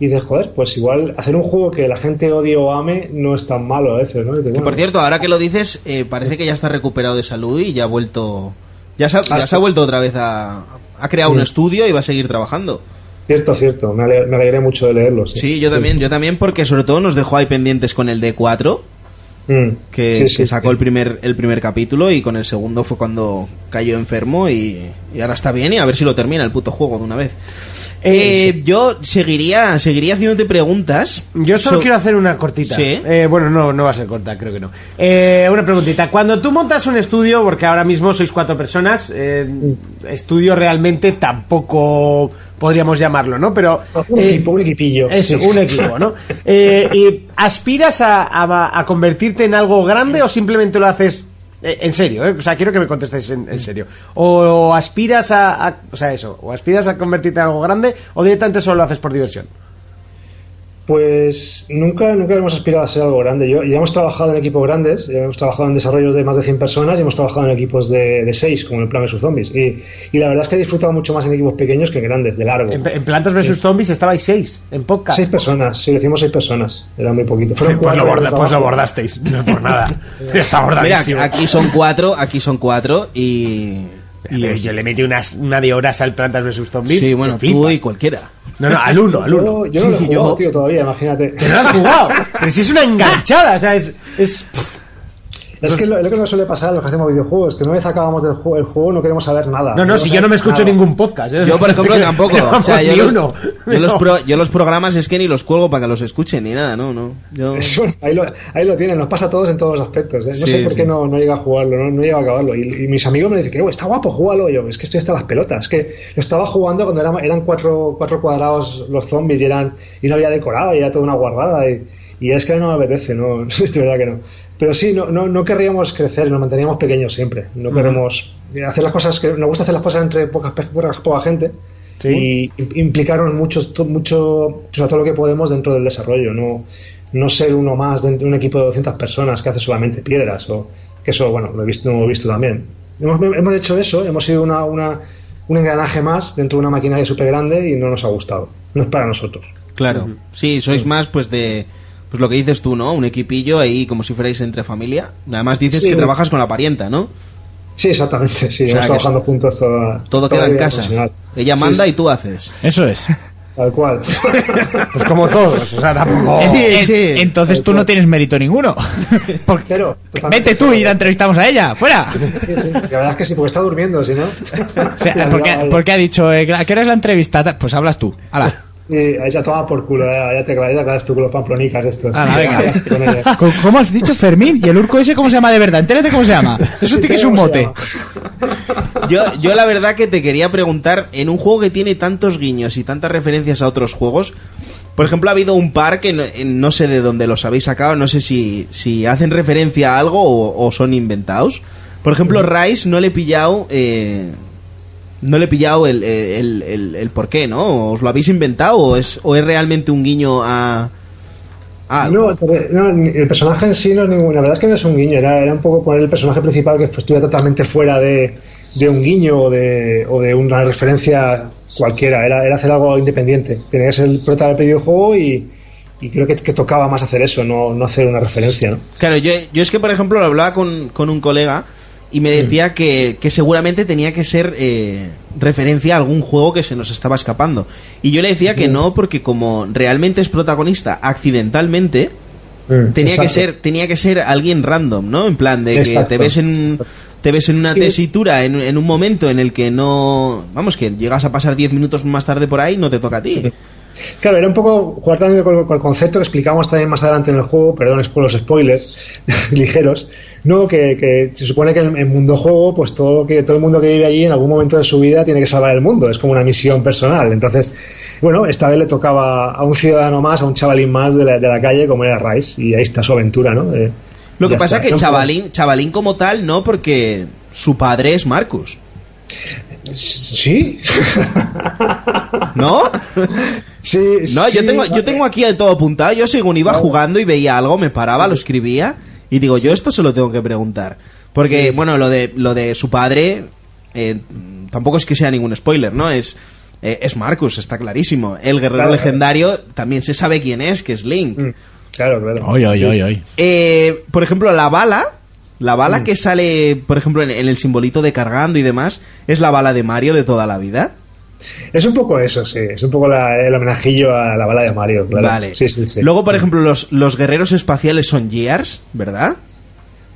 Speaker 11: Y dices, joder, pues igual hacer un juego que la gente odie o ame no es tan malo a veces, ¿no? Y dices,
Speaker 4: Que
Speaker 11: bueno,
Speaker 4: por cierto, ahora que lo dices, eh, parece que ya está recuperado de salud y ya ha vuelto. Ya se ha, ya
Speaker 2: Ah,
Speaker 4: se ha vuelto otra vez a. Ha creado un estudio y va a seguir trabajando.
Speaker 11: Cierto, cierto, me, ale- me alegré mucho de leerlo.
Speaker 4: Sí, yo también, yo también, porque sobre todo nos dejó ahí pendientes con el D4,
Speaker 11: Mm.
Speaker 4: que,
Speaker 11: Sí, sí,
Speaker 4: que sacó
Speaker 11: sí.
Speaker 4: el primer el primer capítulo y con el segundo fue cuando cayó enfermo y, y ahora está bien y a ver si lo termina el puto juego de una vez. Eh, Yo seguiría seguiría haciéndote preguntas.
Speaker 2: Yo solo
Speaker 4: So-
Speaker 2: quiero hacer una cortita.
Speaker 4: Sí.
Speaker 2: Eh, bueno, no, no va a ser corta, creo que no. Eh, una preguntita. Cuando tú montas un estudio, porque ahora mismo sois cuatro personas, eh, estudio realmente tampoco podríamos llamarlo, ¿no? Pero
Speaker 11: Un
Speaker 2: eh,
Speaker 11: equipo, un equipillo.
Speaker 2: es
Speaker 11: sí.
Speaker 2: un equipo, ¿no? Eh, ¿Y aspiras a, a- a convertirte en algo grande o simplemente lo haces eh, en serio? eh? O sea, quiero que me contestéis en, en serio. O, aspiras a, a- o sea, eso, o aspiras a convertirte en algo grande o directamente solo lo haces por diversión.
Speaker 11: Pues nunca, nunca hemos aspirado a ser algo grande. Yo, ya hemos trabajado en equipos grandes, ya hemos trabajado en desarrollos de más de 100 personas y hemos trabajado en equipos de, de 6, como en el plan sus zombies. Y, y la verdad es que he disfrutado mucho más en equipos pequeños que en grandes, de largo.
Speaker 2: En, en Plantas vs Zombies estabais seis, en podcast.
Speaker 11: Seis personas, sí, decimos seis personas, era muy poquito. Fueron
Speaker 2: Pues lo,
Speaker 11: cuatro
Speaker 2: borda-
Speaker 11: de
Speaker 2: pues lo
Speaker 11: trabajo.
Speaker 2: bordasteis, no es por nada. Está
Speaker 4: Mira,
Speaker 2: bordadísimo.
Speaker 4: aquí son cuatro, aquí son cuatro y. y
Speaker 2: Pero
Speaker 4: os-
Speaker 2: yo le metí unas, una de horas al Plantas vs Zombies.
Speaker 4: sí,
Speaker 2: que
Speaker 4: bueno, tú
Speaker 2: flipas.
Speaker 4: y cualquiera.
Speaker 2: No, no, al uno, al
Speaker 11: Yo,
Speaker 2: uno.
Speaker 11: no- yo no lo he
Speaker 4: Sí,
Speaker 11: jugado,
Speaker 4: yo-
Speaker 11: tío, todavía, imagínate.
Speaker 2: Que no lo has jugado. Pero si es una enganchada, o sea, es. es
Speaker 11: Es que lo, lo que nos suele pasar a los que hacemos videojuegos, que una vez acabamos del juego, el juego no queremos saber nada.
Speaker 2: no, no, si yo no me escucho
Speaker 11: ningún
Speaker 2: ningún podcast. ¿eh?
Speaker 4: Yo, por ejemplo,
Speaker 2: Pero
Speaker 4: tampoco.
Speaker 2: vamos,
Speaker 4: O sea, yo,
Speaker 2: ni
Speaker 4: los-
Speaker 2: uno.
Speaker 4: yo los
Speaker 2: No.
Speaker 4: pro- yo los programas es que ni los cuelgo para que los escuchen ni nada, no, no. Yo...
Speaker 11: Eso, ahí, lo, ahí lo tienen, nos pasa a todos en todos los aspectos. ¿eh? No
Speaker 4: Sí,
Speaker 11: sé por
Speaker 4: sí.
Speaker 11: qué no, no llega a jugarlo, no, no llega a acabarlo. Y, y mis amigos me dicen que "Oh, está guapo, júgalo. Y yo, es que estoy hasta las pelotas. Es que lo estaba jugando cuando era- eran cuatro, cuatro cuadrados los zombies y, eran, y no había decorado y era toda una guardada. Y, Y es que no me apetece, no, es de verdad que no. Pero sí, no, no, no querríamos crecer, nos manteníamos pequeños siempre. No queremos eh, hacer las cosas, que nos gusta hacer las cosas entre pocas, pocas- poca gente.
Speaker 6: Sí.
Speaker 11: Y implicarnos mucho, to- mucho, o sea, todo lo que podemos dentro del desarrollo. No, no ser uno más de un equipo de 200 personas que hace solamente piedras. O, que eso, bueno, lo he visto, lo he visto también. Hemos, hemos hecho eso, hemos sido una, una, un engranaje más dentro de una maquinaria súper grande y no nos ha gustado. No es para nosotros.
Speaker 4: Claro. Sí, sois más pues de pues lo que dices tú, ¿no? Un equipillo ahí como si fuerais entre familia. Además dices
Speaker 11: Sí.
Speaker 4: que trabajas con la parienta, ¿no?
Speaker 11: Sí, exactamente, sí,
Speaker 4: O sea,
Speaker 11: hemos
Speaker 4: que
Speaker 11: trabajado juntos toda,
Speaker 4: Todo
Speaker 11: toda
Speaker 4: queda
Speaker 11: la
Speaker 4: en
Speaker 11: vida
Speaker 4: casa.
Speaker 11: profesional.
Speaker 4: Ella
Speaker 11: pues, Sí,
Speaker 4: manda
Speaker 11: sí,
Speaker 4: y tú haces.
Speaker 3: Eso es.
Speaker 11: Tal cual.
Speaker 6: Pues como todos, o sea, tampoco.
Speaker 3: En- Entonces tú no tienes mérito ninguno. Porque- vete tú y la entrevistamos a ella, fuera.
Speaker 11: Sí, sí, la verdad es que sí, porque está durmiendo, si no.
Speaker 3: O sea, porque, porque ha dicho, eh, ¿a qué hora es la entrevista? Pues hablas tú. Hala.
Speaker 11: Sí, ahí ya toma por culo, ya, ya te ya te acabas tú con los pamplonicas estos.
Speaker 3: Hala,
Speaker 11: Con ellos.
Speaker 3: Ah, venga. Co- ¿Cómo has dicho Fermín? ¿Y el urco ese cómo se llama de verdad? Entérate cómo se llama. Eso tiene que es un mote.
Speaker 4: Yo, yo la verdad que te quería preguntar, en un juego que tiene tantos guiños y tantas referencias a otros juegos, por ejemplo, ha habido un par que no, en- no sé de dónde los habéis sacado, no sé si, si hacen referencia a algo o, o son inventados. Por ejemplo, Rice no le he pillado... eh, no le he pillado el, el, el, el por qué, ¿no? ¿Os lo habéis inventado o es, o es realmente un guiño a... a algo?
Speaker 11: No, te- no, ni- el personaje en sí no es ningún. La verdad es que no es un guiño, era, era un poco poner el personaje principal que pues, estuviera totalmente fuera de, de un guiño o de, o de una referencia cualquiera, era, era hacer algo independiente. Tenía que ser el prota del videojuego y, y creo que, que tocaba más hacer eso, no, no hacer una referencia, ¿no?
Speaker 4: Claro, yo, yo es que, por ejemplo, lo hablaba con, con un colega y me decía que, que seguramente tenía que ser eh, referencia a algún juego que se nos estaba escapando. Y yo le decía que no, porque como realmente es protagonista accidentalmente, tenía que
Speaker 11: Exacto.
Speaker 4: ser tenía que ser alguien random no en plan de que
Speaker 11: Exacto.
Speaker 4: te ves en te ves en una
Speaker 11: Sí.
Speaker 4: tesitura en, en un momento en el que no vamos que llegas a pasar 10 minutos más tarde por ahí no te toca a ti
Speaker 11: Claro, era un poco jugar también con, con el concepto que explicamos también más adelante en el juego, perdón es por los spoilers ligeros, ¿no? Que, que se supone que en el mundo juego, pues todo, lo que, todo el mundo que vive allí en algún momento de su vida tiene que salvar el mundo, es como una misión personal. Entonces, bueno, esta vez le tocaba a un ciudadano más, a un chavalín más de la, de la calle, como era Rice, y ahí está su aventura, ¿no? Eh,
Speaker 4: lo que
Speaker 11: ya
Speaker 4: pasa
Speaker 11: está.
Speaker 4: que
Speaker 11: No,
Speaker 4: chavalín chavalín como tal no porque su padre es Marcus
Speaker 11: Sí.
Speaker 4: ¿No?
Speaker 11: Sí,
Speaker 4: No, yo
Speaker 11: sí,
Speaker 4: tengo, yo
Speaker 11: vale.
Speaker 4: tengo aquí el todo apuntado. Yo según iba jugando y veía algo, me paraba, lo escribía y digo, yo esto se lo tengo que preguntar. Porque, bueno, lo de, lo de su padre eh, tampoco es que sea ningún spoiler, ¿no? Es, eh, es Marcus, está clarísimo. El guerrero
Speaker 11: Claro, Mm. claro.
Speaker 4: legendario también se sabe quién es, que es Link.
Speaker 11: Claro, claro.
Speaker 3: Oy, oy, oy, oy.
Speaker 4: Eh, por ejemplo, la bala, la bala
Speaker 11: Mm.
Speaker 4: que sale, por ejemplo, en, en el simbolito de cargando y demás, es la bala de Mario de toda la vida.
Speaker 11: Es un poco eso, sí. Es un poco la- el homenajillo a la bala de Mario, claro.
Speaker 4: Vale.
Speaker 11: Sí, sí, Mm. sí.
Speaker 4: Luego, por ejemplo, los, los guerreros espaciales son Gears, ¿verdad?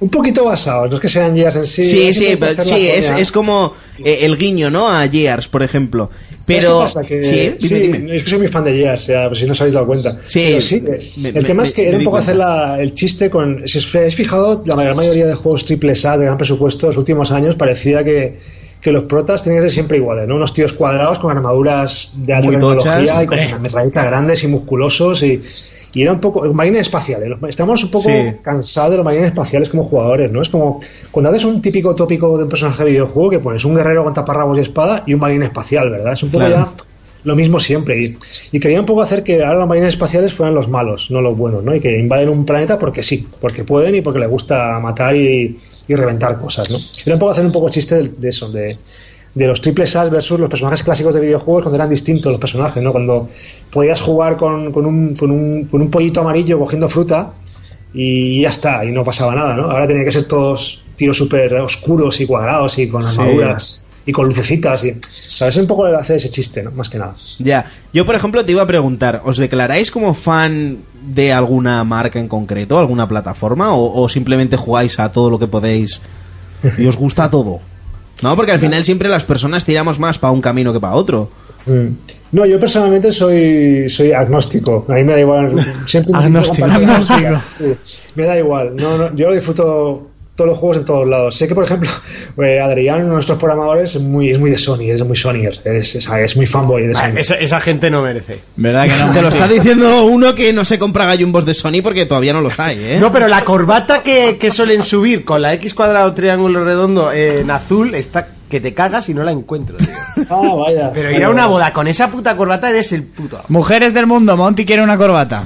Speaker 11: Un poquito basados, no es que sean guías en sí.
Speaker 4: Sí,
Speaker 11: es
Speaker 4: sí,
Speaker 11: simplemente
Speaker 4: pero-
Speaker 11: hacer la
Speaker 4: sí, es,
Speaker 11: coña.
Speaker 4: es como eh, el guiño, ¿no? A Gears, por ejemplo.
Speaker 11: ¿Sabes
Speaker 4: Pero...
Speaker 11: qué pasa? Que- eh,
Speaker 4: sí, dime,
Speaker 11: sí,
Speaker 4: dime.
Speaker 11: es que soy muy fan de Gears, ya, por si no os habéis dado cuenta.
Speaker 4: Sí,
Speaker 11: Pero sí,
Speaker 4: me-
Speaker 11: el
Speaker 4: me-
Speaker 11: tema es que
Speaker 4: me- me
Speaker 11: era un
Speaker 4: di
Speaker 11: poco
Speaker 4: cuenta.
Speaker 11: hacer la- el chiste con. Si os habéis fijado, la gran mayoría de juegos triple A de gran presupuesto de los últimos años parecía que, que los protas tenían que ser siempre iguales, ¿no? Unos tíos cuadrados con armaduras de alta
Speaker 4: Muy
Speaker 11: tecnología
Speaker 4: tochas,
Speaker 11: y con
Speaker 4: hombre.
Speaker 11: metralletas grandes y musculosos y. y era un poco. Marines espaciales. los- Estamos un poco
Speaker 4: Sí.
Speaker 11: cansados de los marines espaciales como jugadores, ¿no? Es como cuando haces un típico tópico de un personaje de videojuego que pones un guerrero con taparrabos y espada y un marine espacial, ¿verdad? Es un poco
Speaker 4: Claro.
Speaker 11: ya lo mismo siempre. Y, y quería un poco hacer que ahora los marines espaciales fueran los malos, no los buenos, ¿no? Y que invaden un planeta porque sí, porque pueden y porque les gusta matar y, y reventar cosas, ¿no? Era un poco hacer un poco chiste de, de eso, de, de los triples A versus los personajes clásicos de videojuegos cuando eran distintos los personajes, ¿no? Cuando podías jugar con, con un, con, un, con un pollito amarillo cogiendo fruta y ya está, y no pasaba nada, ¿no? Ahora tenía que ser todos tiros súper oscuros y cuadrados y con
Speaker 4: Sí.
Speaker 11: armaduras y con lucecitas y... ¿Sabes? Un poco hacer ese chiste, ¿no? Más que nada.
Speaker 4: Ya. Yo, por ejemplo, te iba a preguntar, ¿os declaráis como fan de alguna marca en concreto, alguna plataforma, o, o simplemente jugáis a todo lo que podéis y os gusta todo? No, porque al final siempre las personas tiramos más para un camino que para otro.
Speaker 11: Mm. No, yo personalmente soy, soy agnóstico. A mí me da igual. Siempre intento
Speaker 5: Agnóstico.
Speaker 11: compartir- Sí, me da igual. No, no, yo lo disfruto todos los juegos en todos lados. Sé que, por ejemplo, eh, Adrián, uno de nuestros programadores, es muy, es muy de Sony, es muy Sony, es, es, es muy fanboy de Sony.
Speaker 2: Esa, esa gente no merece.
Speaker 3: ¿Verdad que no?
Speaker 4: Te lo está diciendo uno que no se compra gallumbos de Sony porque todavía no los hay, ¿eh?
Speaker 2: No, pero la corbata que, que suelen subir con la X cuadrado triángulo redondo eh, en azul está que te cagas y no la encuentro, tío.
Speaker 11: Ah, vaya.
Speaker 2: Pero ir a una boda con esa puta corbata eres el puto. amo.
Speaker 3: Mujeres del mundo, Monty quiere una corbata.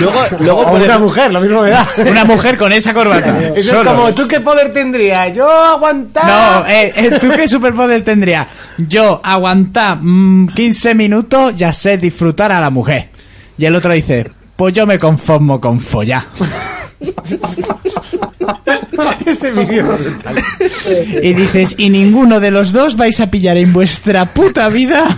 Speaker 4: Luego, luego
Speaker 2: O
Speaker 4: por
Speaker 2: una
Speaker 4: el-
Speaker 2: mujer, lo mismo me da.
Speaker 3: Una mujer con esa corbata.
Speaker 2: Eso es
Speaker 3: Solo.
Speaker 2: como, ¿tú qué poder tendrías? Yo aguantar.
Speaker 3: No, eh, eh, ¿tú qué superpoder tendría? Yo aguantar mm, 15 minutos y hacer disfrutar a la mujer. Y el otro dice, pues yo me conformo con follar.
Speaker 2: Este vídeo es brutal.
Speaker 3: Y dices, y ninguno de los dos vais a pillar en vuestra puta vida.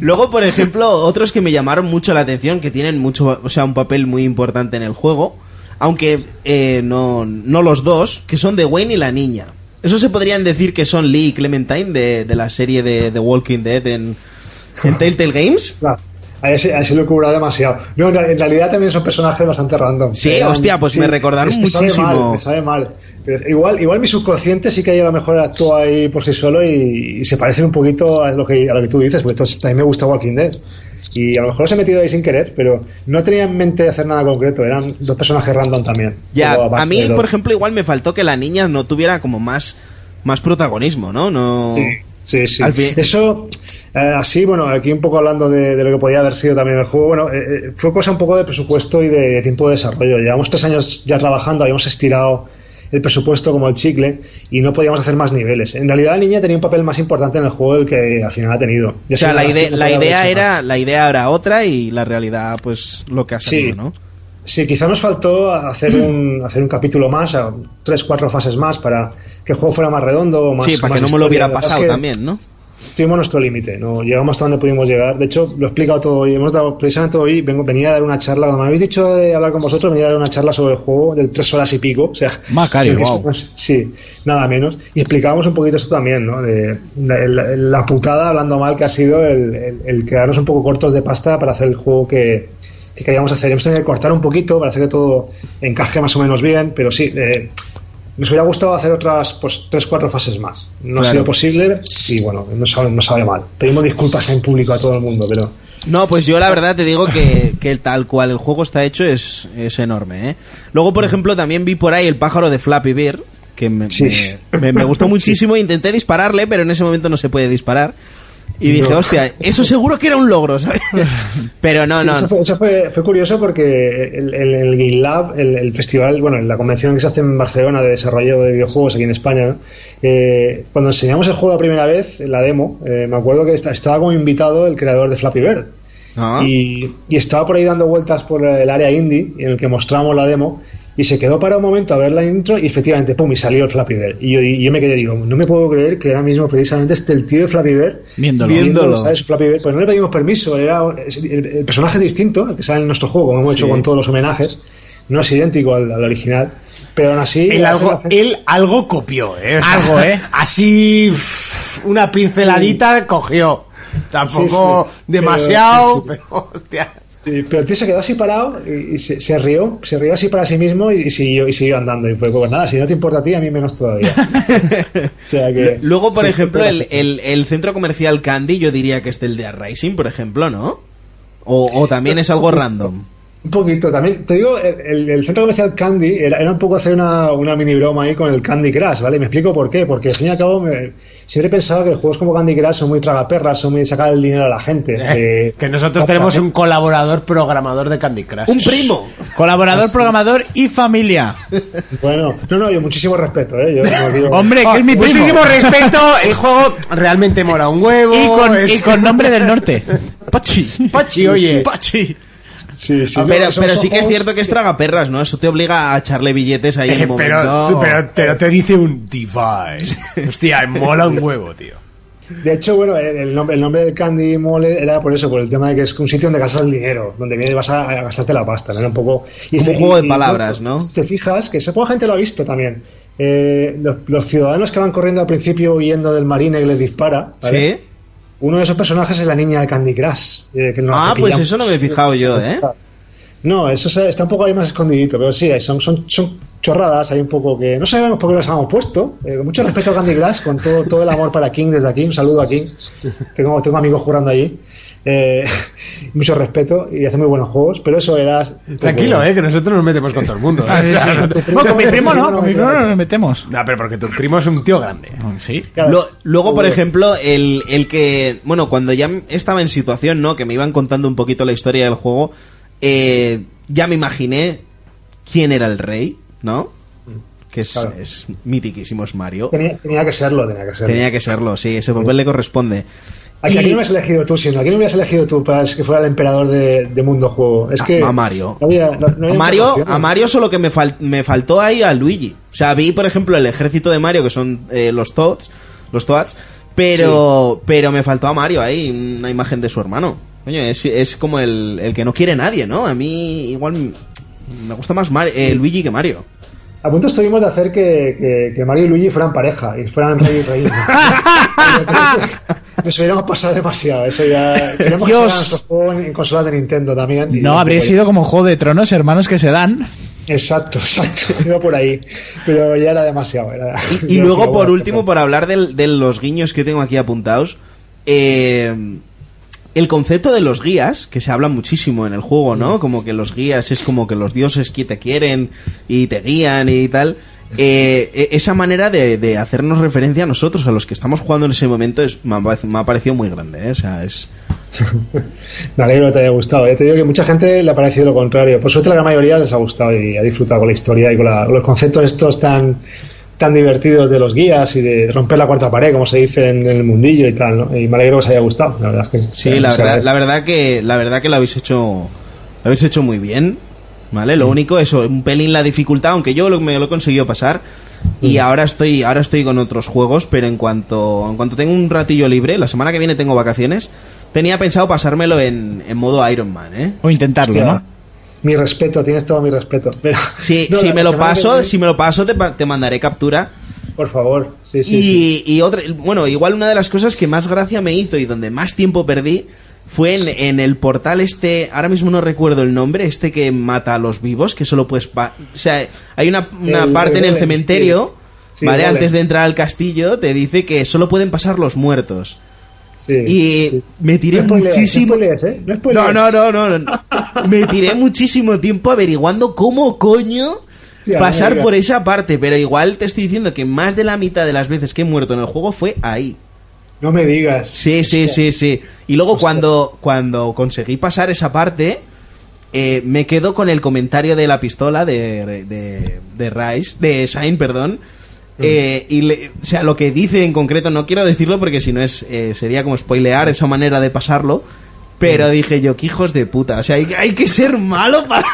Speaker 4: Luego, por ejemplo, otros que me llamaron mucho la atención, que tienen mucho, o sea, un papel muy importante en el juego, aunque eh, no, no los dos, que son de Wayne y la niña. Eso se podrían decir que son Lee y Clementine de, de la serie de The Walking Dead en, en Telltale Games.
Speaker 11: Claro. A ese, a ese lo he curado demasiado. No, en, en realidad también son personajes bastante random.
Speaker 4: Sí, hostia, pues me recordaron
Speaker 11: me sabe
Speaker 4: muchísimo.
Speaker 11: mal, me sabe mal. Pero igual, igual mi subconsciente sí que a lo mejor actúa ahí por sí solo y, y se parece un poquito a lo que, a lo que tú dices, porque esto es- también me gusta Walking Dead. Y a lo mejor se he metido ahí sin querer, pero no tenía en mente hacer nada concreto, eran dos personajes random también.
Speaker 4: Ya,
Speaker 11: Pero aparte
Speaker 4: a mí,
Speaker 11: de lo-
Speaker 4: por ejemplo, igual me faltó que la niña no tuviera como más, más protagonismo, ¿no? No.
Speaker 11: Sí, sí.
Speaker 4: Mm. Al fin-
Speaker 11: Eso, eh, así, bueno, aquí un poco hablando de, de lo que podía haber sido también el juego, bueno, eh, eh, fue cosa un poco de presupuesto y de, de tiempo de desarrollo. Llevamos tres años ya trabajando, habíamos estirado el presupuesto como el chicle y no podíamos hacer más niveles. En realidad la niña tenía un papel más importante en el juego del que al final ha tenido. Ya
Speaker 4: O sea,
Speaker 11: sé,
Speaker 4: la,
Speaker 11: las
Speaker 4: ide-
Speaker 11: que no
Speaker 4: la
Speaker 11: podía haber
Speaker 4: idea
Speaker 11: hecho más.
Speaker 4: era, la idea era otra y la realidad, pues, lo que ha
Speaker 11: Sí.
Speaker 4: salido, ¿no?
Speaker 11: Sí, quizá nos faltó hacer un, hacer un capítulo más, a- tres, cuatro fases más para que el juego fuera más redondo. Más,
Speaker 4: sí, para
Speaker 11: más
Speaker 4: que no me lo
Speaker 11: historia.
Speaker 4: hubiera
Speaker 11: La verdad es
Speaker 4: pasado
Speaker 11: que-
Speaker 4: también, ¿no?
Speaker 11: tuvimos nuestro límite, no llegamos hasta donde pudimos llegar. De hecho, lo he explicado todo hoy, hemos dado precisamente hoy, vengo, venía a dar una charla, cuando me habéis dicho de hablar con vosotros, venía a dar una charla sobre el juego de tres horas y pico, o sea,
Speaker 3: Macario,
Speaker 11: creo que es-
Speaker 3: guau.
Speaker 11: Pues, sí, nada menos. Y explicábamos un poquito esto también, ¿no? De, de- la, la putada, hablando mal, que ha sido el, el- el quedarnos un poco cortos de pasta para hacer el juego que, que queríamos hacer. Hemos tenido que cortar un poquito para hacer que todo encaje más o menos bien, pero sí, eh, nos hubiera gustado hacer otras pues, tres, cuatro fases más. No ha
Speaker 4: Claro.
Speaker 11: sido posible y bueno, no sabe, no sabe mal. Pedimos disculpas en público a todo el mundo, pero
Speaker 4: No, pues yo la verdad te digo que, que el tal cual el juego está hecho es, es enorme, ¿eh? Luego,
Speaker 11: Mm.
Speaker 4: por ejemplo, también vi por ahí el pájaro de Flappy Bird, que me,
Speaker 11: Sí.
Speaker 4: me- me- me gustó muchísimo. Intenté dispararle, pero en ese momento no se puede disparar. Y dije, hostia, eso seguro que era un logro, ¿sabes? Pero no,
Speaker 11: Sí,
Speaker 4: no.
Speaker 11: Eso, fue, eso fue- fue curioso porque el, el, el Game Lab, el, el festival, bueno, la convención que se hace en Barcelona de desarrollo de videojuegos aquí en España, ¿no? Eh, cuando enseñamos el juego la primera vez, en la demo, eh, me acuerdo que esta- estaba como invitado el creador de Flappy Bird.
Speaker 4: Ah.
Speaker 11: Y, y estaba por ahí dando vueltas por el área indie en el que mostramos la demo y se quedó para un momento a ver la intro y efectivamente, pum, y salió el Flappy Bird. Y yo, y yo me quedé, digo, no me puedo creer que ahora mismo precisamente este el tío de Flappy Bird
Speaker 3: Viéndolo.
Speaker 4: Viéndolo.
Speaker 11: ¿sabes? Flappy Bird. Pues no le pedimos permiso, era es- el, el personaje es distinto al que sale en nuestro juego, como hemos hecho con todos los homenajes, no es idéntico al, al original, pero aún así...
Speaker 2: Él
Speaker 11: hace
Speaker 2: eh, algo,
Speaker 11: la gente-
Speaker 2: él algo copió, ¿eh? O sea,
Speaker 3: Algo, ¿eh?
Speaker 2: Así, pff, una pinceladita cogió. Tampoco
Speaker 11: Sí, sí.
Speaker 2: demasiado,
Speaker 11: Pero-
Speaker 2: pero, hostia.
Speaker 11: Sí, pero el tío se quedó así parado y, y se, se rió, se rió así para sí mismo y, y siguió, y siguió andando. Y fue, pues nada, si no te importa a ti, a mí menos todavía. o sea que...
Speaker 4: Luego, por
Speaker 11: sí,
Speaker 4: ejemplo,
Speaker 11: pero-
Speaker 4: el, el- el centro comercial Candy, yo diría que es del de Rising, por ejemplo, ¿no? O, o también es algo random.
Speaker 11: Un poquito, también te digo, el- el, el centro comercial Candy era, era un poco hacer una, una mini broma ahí con el Candy Crush, ¿vale? Me explico por qué, porque al fin y al cabo me- siempre he pensado que los juegos como Candy Crush son muy tragaperras, son muy de sacar el dinero a la gente. eh,
Speaker 2: que nosotros tenemos un colaborador programador de Candy Crush.
Speaker 4: Un primo.
Speaker 3: Colaborador, programador y familia.
Speaker 11: Bueno, no, no, yo muchísimo respeto, ¿eh? Yo no digo-
Speaker 3: Hombre, que es mi primo.
Speaker 2: Ah, Muchísimo respeto, el juego realmente mola un huevo.
Speaker 3: Y con,
Speaker 2: es-
Speaker 3: y con nombre del norte. Pachi.
Speaker 2: Pachi, oye.
Speaker 3: Pachi.
Speaker 11: Sí, sí,
Speaker 4: Ah, pero
Speaker 11: no, son-
Speaker 4: pero
Speaker 11: son
Speaker 4: sí que es
Speaker 11: juegos
Speaker 4: cierto que es tragaperras, ¿no? Eso te obliga a echarle billetes ahí en
Speaker 2: Eh,
Speaker 4: un momento.
Speaker 2: pero, pero, pero te dice un device. Hostia, mola un huevo, tío.
Speaker 11: De hecho, bueno, el, el nombre, el nombre del Candy Mole era por eso, por el tema de que es un sitio donde gastas el dinero, donde vienes vas a, a gastarte la pasta, ¿no? Era un poco... y
Speaker 4: Como
Speaker 11: te-
Speaker 4: un juego de
Speaker 11: y- y-
Speaker 4: palabras, ¿no?
Speaker 11: si Te fijas, que esa poca gente lo ha visto también. Eh, los, los ciudadanos que van corriendo al principio huyendo del marine que les dispara, ¿vale?
Speaker 4: Sí.
Speaker 11: Uno de esos personajes es la niña de Candy Crush. eh, que nos
Speaker 4: Ah,
Speaker 11: la
Speaker 4: pues
Speaker 11: pillamos.
Speaker 4: eso no me he fijado yo, ¿eh?
Speaker 11: No, eso se- está un poco ahí más escondidito, pero sí, hay- son, son, son chorradas, hay un poco que no sabemos por qué las hemos puesto. Eh, con mucho respeto a Candy Glass, con todo, todo el amor para King desde aquí, un saludo a King. Tengo, tengo amigos jugando allí. Eh, mucho respeto y hace muy buenos juegos, pero eso era...
Speaker 6: Tranquilo, eh, que nosotros nos metemos con todo el mundo. ¿eh?
Speaker 11: Ah, sí, sí.
Speaker 6: O sea, no te-
Speaker 3: No, con mi primo no, con mi primo no nos metemos.
Speaker 6: No, pero porque tu primo es un tío grande.
Speaker 3: Sí.
Speaker 4: Lo- luego, por ejemplo, el, el que. Bueno, cuando ya estaba en situación, ¿no? Que me iban contando un poquito la historia del juego. eh, ya me imaginé quién era el rey, ¿no? Que es,
Speaker 11: Mm. Claro.
Speaker 4: es mitiquísimo, es Mario.
Speaker 11: Tenía, tenía que serlo, tenía que serlo.
Speaker 4: Tenía que serlo, sí, ese papel le corresponde.
Speaker 11: Aquí, aquí no me has elegido tú, sino aquí no me has elegido tú para que fuera el emperador de, de Mundo Juego. Es
Speaker 4: A-
Speaker 11: que
Speaker 4: a Mario.
Speaker 11: no había- no-
Speaker 4: A
Speaker 11: no había
Speaker 4: Mario,
Speaker 11: información.
Speaker 4: a Mario solo que me, fal- me faltó ahí a Luigi. O sea, vi, por ejemplo, el ejército de Mario, que son eh, los Toads, los Toads, pero, pero me faltó a Mario ahí, una imagen de su hermano. Coño, es, es como el, el que no quiere nadie, ¿no? A mí igual m- me gusta más Mar- eh, Luigi que Mario.
Speaker 11: A punto estuvimos de hacer que, que- que Mario y Luigi fueran pareja y fueran rey y reina. Nos hubiéramos pasado demasiado. Eso ya. Queremos que
Speaker 3: Dios.
Speaker 11: salga nuestro juego en, en consolas de Nintendo también. y- pues,
Speaker 3: No,
Speaker 2: pues.
Speaker 3: habría sido como Juego de Tronos, hermanos que se dan.
Speaker 11: Exacto, exacto. Iba por ahí. Pero ya era demasiado. era-
Speaker 4: Y
Speaker 11: ya
Speaker 4: luego,
Speaker 11: decía,
Speaker 4: por
Speaker 11: bueno,
Speaker 4: último, por hablar del- de los guiños que tengo aquí apuntados, eh, el concepto de los guías, que se habla muchísimo en el juego, ¿no? Como que los guías es como que los dioses que te quieren y te guían y tal. Eh, e- esa manera de, de hacernos referencia a nosotros, a los que estamos jugando en ese momento, es, me, ha, parec- me ha parecido muy grande, ¿eh? O sea, es...
Speaker 11: Me alegro que te haya gustado. Ya te digo que mucha gente le ha parecido lo contrario. Por suerte, la gran mayoría les ha gustado y ha disfrutado con la historia y con, la- con los conceptos estos tan, tan divertidos de los guías y de romper la cuarta pared, como se dice en el mundillo y tal. ¿no? Y me alegro que os haya gustado. La verdad es que
Speaker 4: Sí, la verdad, la verdad que la verdad que lo habéis hecho lo habéis hecho muy bien, ¿vale?
Speaker 11: Mm.
Speaker 4: Lo único eso, un pelín la dificultad, aunque yo lo, me lo he conseguido pasar y
Speaker 11: Mm.
Speaker 4: ahora estoy ahora estoy con otros juegos, pero en cuanto en cuanto tengo un ratillo libre, la semana que viene tengo vacaciones, tenía pensado pasármelo en, en modo Iron Man, ¿eh?
Speaker 3: O intentarlo,
Speaker 11: Hostia.
Speaker 3: ¿no?
Speaker 11: Mi respeto, tienes todo mi respeto. Pero,
Speaker 4: Si,
Speaker 11: No,
Speaker 4: si
Speaker 11: la-
Speaker 4: me
Speaker 11: la
Speaker 4: lo
Speaker 11: semana que
Speaker 4: paso,
Speaker 11: viene-
Speaker 4: si me lo paso te, pa- te mandaré captura.
Speaker 11: Por favor, sí, sí.
Speaker 4: y,
Speaker 11: sí.
Speaker 4: y otra, bueno, igual una de las cosas que más gracia me hizo y donde más tiempo perdí fue en, en el portal este, ahora mismo no recuerdo el nombre, este que mata a los vivos, que solo puedes... pa- o sea, hay una, una
Speaker 11: El-
Speaker 4: parte en
Speaker 11: el
Speaker 4: el
Speaker 11: golem,
Speaker 4: cementerio,
Speaker 11: Sí,
Speaker 4: ¿vale?
Speaker 11: golem.
Speaker 4: Antes de entrar al castillo, te dice que solo pueden pasar los muertos.
Speaker 11: sí,
Speaker 4: Y
Speaker 11: sí.
Speaker 4: me tiré
Speaker 11: No spoilees,
Speaker 4: muchísimo...
Speaker 11: No spoilees, ¿eh? No spoilees.
Speaker 4: No, no, no, no, no. Me tiré muchísimo tiempo averiguando cómo coño
Speaker 11: Hostia,
Speaker 4: pasar
Speaker 11: venga.
Speaker 4: por esa parte, pero igual te estoy diciendo que más de la mitad de las veces que he muerto en el juego fue ahí.
Speaker 11: No me digas.
Speaker 4: Sí, sí, sí, sí. Y luego cuando, cuando conseguí pasar esa parte, eh, me quedo con el comentario de la pistola de, de, de Rice, de Shine, perdón. Eh, y le- o sea, lo que dice en concreto, no quiero decirlo porque si no es eh, sería como spoilear esa manera de pasarlo. Pero dije yo, que hijos de puta. O sea, hay, hay que ser malo para.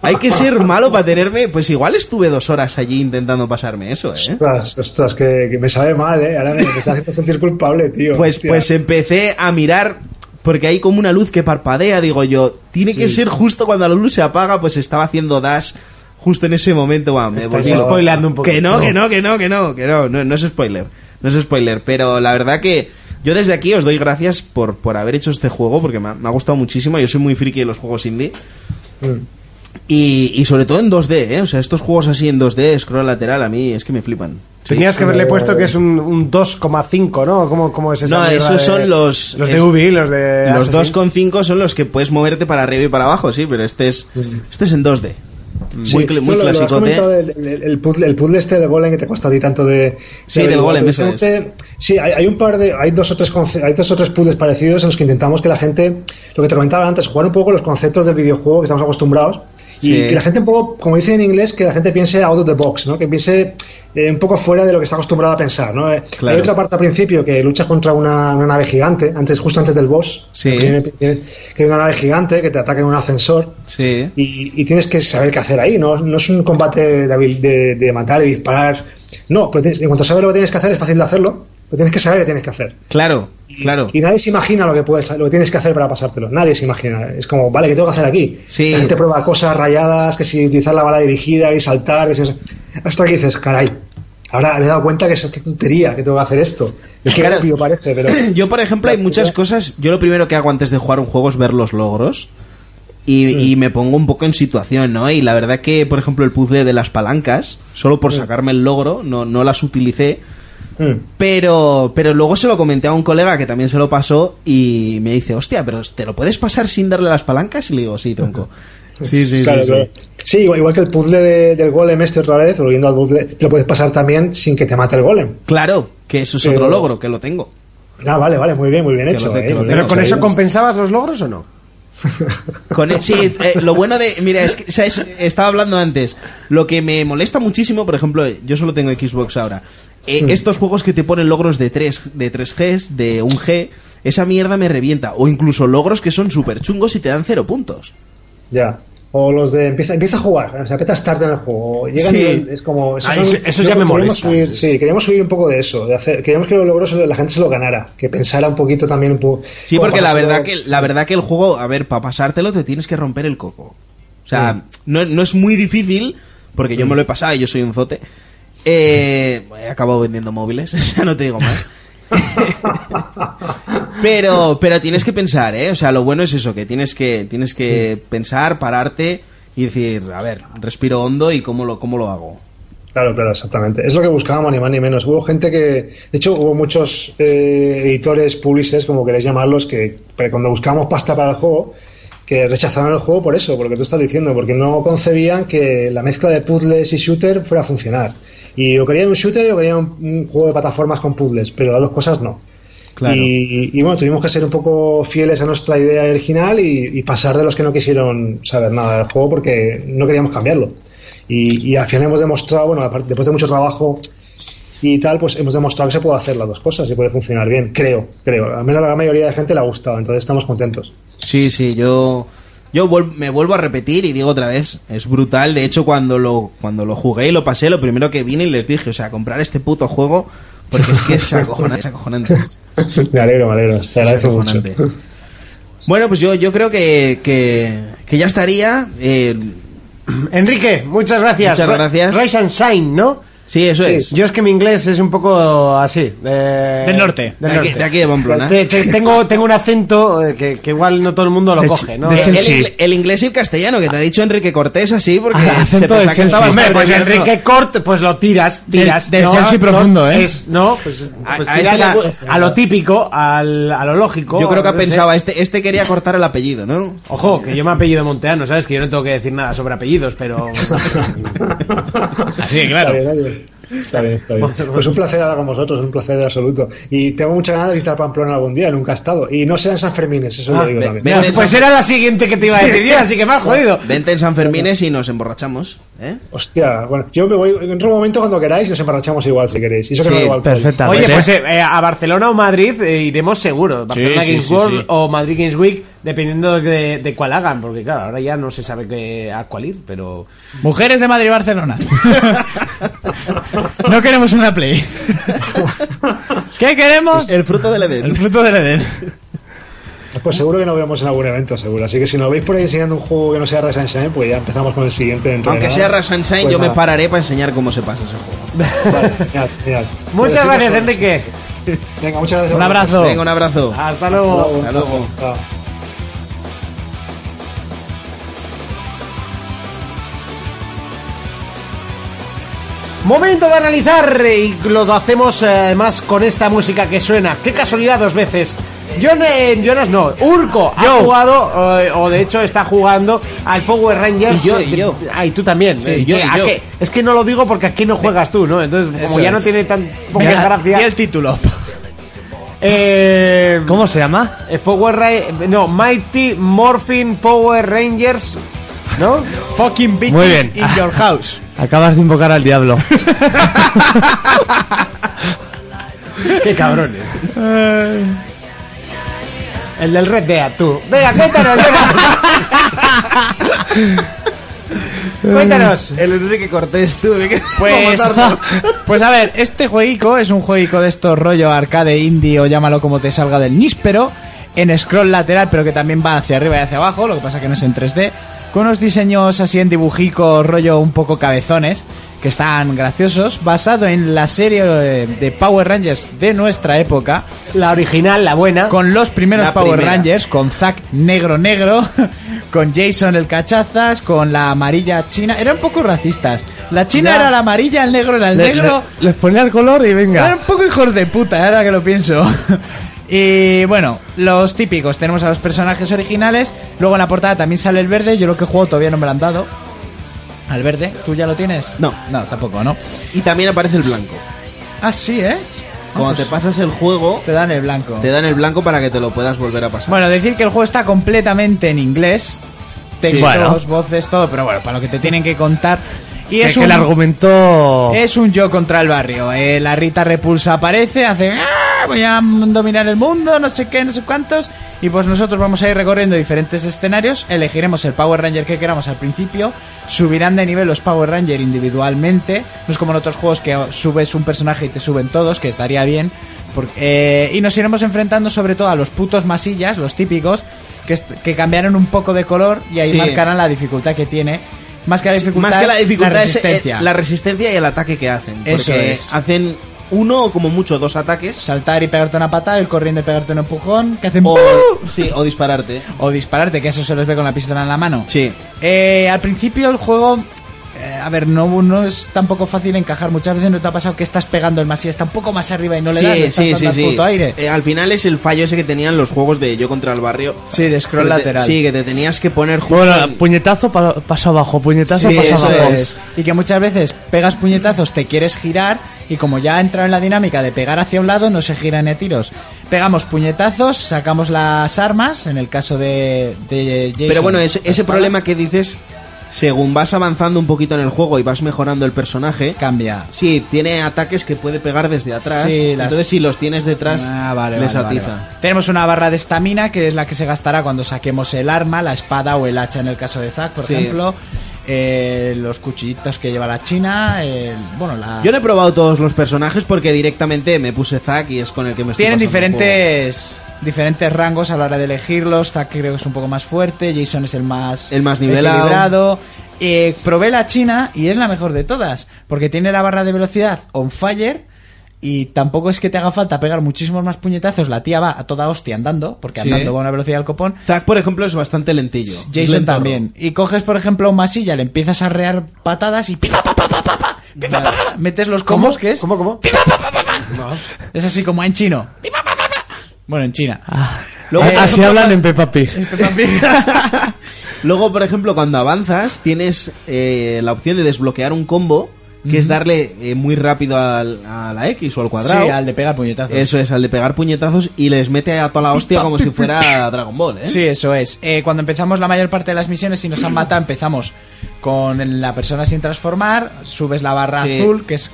Speaker 4: hay que ser malo para tenerme. Pues igual estuve dos horas allí intentando pasarme eso, ¿eh?
Speaker 11: Ostras, ostras, que, que me sabe mal, ¿eh? Ahora me, me estás haciendo sentir culpable, tío.
Speaker 4: Pues,
Speaker 11: Hostia.
Speaker 4: pues empecé a mirar, porque hay como una luz que parpadea, digo yo, tiene que ser justo cuando la luz se apaga, pues estaba haciendo dash justo en ese momento. Bueno, me
Speaker 6: Estáis
Speaker 4: volví-
Speaker 6: spoileando un poquito.
Speaker 4: Que no, que no, que no, que no, que no, no, no es spoiler, no es spoiler, pero la verdad que yo desde aquí os doy gracias por, por haber hecho este juego, porque me ha, me ha gustado muchísimo, yo soy muy friki de los juegos indie.
Speaker 11: Mm.
Speaker 4: Y, y sobre todo en 2D, ¿eh? O sea, estos juegos así en 2D, scroll lateral, a mí es que me flipan. Sí.
Speaker 6: Tenías que haberle puesto que es un, un 2,5, ¿no? ¿Cómo, cómo es esa
Speaker 4: No,
Speaker 6: mierda
Speaker 4: esos
Speaker 6: de-
Speaker 4: son los-
Speaker 6: Los de
Speaker 4: es-
Speaker 6: Ubi, los
Speaker 11: Eh,
Speaker 6: de.
Speaker 4: Los
Speaker 6: Assassin's?
Speaker 4: 2,5 son los que puedes moverte para arriba y para abajo, sí, pero este es, este es en 2D.
Speaker 11: Sí.
Speaker 4: Muy, cl- muy
Speaker 11: No, lo- lo has
Speaker 4: clasicote.
Speaker 11: comentado del- el, el puzzle, el puzzle este del golem que te cuesta a ti tanto de.
Speaker 4: Sí,
Speaker 11: de
Speaker 4: del
Speaker 11: averiguar.
Speaker 4: golem, ese
Speaker 11: Precisamente, Sí, hay, hay un par de. Hay dos, o tres conce- hay dos o tres puzzles parecidos en los que intentamos que la gente. Lo que te comentaba antes, jugar un poco con los conceptos del videojuego que estamos acostumbrados.
Speaker 4: Sí.
Speaker 11: Y que la gente un poco, como dice en inglés, que la gente piense out of the box, ¿no? Que piense eh, un poco fuera de lo que está acostumbrada a pensar, ¿no? Eh,
Speaker 4: Claro.
Speaker 11: Hay otra parte al principio que luchas contra una, una nave gigante, antes justo antes del boss.
Speaker 4: Sí.
Speaker 11: Que, viene- viene- que hay una nave gigante que te ataca en un ascensor
Speaker 4: Sí.
Speaker 11: y, y tienes que saber qué hacer ahí. No, no es un combate de, habil- de- de matar y disparar. No, pero tienes- en cuanto sabes lo que tienes que hacer, es fácil de hacerlo. Pero tienes que saber qué tienes que hacer.
Speaker 4: Claro, claro.
Speaker 11: Y nadie se imagina lo que puedes, lo que tienes que hacer para pasártelo. Nadie se imagina. Es como, vale, ¿qué tengo que hacer aquí?
Speaker 4: Sí.
Speaker 11: La gente prueba cosas rayadas, que si utilizar la bala dirigida, y saltar, que si no sé. Hasta que dices, caray, ahora me he dado cuenta que es esta tontería que tengo que hacer esto. Es que
Speaker 4: Claro.
Speaker 11: obvio parece, pero.
Speaker 4: Yo, por ejemplo, hay muchas cosas. Yo lo primero que hago antes de jugar un juego es ver los logros. y, y me pongo un poco en situación, ¿no? Y la verdad que, por ejemplo, el puzzle de las palancas, solo por sacarme el logro, no, no las utilicé.
Speaker 11: Mm.
Speaker 4: Pero, pero luego se lo comenté a un colega que también se lo pasó y me dice, hostia, pero ¿te lo puedes pasar sin darle las palancas? Y le digo, sí, tronco. Sí, sí,
Speaker 11: Claro,
Speaker 4: sí,
Speaker 11: claro.
Speaker 4: sí.
Speaker 11: Sí, igual, igual que el puzzle de- del golem este otra vez, volviendo al puzzle, te lo puedes pasar también sin que te mate el golem.
Speaker 4: Claro, que eso es otro
Speaker 11: Pero-
Speaker 4: logro, que lo tengo.
Speaker 11: Ah, vale, vale, muy bien, muy bien
Speaker 4: Que
Speaker 11: hecho.
Speaker 4: lo te-
Speaker 11: eh,
Speaker 4: que lo
Speaker 11: muy bien
Speaker 4: tengo,
Speaker 11: hecho.
Speaker 4: o sea,
Speaker 11: Ahí
Speaker 4: yo-
Speaker 11: vas.
Speaker 2: ¿Compensabas los logros o no?
Speaker 4: Con el- sí, eh, lo bueno de. Mira, es que, ¿sabes? Estaba hablando antes. Lo que me molesta muchísimo, por ejemplo, yo solo tengo Xbox ahora. Eh,
Speaker 11: Hmm.
Speaker 4: Estos juegos que te ponen logros de 3, de 3Gs, de 1G, esa mierda me revienta. O incluso logros que son súper chungos y te dan 0 puntos.
Speaker 11: Ya. O los de empieza, empieza a jugar, o sea, empieza tarde en el juego.
Speaker 4: Sí.
Speaker 11: Llega a nivel- es como. esos
Speaker 2: Ah,
Speaker 11: son-
Speaker 2: eso- eso
Speaker 11: yo-
Speaker 2: ya me
Speaker 11: queríamos
Speaker 2: molesta.
Speaker 11: subir- sí, queríamos subir un poco de eso. De hacer, queríamos que los logros la gente se lo ganara, que pensara un poquito también un poco.
Speaker 4: Sí,
Speaker 11: como
Speaker 4: porque
Speaker 11: para
Speaker 4: la verdad,
Speaker 11: hacerlo-
Speaker 4: que, la verdad que el juego, a ver, para pasártelo te tienes que romper el coco. O sea, no, no es muy difícil, porque yo me lo he pasado y yo soy un zote. Eh, he acabado vendiendo móviles, ya no te digo más. pero, pero tienes que pensar, ¿eh? O sea, lo bueno es eso, que tienes que, tienes que pensar, pararte y decir, a ver, respiro hondo y cómo lo, cómo lo hago.
Speaker 11: Claro, claro, exactamente. Es lo que buscábamos, ni más ni menos. Hubo gente que, de hecho, hubo muchos eh, editores, publishers, como queréis llamarlos, que pre- cuando buscábamos pasta para el juego, que rechazaban el juego por eso, por lo que tú estás diciendo, porque no concebían que la mezcla de puzzles y shooter fuera a funcionar. Y o querían un shooter o querían un, un juego de plataformas con puzzles, pero las dos cosas no.
Speaker 4: Claro.
Speaker 11: Y, y bueno, tuvimos que ser un poco fieles a nuestra idea original y, y pasar de los que no quisieron saber nada del juego porque no queríamos cambiarlo. Y, y al final hemos demostrado, bueno, aparte- después de mucho trabajo y tal, pues hemos demostrado que se puede hacer las dos cosas y puede funcionar bien, creo, creo. Al menos a la gran mayoría de gente le ha gustado, entonces estamos contentos.
Speaker 4: Sí, sí, yo yo vuel- me vuelvo a repetir y digo otra vez, es brutal. De hecho, cuando lo cuando lo jugué y lo pasé, lo primero que vine y les dije, o sea, comprar este puto juego porque es que es acojonante, es acojonante.
Speaker 11: me alegro, me alegro, se agradece mucho.
Speaker 4: acojonante. Bueno, pues yo yo creo que que, que ya estaría eh,
Speaker 2: Enrique, muchas gracias.
Speaker 4: Muchas
Speaker 2: Ro-
Speaker 4: gracias.
Speaker 2: Rise and Shine, ¿no?
Speaker 4: Sí, eso
Speaker 2: Sí.
Speaker 4: es.
Speaker 2: Yo es que mi inglés es un poco así. eh,
Speaker 3: Del norte.
Speaker 4: De aquí, de aquí de Pamplona.
Speaker 2: Te- te- tengo, tengo un acento eh, que, que igual no todo el mundo lo
Speaker 5: De
Speaker 2: coge, ¿no?
Speaker 5: de
Speaker 4: Eh,
Speaker 2: Eh,
Speaker 4: el,
Speaker 5: Chelsea.
Speaker 4: ingle- el inglés y el castellano, que te ha dicho Enrique Cortés así, porque
Speaker 5: Ah, acento
Speaker 4: se
Speaker 5: de
Speaker 4: pensaba que
Speaker 5: Chelsea.
Speaker 4: estabas
Speaker 2: Hombre, pues
Speaker 4: abreviando.
Speaker 2: Enrique Cort, pues lo tiras, tiras.
Speaker 5: Del- del Chelsea profundo, ¿eh?
Speaker 2: es- no, pues,
Speaker 4: A-
Speaker 2: pues
Speaker 4: a
Speaker 2: tiras
Speaker 4: este
Speaker 2: a,
Speaker 4: le gu-
Speaker 2: a lo típico, al- a lo lógico.
Speaker 4: Yo creo que
Speaker 2: a-
Speaker 4: ha
Speaker 3: ¿eh?
Speaker 2: no sé.
Speaker 4: pensado, este, este quería cortar el apellido, ¿no?
Speaker 2: Ojo, que yo me apellido Monteano, ¿sabes? Que yo no tengo que decir nada sobre apellidos, pero...
Speaker 3: Así, claro.
Speaker 11: Está bien, está bien. Está bien, está bien. Pues un placer hablar con vosotros, un placer absoluto. Y tengo muchas ganas de visitar Pamplona algún día, nunca he estado. Y no sean San Fermines, eso lo digo
Speaker 4: ve-
Speaker 11: también.
Speaker 4: ve-
Speaker 2: Pues, pues era la siguiente que te iba a decir yo, así que me has jodido.
Speaker 4: Vente en San Fermines y nos emborrachamos, ¿eh?
Speaker 11: Hostia, bueno, yo me voy en otro momento cuando queráis y os emborrachamos igual si queréis. Y eso que
Speaker 4: Sí,
Speaker 11: no bebo alcohol.
Speaker 5: perfectamente.
Speaker 2: Oye, pues eh, eh, a Barcelona o Madrid eh, iremos seguro. Barcelona
Speaker 3: sí,
Speaker 2: Games
Speaker 3: sí,
Speaker 2: World
Speaker 3: sí.
Speaker 2: o Madrid Games Week, dependiendo de, de cuál hagan, porque claro, ahora ya no se sabe qué- a cuál ir, pero...
Speaker 3: Mujeres de Madrid y Barcelona. no queremos una play. ¿Qué queremos?
Speaker 4: El fruto del
Speaker 3: El
Speaker 4: Edén.
Speaker 3: fruto del Edén.
Speaker 11: Pues seguro que nos vemos en algún evento, seguro. Así que si nos veis por ahí enseñando un juego que no sea Rise and Shine, pues ya empezamos con el siguiente. dentro de
Speaker 4: Aunque
Speaker 11: nada.
Speaker 4: sea Rasan Shine,
Speaker 11: Pues
Speaker 4: yo me
Speaker 11: nada.
Speaker 4: pararé para enseñar cómo se pasa ese juego.
Speaker 11: Vale, genial, genial. Pues
Speaker 2: Muchas
Speaker 11: decimos
Speaker 2: gracias,
Speaker 11: eso.
Speaker 2: Enrique.
Speaker 11: Venga, muchas gracias.
Speaker 3: Un abrazo.
Speaker 4: Venga, un abrazo.
Speaker 2: Hasta luego.
Speaker 4: Hasta luego.
Speaker 11: Chao.
Speaker 2: Momento de analizar eh, y lo hacemos eh, además con esta música que suena. Qué casualidad dos veces. John, eh, Jonas no, Urco ha jugado eh, o de hecho está jugando al Power Rangers.
Speaker 4: Y yo, y yo.
Speaker 2: Ah, y tú también.
Speaker 4: Sí,
Speaker 2: Eh,
Speaker 4: y yo,
Speaker 2: que-
Speaker 4: y
Speaker 2: ¿a
Speaker 4: yo.
Speaker 2: qué? Es que no lo digo porque aquí no juegas tú, ¿no? Entonces, como
Speaker 4: Eso
Speaker 2: ya no
Speaker 4: es.
Speaker 2: tiene tan poca
Speaker 3: Mira,
Speaker 2: gracia.
Speaker 3: Y el título.
Speaker 2: eh,
Speaker 5: ¿Cómo se llama?
Speaker 2: eh, Power Ra- no, Mighty Morphin Power Rangers, ¿no?
Speaker 3: Fucking bitches
Speaker 5: Muy bien.
Speaker 3: in your house.
Speaker 5: Acabas de invocar al diablo.
Speaker 2: Qué cabrones. El del Red Dead, tú. Venga, cuéntanos, Jonas. cuéntanos.
Speaker 4: El Enrique Cortés, tú. ¿de qué?
Speaker 3: Pues,
Speaker 4: Vamos a matarlo.
Speaker 3: pues a ver, este jueguico es un jueguico de estos rollo arcade indie o llámalo como te salga del níspero, en scroll lateral, pero que también va hacia arriba y hacia abajo, lo que pasa que no es en 3D, con unos diseños así en dibujicos, rollo un poco cabezones, que están graciosos, basado en la serie eh, de Power Rangers de nuestra época,
Speaker 2: La original, la buena.
Speaker 3: con los primeros
Speaker 4: La
Speaker 3: Power
Speaker 4: primera.
Speaker 3: Rangers, con Zack Negro Negro, con Jason el cachazas, con la amarilla china. Eran un poco racistas. La china
Speaker 5: Ya.
Speaker 3: era la amarilla, el negro era el
Speaker 5: Le-
Speaker 3: negro.
Speaker 5: le- les ponía el color y venga.
Speaker 3: Eran un poco hijos de puta, eh, ahora que lo pienso. Y bueno, los típicos, tenemos a los personajes originales, luego en la portada también sale el verde, yo lo que juego todavía no me lo han dado. Al verde, ¿tú ya lo tienes?
Speaker 4: No.
Speaker 3: No, tampoco, ¿no?
Speaker 4: Y también aparece el blanco.
Speaker 3: Ah, sí, ¿eh?
Speaker 4: Cuando te pasas el juego,
Speaker 3: Te dan el blanco.
Speaker 4: te dan el blanco para que te lo puedas volver a pasar.
Speaker 3: Bueno, decir que el juego está completamente en inglés. Textos,
Speaker 5: Bueno.
Speaker 3: voces, todo, pero bueno, para lo que te tienen que contar. Y
Speaker 5: Que-
Speaker 3: es
Speaker 5: que
Speaker 3: un, Eh,
Speaker 5: el argumento...
Speaker 3: es un yo contra el barrio. Eh, la Rita Repulsa aparece, hace... "Ah, Voy a dominar el mundo, no sé qué, no sé cuántos. Y pues nosotros vamos a ir recorriendo diferentes escenarios. Elegiremos el Power Ranger que queramos al principio. Subirán de nivel los Power Ranger individualmente. No es como en otros juegos que subes un personaje y te suben todos, que estaría bien. Porque, eh, y nos iremos enfrentando sobre todo a los putos masillas, los típicos, que, est- que cambiaron un poco de color y ahí
Speaker 4: Sí.
Speaker 3: marcarán la dificultad que tiene. Más que la dificultad,
Speaker 4: Más que la
Speaker 3: es
Speaker 4: dificultad es, eh,
Speaker 3: resistencia.
Speaker 4: la resistencia y el ataque que hacen. Porque
Speaker 3: Eso es.
Speaker 4: hacen uno o como mucho dos ataques
Speaker 3: saltar y pegarte una patada, el corriendo y pegarte un empujón, que hacen
Speaker 4: o,
Speaker 3: ¡bu!
Speaker 4: sí, o dispararte.
Speaker 3: o dispararte, que eso se los ve con la pistola en la mano.
Speaker 4: Sí.
Speaker 3: Eh, al principio el juego, eh, a ver, no, no es tampoco fácil encajar. Muchas veces no te ha pasado que estás pegando el masía, está un poco más arriba y no le das, le estás dando al puto aire.
Speaker 4: Eh, al final es el fallo ese que tenían los juegos de Yo contra el barrio.
Speaker 3: Sí, de scroll
Speaker 4: Que te-
Speaker 3: lateral.
Speaker 4: Sí, que te tenías que poner justo
Speaker 5: Bueno,
Speaker 4: en-
Speaker 5: puñetazo, pa- paso abajo, puñetazo,
Speaker 4: Sí,
Speaker 5: paso
Speaker 4: eso
Speaker 5: abajo.
Speaker 4: es.
Speaker 3: Y que muchas veces pegas puñetazos, te quieres girar y como ya ha entrado en la dinámica de pegar hacia un lado, no se giran de tiros. Pegamos puñetazos, sacamos las armas, en el caso de, de Jason.
Speaker 4: Pero bueno, ese,
Speaker 3: la
Speaker 4: ese
Speaker 3: espada,
Speaker 4: problema que dices, según vas avanzando un poquito en el juego y vas mejorando el personaje,
Speaker 3: cambia.
Speaker 4: sí, tiene ataques que puede pegar desde atrás.
Speaker 3: Sí, las-
Speaker 4: Entonces, si los tienes detrás,
Speaker 3: Ah, vale,
Speaker 4: les
Speaker 3: vale,
Speaker 4: atiza.
Speaker 3: vale, vale. Tenemos una barra de estamina que es la que se gastará cuando saquemos el arma, la espada o el hacha en el caso de Zack, por
Speaker 4: Sí.
Speaker 3: ejemplo. Eh, los cuchillitos que lleva la China. el- bueno, la...
Speaker 4: Yo no he probado todos los personajes porque directamente me puse Zack y es con el que me estoy
Speaker 3: Tienen
Speaker 4: pasando el
Speaker 3: diferentes diferentes rangos a la hora de elegirlos. Zack creo que es un poco más fuerte, Jason es el más
Speaker 4: El más nivelado.
Speaker 3: equilibrado. Eh, probé la china y es la mejor de todas, porque tiene la barra de velocidad on fire y tampoco es que te haga falta pegar muchísimos más puñetazos. La tía va a toda hostia andando, porque
Speaker 4: Sí.
Speaker 3: andando va a una velocidad del copón.
Speaker 4: juego. Zack, por ejemplo, es bastante lentillo. es
Speaker 3: Jason
Speaker 4: lentorro.
Speaker 3: también. Y coges, por ejemplo, un masilla, le empiezas a rear patadas y... pi, pa, pa, pa, pa, pa, pa, pi, pa, pa, pa. Metes los combos, que es...
Speaker 6: ¿Cómo, cómo?
Speaker 3: Es así como en chino. Pi, pa, pa, pa, pa. Bueno, en China.
Speaker 4: Luego,
Speaker 3: Eh,
Speaker 5: Ah, Así hablan en Peppa Pig.
Speaker 4: Luego, por ejemplo, cuando avanzas, tienes eh, la opción de desbloquear un combo, que es darle eh, muy rápido al- a la X o al cuadrado.
Speaker 3: Sí, al de pegar puñetazos.
Speaker 4: Eso es, al de pegar puñetazos y les mete a toda la hostia como si fuera Dragon Ball, ¿eh?
Speaker 3: Sí, eso es. Eh, cuando empezamos la mayor parte de las misiones y nos han matado, empezamos con la persona sin transformar, subes la barra
Speaker 4: Sí.
Speaker 3: azul, que es...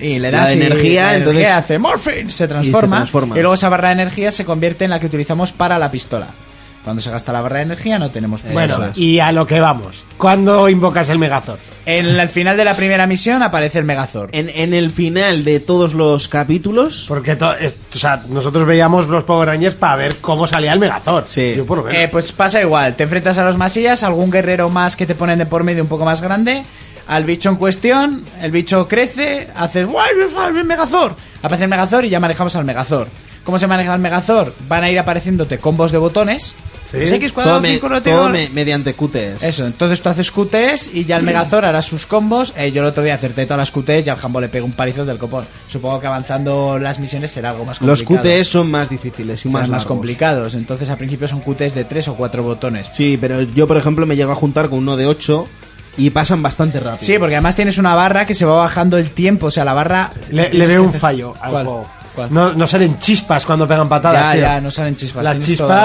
Speaker 3: Y le
Speaker 4: La
Speaker 3: das
Speaker 4: de
Speaker 3: y
Speaker 4: energía,
Speaker 3: la
Speaker 4: entonces-
Speaker 3: energía hace morphine, se transforma, y
Speaker 4: transforma.
Speaker 3: luego esa barra de energía se convierte en la que utilizamos para la pistola. Cuando se gasta la barra de energía no tenemos pistolas.
Speaker 6: Bueno, y a lo que vamos. ¿Cuándo invocas el Megazord?
Speaker 3: En el final de la primera misión aparece el Megazord.
Speaker 4: En, en el final de todos los capítulos,
Speaker 6: Porque to- es- o sea, nosotros veíamos los Power Rangers para ver cómo salía el Megazord.
Speaker 4: Sí.
Speaker 6: Yo por lo menos.
Speaker 3: Eh, pues pasa igual, te enfrentas a los masillas, algún guerrero más que te ponen de por medio un poco más grande, al bicho en cuestión, el bicho crece, haces ¡Guay, guay, el Megazord! Aparece el Megazord y ya manejamos al Megazord. ¿Cómo se maneja el Megazord? Van a ir apareciéndote combos de botones. Pues X cuadrado,
Speaker 4: todo, me-
Speaker 3: cinco, no
Speaker 4: todo
Speaker 3: tengo-
Speaker 4: me- mediante QTEs.
Speaker 3: Eso, entonces tú haces QTs y ya el Megazord hará sus combos. Eh, yo el otro día acerté todas las QTs y al jambo le pego un palizo del copón. Supongo que avanzando las misiones será algo más
Speaker 4: Los
Speaker 3: complicado.
Speaker 4: QTEs son más difíciles y
Speaker 3: más,
Speaker 4: más,
Speaker 3: más
Speaker 4: largos.
Speaker 3: complicados. Entonces al principio son QTs de tres o cuatro botones.
Speaker 4: Sí, pero yo, por ejemplo, me llego a juntar con uno de 8 y pasan bastante rápido.
Speaker 3: Sí, porque además tienes una barra que se va bajando el tiempo, o sea, la barra...
Speaker 6: le, le
Speaker 3: tienes
Speaker 6: veo
Speaker 3: que
Speaker 6: un
Speaker 3: hacer-
Speaker 6: fallo al
Speaker 3: ¿Cuál?
Speaker 6: juego.
Speaker 3: ¿Cuál?
Speaker 6: No, no salen chispas cuando pegan patadas.
Speaker 3: ya,
Speaker 6: tío.
Speaker 3: ya, no salen chispas.
Speaker 6: Las
Speaker 3: tienes toda la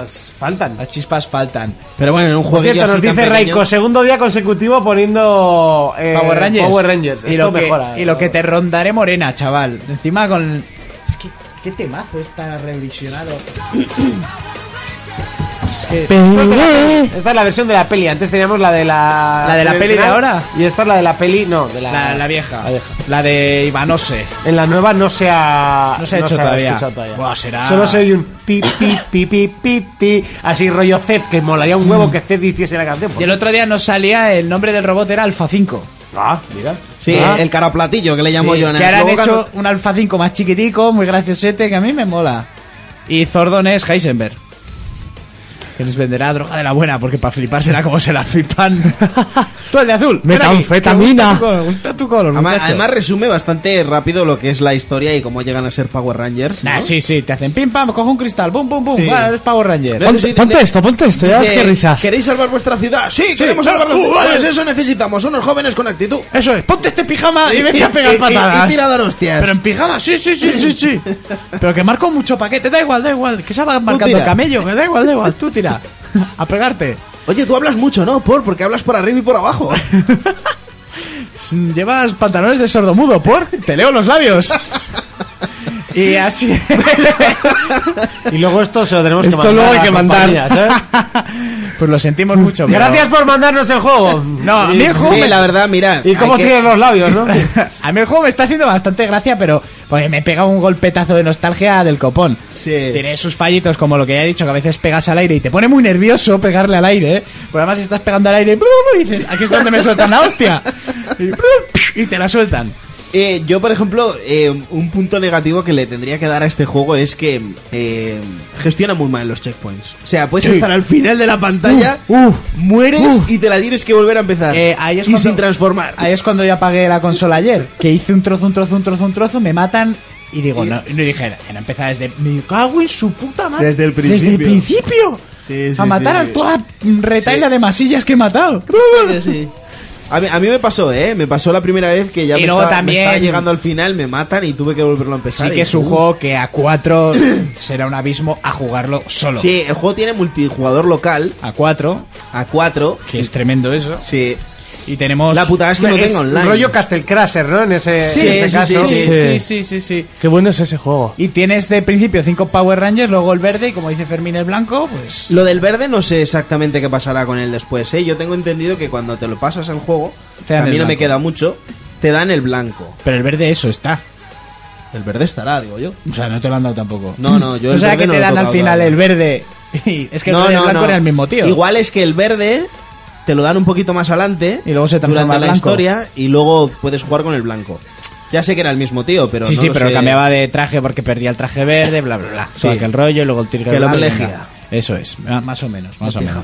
Speaker 3: razón.
Speaker 6: chispas faltan.
Speaker 3: Las chispas faltan.
Speaker 4: Pero bueno, en un
Speaker 6: Por
Speaker 4: jueguillo
Speaker 6: cierto,
Speaker 4: así
Speaker 6: nos
Speaker 4: tan
Speaker 6: dice
Speaker 4: pequeño-
Speaker 6: Raiko, segundo día consecutivo poniendo eh,
Speaker 3: Power Rangers.
Speaker 6: Power Rangers.
Speaker 3: Y
Speaker 6: Esto eh.
Speaker 3: lo, que,
Speaker 6: mejora.
Speaker 3: y lo que te rondaré morena, chaval. Encima con... Es que... ¿Qué temazo está revisionado? Es que-
Speaker 6: Esta es la versión de la peli. Antes teníamos la de la.
Speaker 3: ¿La de la
Speaker 6: original,
Speaker 3: peli de ahora?
Speaker 6: Y esta es la de la peli, no, de la.
Speaker 3: La, la vieja.
Speaker 6: La vieja.
Speaker 3: La de Ivanose.
Speaker 6: En la nueva no se ha.
Speaker 3: No se ha hecho todavía.
Speaker 6: escuchado todavía.
Speaker 3: Buah, será-
Speaker 6: Solo se oye un pi, pi, pi, pi, pi, pi. Así rollo Zed, que molaría un huevo que Zed hiciese la canción.
Speaker 3: Mm. Y el otro día nos salía el nombre del robot era Alfa 5.
Speaker 6: Ah, mira.
Speaker 4: Sí,
Speaker 6: Ah.
Speaker 4: el caraplatillo que le llamo
Speaker 3: Sí,
Speaker 4: yo. en
Speaker 3: que
Speaker 4: el-
Speaker 3: ahora han
Speaker 4: Luego
Speaker 3: hecho
Speaker 4: cuando-
Speaker 3: un Alfa 5 más chiquitico, muy graciosete, que a mí me mola. Y Zordon es Heisenberg. que les venderá droga de la buena, porque para flipar será como se la flipan. Tú el de azul. ven aquí,
Speaker 5: Metanfetamina.
Speaker 3: que me gusta tu color, me gusta tu color,
Speaker 4: Además,
Speaker 3: muchacho.
Speaker 4: además resume bastante rápido lo que es la historia y cómo llegan a ser Power Rangers.
Speaker 3: Nah,
Speaker 4: ¿no?
Speaker 3: sí, sí, te hacen pim pam, coge un cristal, pum pum pum,
Speaker 4: Sí.
Speaker 3: va, eres Power Ranger.
Speaker 4: Pero
Speaker 5: Ponte,
Speaker 4: sí,
Speaker 5: ponte
Speaker 4: de-
Speaker 5: esto, ponte esto, ya
Speaker 4: Dice,
Speaker 5: qué risas.
Speaker 4: ¿Queréis salvar vuestra ciudad? Sí, queremos salvarla. Uh, pues eso necesitamos, unos jóvenes con actitud.
Speaker 3: Eso es, ponte este pijama y vete a
Speaker 4: Ah, Y-
Speaker 3: pegar
Speaker 4: y- Y
Speaker 3: patadas.
Speaker 4: tira a dar hostias.
Speaker 3: Pero en pijama, sí, sí, sí, sí, sí. Pero que marco mucho paquete, da igual, da igual, que se va marcando
Speaker 4: tira.
Speaker 3: el camello, que da igual, da igual, tú tira. A pegarte.
Speaker 4: Oye, tú hablas mucho, ¿no? Por, porque hablas por arriba y por abajo.
Speaker 3: Llevas pantalones de sordomudo, por. Te leo los labios. Y así.
Speaker 2: Y luego esto se lo tenemos que
Speaker 5: Esto
Speaker 2: mandar.
Speaker 5: luego hay
Speaker 2: a
Speaker 5: que
Speaker 2: las
Speaker 5: mandar.
Speaker 2: compañías, ¿eh?
Speaker 3: Pues lo sentimos mucho. pero-
Speaker 2: Gracias por mandarnos el juego.
Speaker 3: No, a mí el juego
Speaker 4: sí,
Speaker 3: me-
Speaker 4: la verdad, mira.
Speaker 2: ¿Y cómo
Speaker 4: hay que-
Speaker 2: tienes los labios, no?
Speaker 3: A mí el juego me está haciendo bastante gracia, pero porque me pega un golpetazo de nostalgia del copón.
Speaker 4: Sí.
Speaker 3: Tiene sus fallitos, como lo que ya he dicho, que a veces pegas al aire y te pone muy nervioso pegarle al aire. ¿eh? Porque además si estás pegando al aire y dices, aquí es donde me sueltan la hostia. Y, y te la sueltan.
Speaker 4: Eh, yo, por ejemplo, eh, un punto negativo que le tendría que dar a este juego es que eh, gestiona muy mal los checkpoints. O sea, puedes estar al final de la pantalla, mueres y te la tienes que volver a empezar.
Speaker 3: Eh, ahí es
Speaker 4: y
Speaker 3: cuando-
Speaker 4: sin transformar.
Speaker 3: Ahí es cuando yo apagué la consola ayer, que hice un trozo, un trozo, un trozo, un trozo, me matan y digo, no, y dije, no empezar desde. Me cago en su puta madre.
Speaker 4: Desde el
Speaker 3: Desde el
Speaker 4: principio.
Speaker 3: principio.
Speaker 4: Sí, sí,
Speaker 3: a matar
Speaker 4: sí.
Speaker 3: a toda retaila de masillas que he matado.
Speaker 4: A mí, a mí me pasó, ¿eh? Me pasó la primera vez que ya
Speaker 3: Y
Speaker 4: me,
Speaker 3: luego
Speaker 4: estaba, me
Speaker 3: también-
Speaker 4: estaba llegando al final, me matan y tuve que volverlo a empezar.
Speaker 3: Sí
Speaker 4: y-
Speaker 3: que es un
Speaker 4: Uh.
Speaker 3: juego que a 4 será un abismo a jugarlo solo.
Speaker 4: Sí, el juego tiene multijugador local
Speaker 3: A 4,
Speaker 4: a cuatro.
Speaker 3: que es tremendo eso.
Speaker 4: Sí.
Speaker 3: Y tenemos...
Speaker 4: La putada es que no
Speaker 2: Es
Speaker 4: tenga online.
Speaker 2: rollo Castle Crasher, ¿no? En ese,
Speaker 4: Sí,
Speaker 2: en ese
Speaker 4: sí,
Speaker 2: caso.
Speaker 3: Sí,
Speaker 4: sí,
Speaker 3: sí,
Speaker 5: Sí.
Speaker 3: sí, sí, sí.
Speaker 5: Qué bueno es ese juego.
Speaker 3: Y tienes de principio 5 Power Rangers, luego el verde y como dice Fermín el blanco, pues...
Speaker 4: Lo del verde no sé exactamente qué pasará con él después, ¿eh? Yo tengo entendido que cuando te lo pasas al juego,
Speaker 3: Te dan
Speaker 4: a mí
Speaker 3: el
Speaker 4: no me
Speaker 3: blanco.
Speaker 4: queda mucho, te dan el blanco.
Speaker 3: Pero el verde eso está.
Speaker 4: El verde estará, digo yo.
Speaker 3: O sea, no te lo han dado tampoco.
Speaker 4: No, no, yo
Speaker 3: O
Speaker 4: el
Speaker 3: sea,
Speaker 4: verde
Speaker 3: que
Speaker 4: no
Speaker 3: te
Speaker 4: lo he
Speaker 3: dan al
Speaker 4: tocado
Speaker 3: final
Speaker 4: todavía.
Speaker 3: el verde. Y es que el,
Speaker 4: no,
Speaker 3: verde y el
Speaker 4: no,
Speaker 3: blanco
Speaker 4: no.
Speaker 3: era el mismo tío.
Speaker 4: Igual es que el verde te lo dan un poquito más adelante
Speaker 3: Y luego se transforma
Speaker 4: durante
Speaker 3: en
Speaker 4: la
Speaker 3: blanco.
Speaker 4: historia y luego puedes jugar con el blanco. Ya sé que era el mismo tío, pero
Speaker 3: sí,
Speaker 4: no
Speaker 3: sí,
Speaker 4: lo
Speaker 3: pero
Speaker 4: sé.
Speaker 3: cambiaba de traje porque perdía el traje verde, bla, bla, bla.
Speaker 4: Sí.
Speaker 3: Todo aquel rollo y luego el tigre
Speaker 4: Que lo
Speaker 3: blanco y
Speaker 4: elegía.
Speaker 3: venga. Eso es, ma- más o menos, más o menos.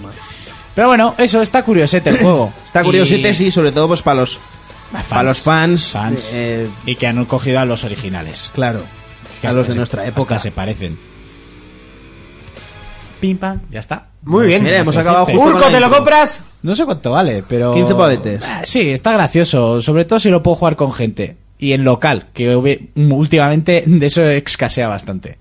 Speaker 3: Pero bueno, eso, está curiosete el juego.
Speaker 4: Está curiosito,
Speaker 3: Y-
Speaker 4: sí, sobre todo pues para los
Speaker 3: Ah, fans.
Speaker 4: para los fans,
Speaker 3: Fans.
Speaker 4: eh,
Speaker 3: Y que han cogido a los originales.
Speaker 4: claro,
Speaker 3: Que
Speaker 4: a
Speaker 3: hasta
Speaker 4: los de
Speaker 3: se-
Speaker 4: nuestra
Speaker 3: hasta
Speaker 4: época.
Speaker 3: se parecen. Pim pam, ya está.
Speaker 2: Muy bien.
Speaker 4: Mira, hemos acabado
Speaker 3: decirte.
Speaker 4: justo con
Speaker 2: Urco,
Speaker 4: la
Speaker 2: ¿te lo
Speaker 4: intro.
Speaker 2: compras?
Speaker 3: No sé cuánto vale, pero...
Speaker 4: 15 pavetes.
Speaker 3: Ah, sí, está gracioso, sobre todo si lo puedo jugar con gente. Y en local, que hube- últimamente de eso escasea bastante.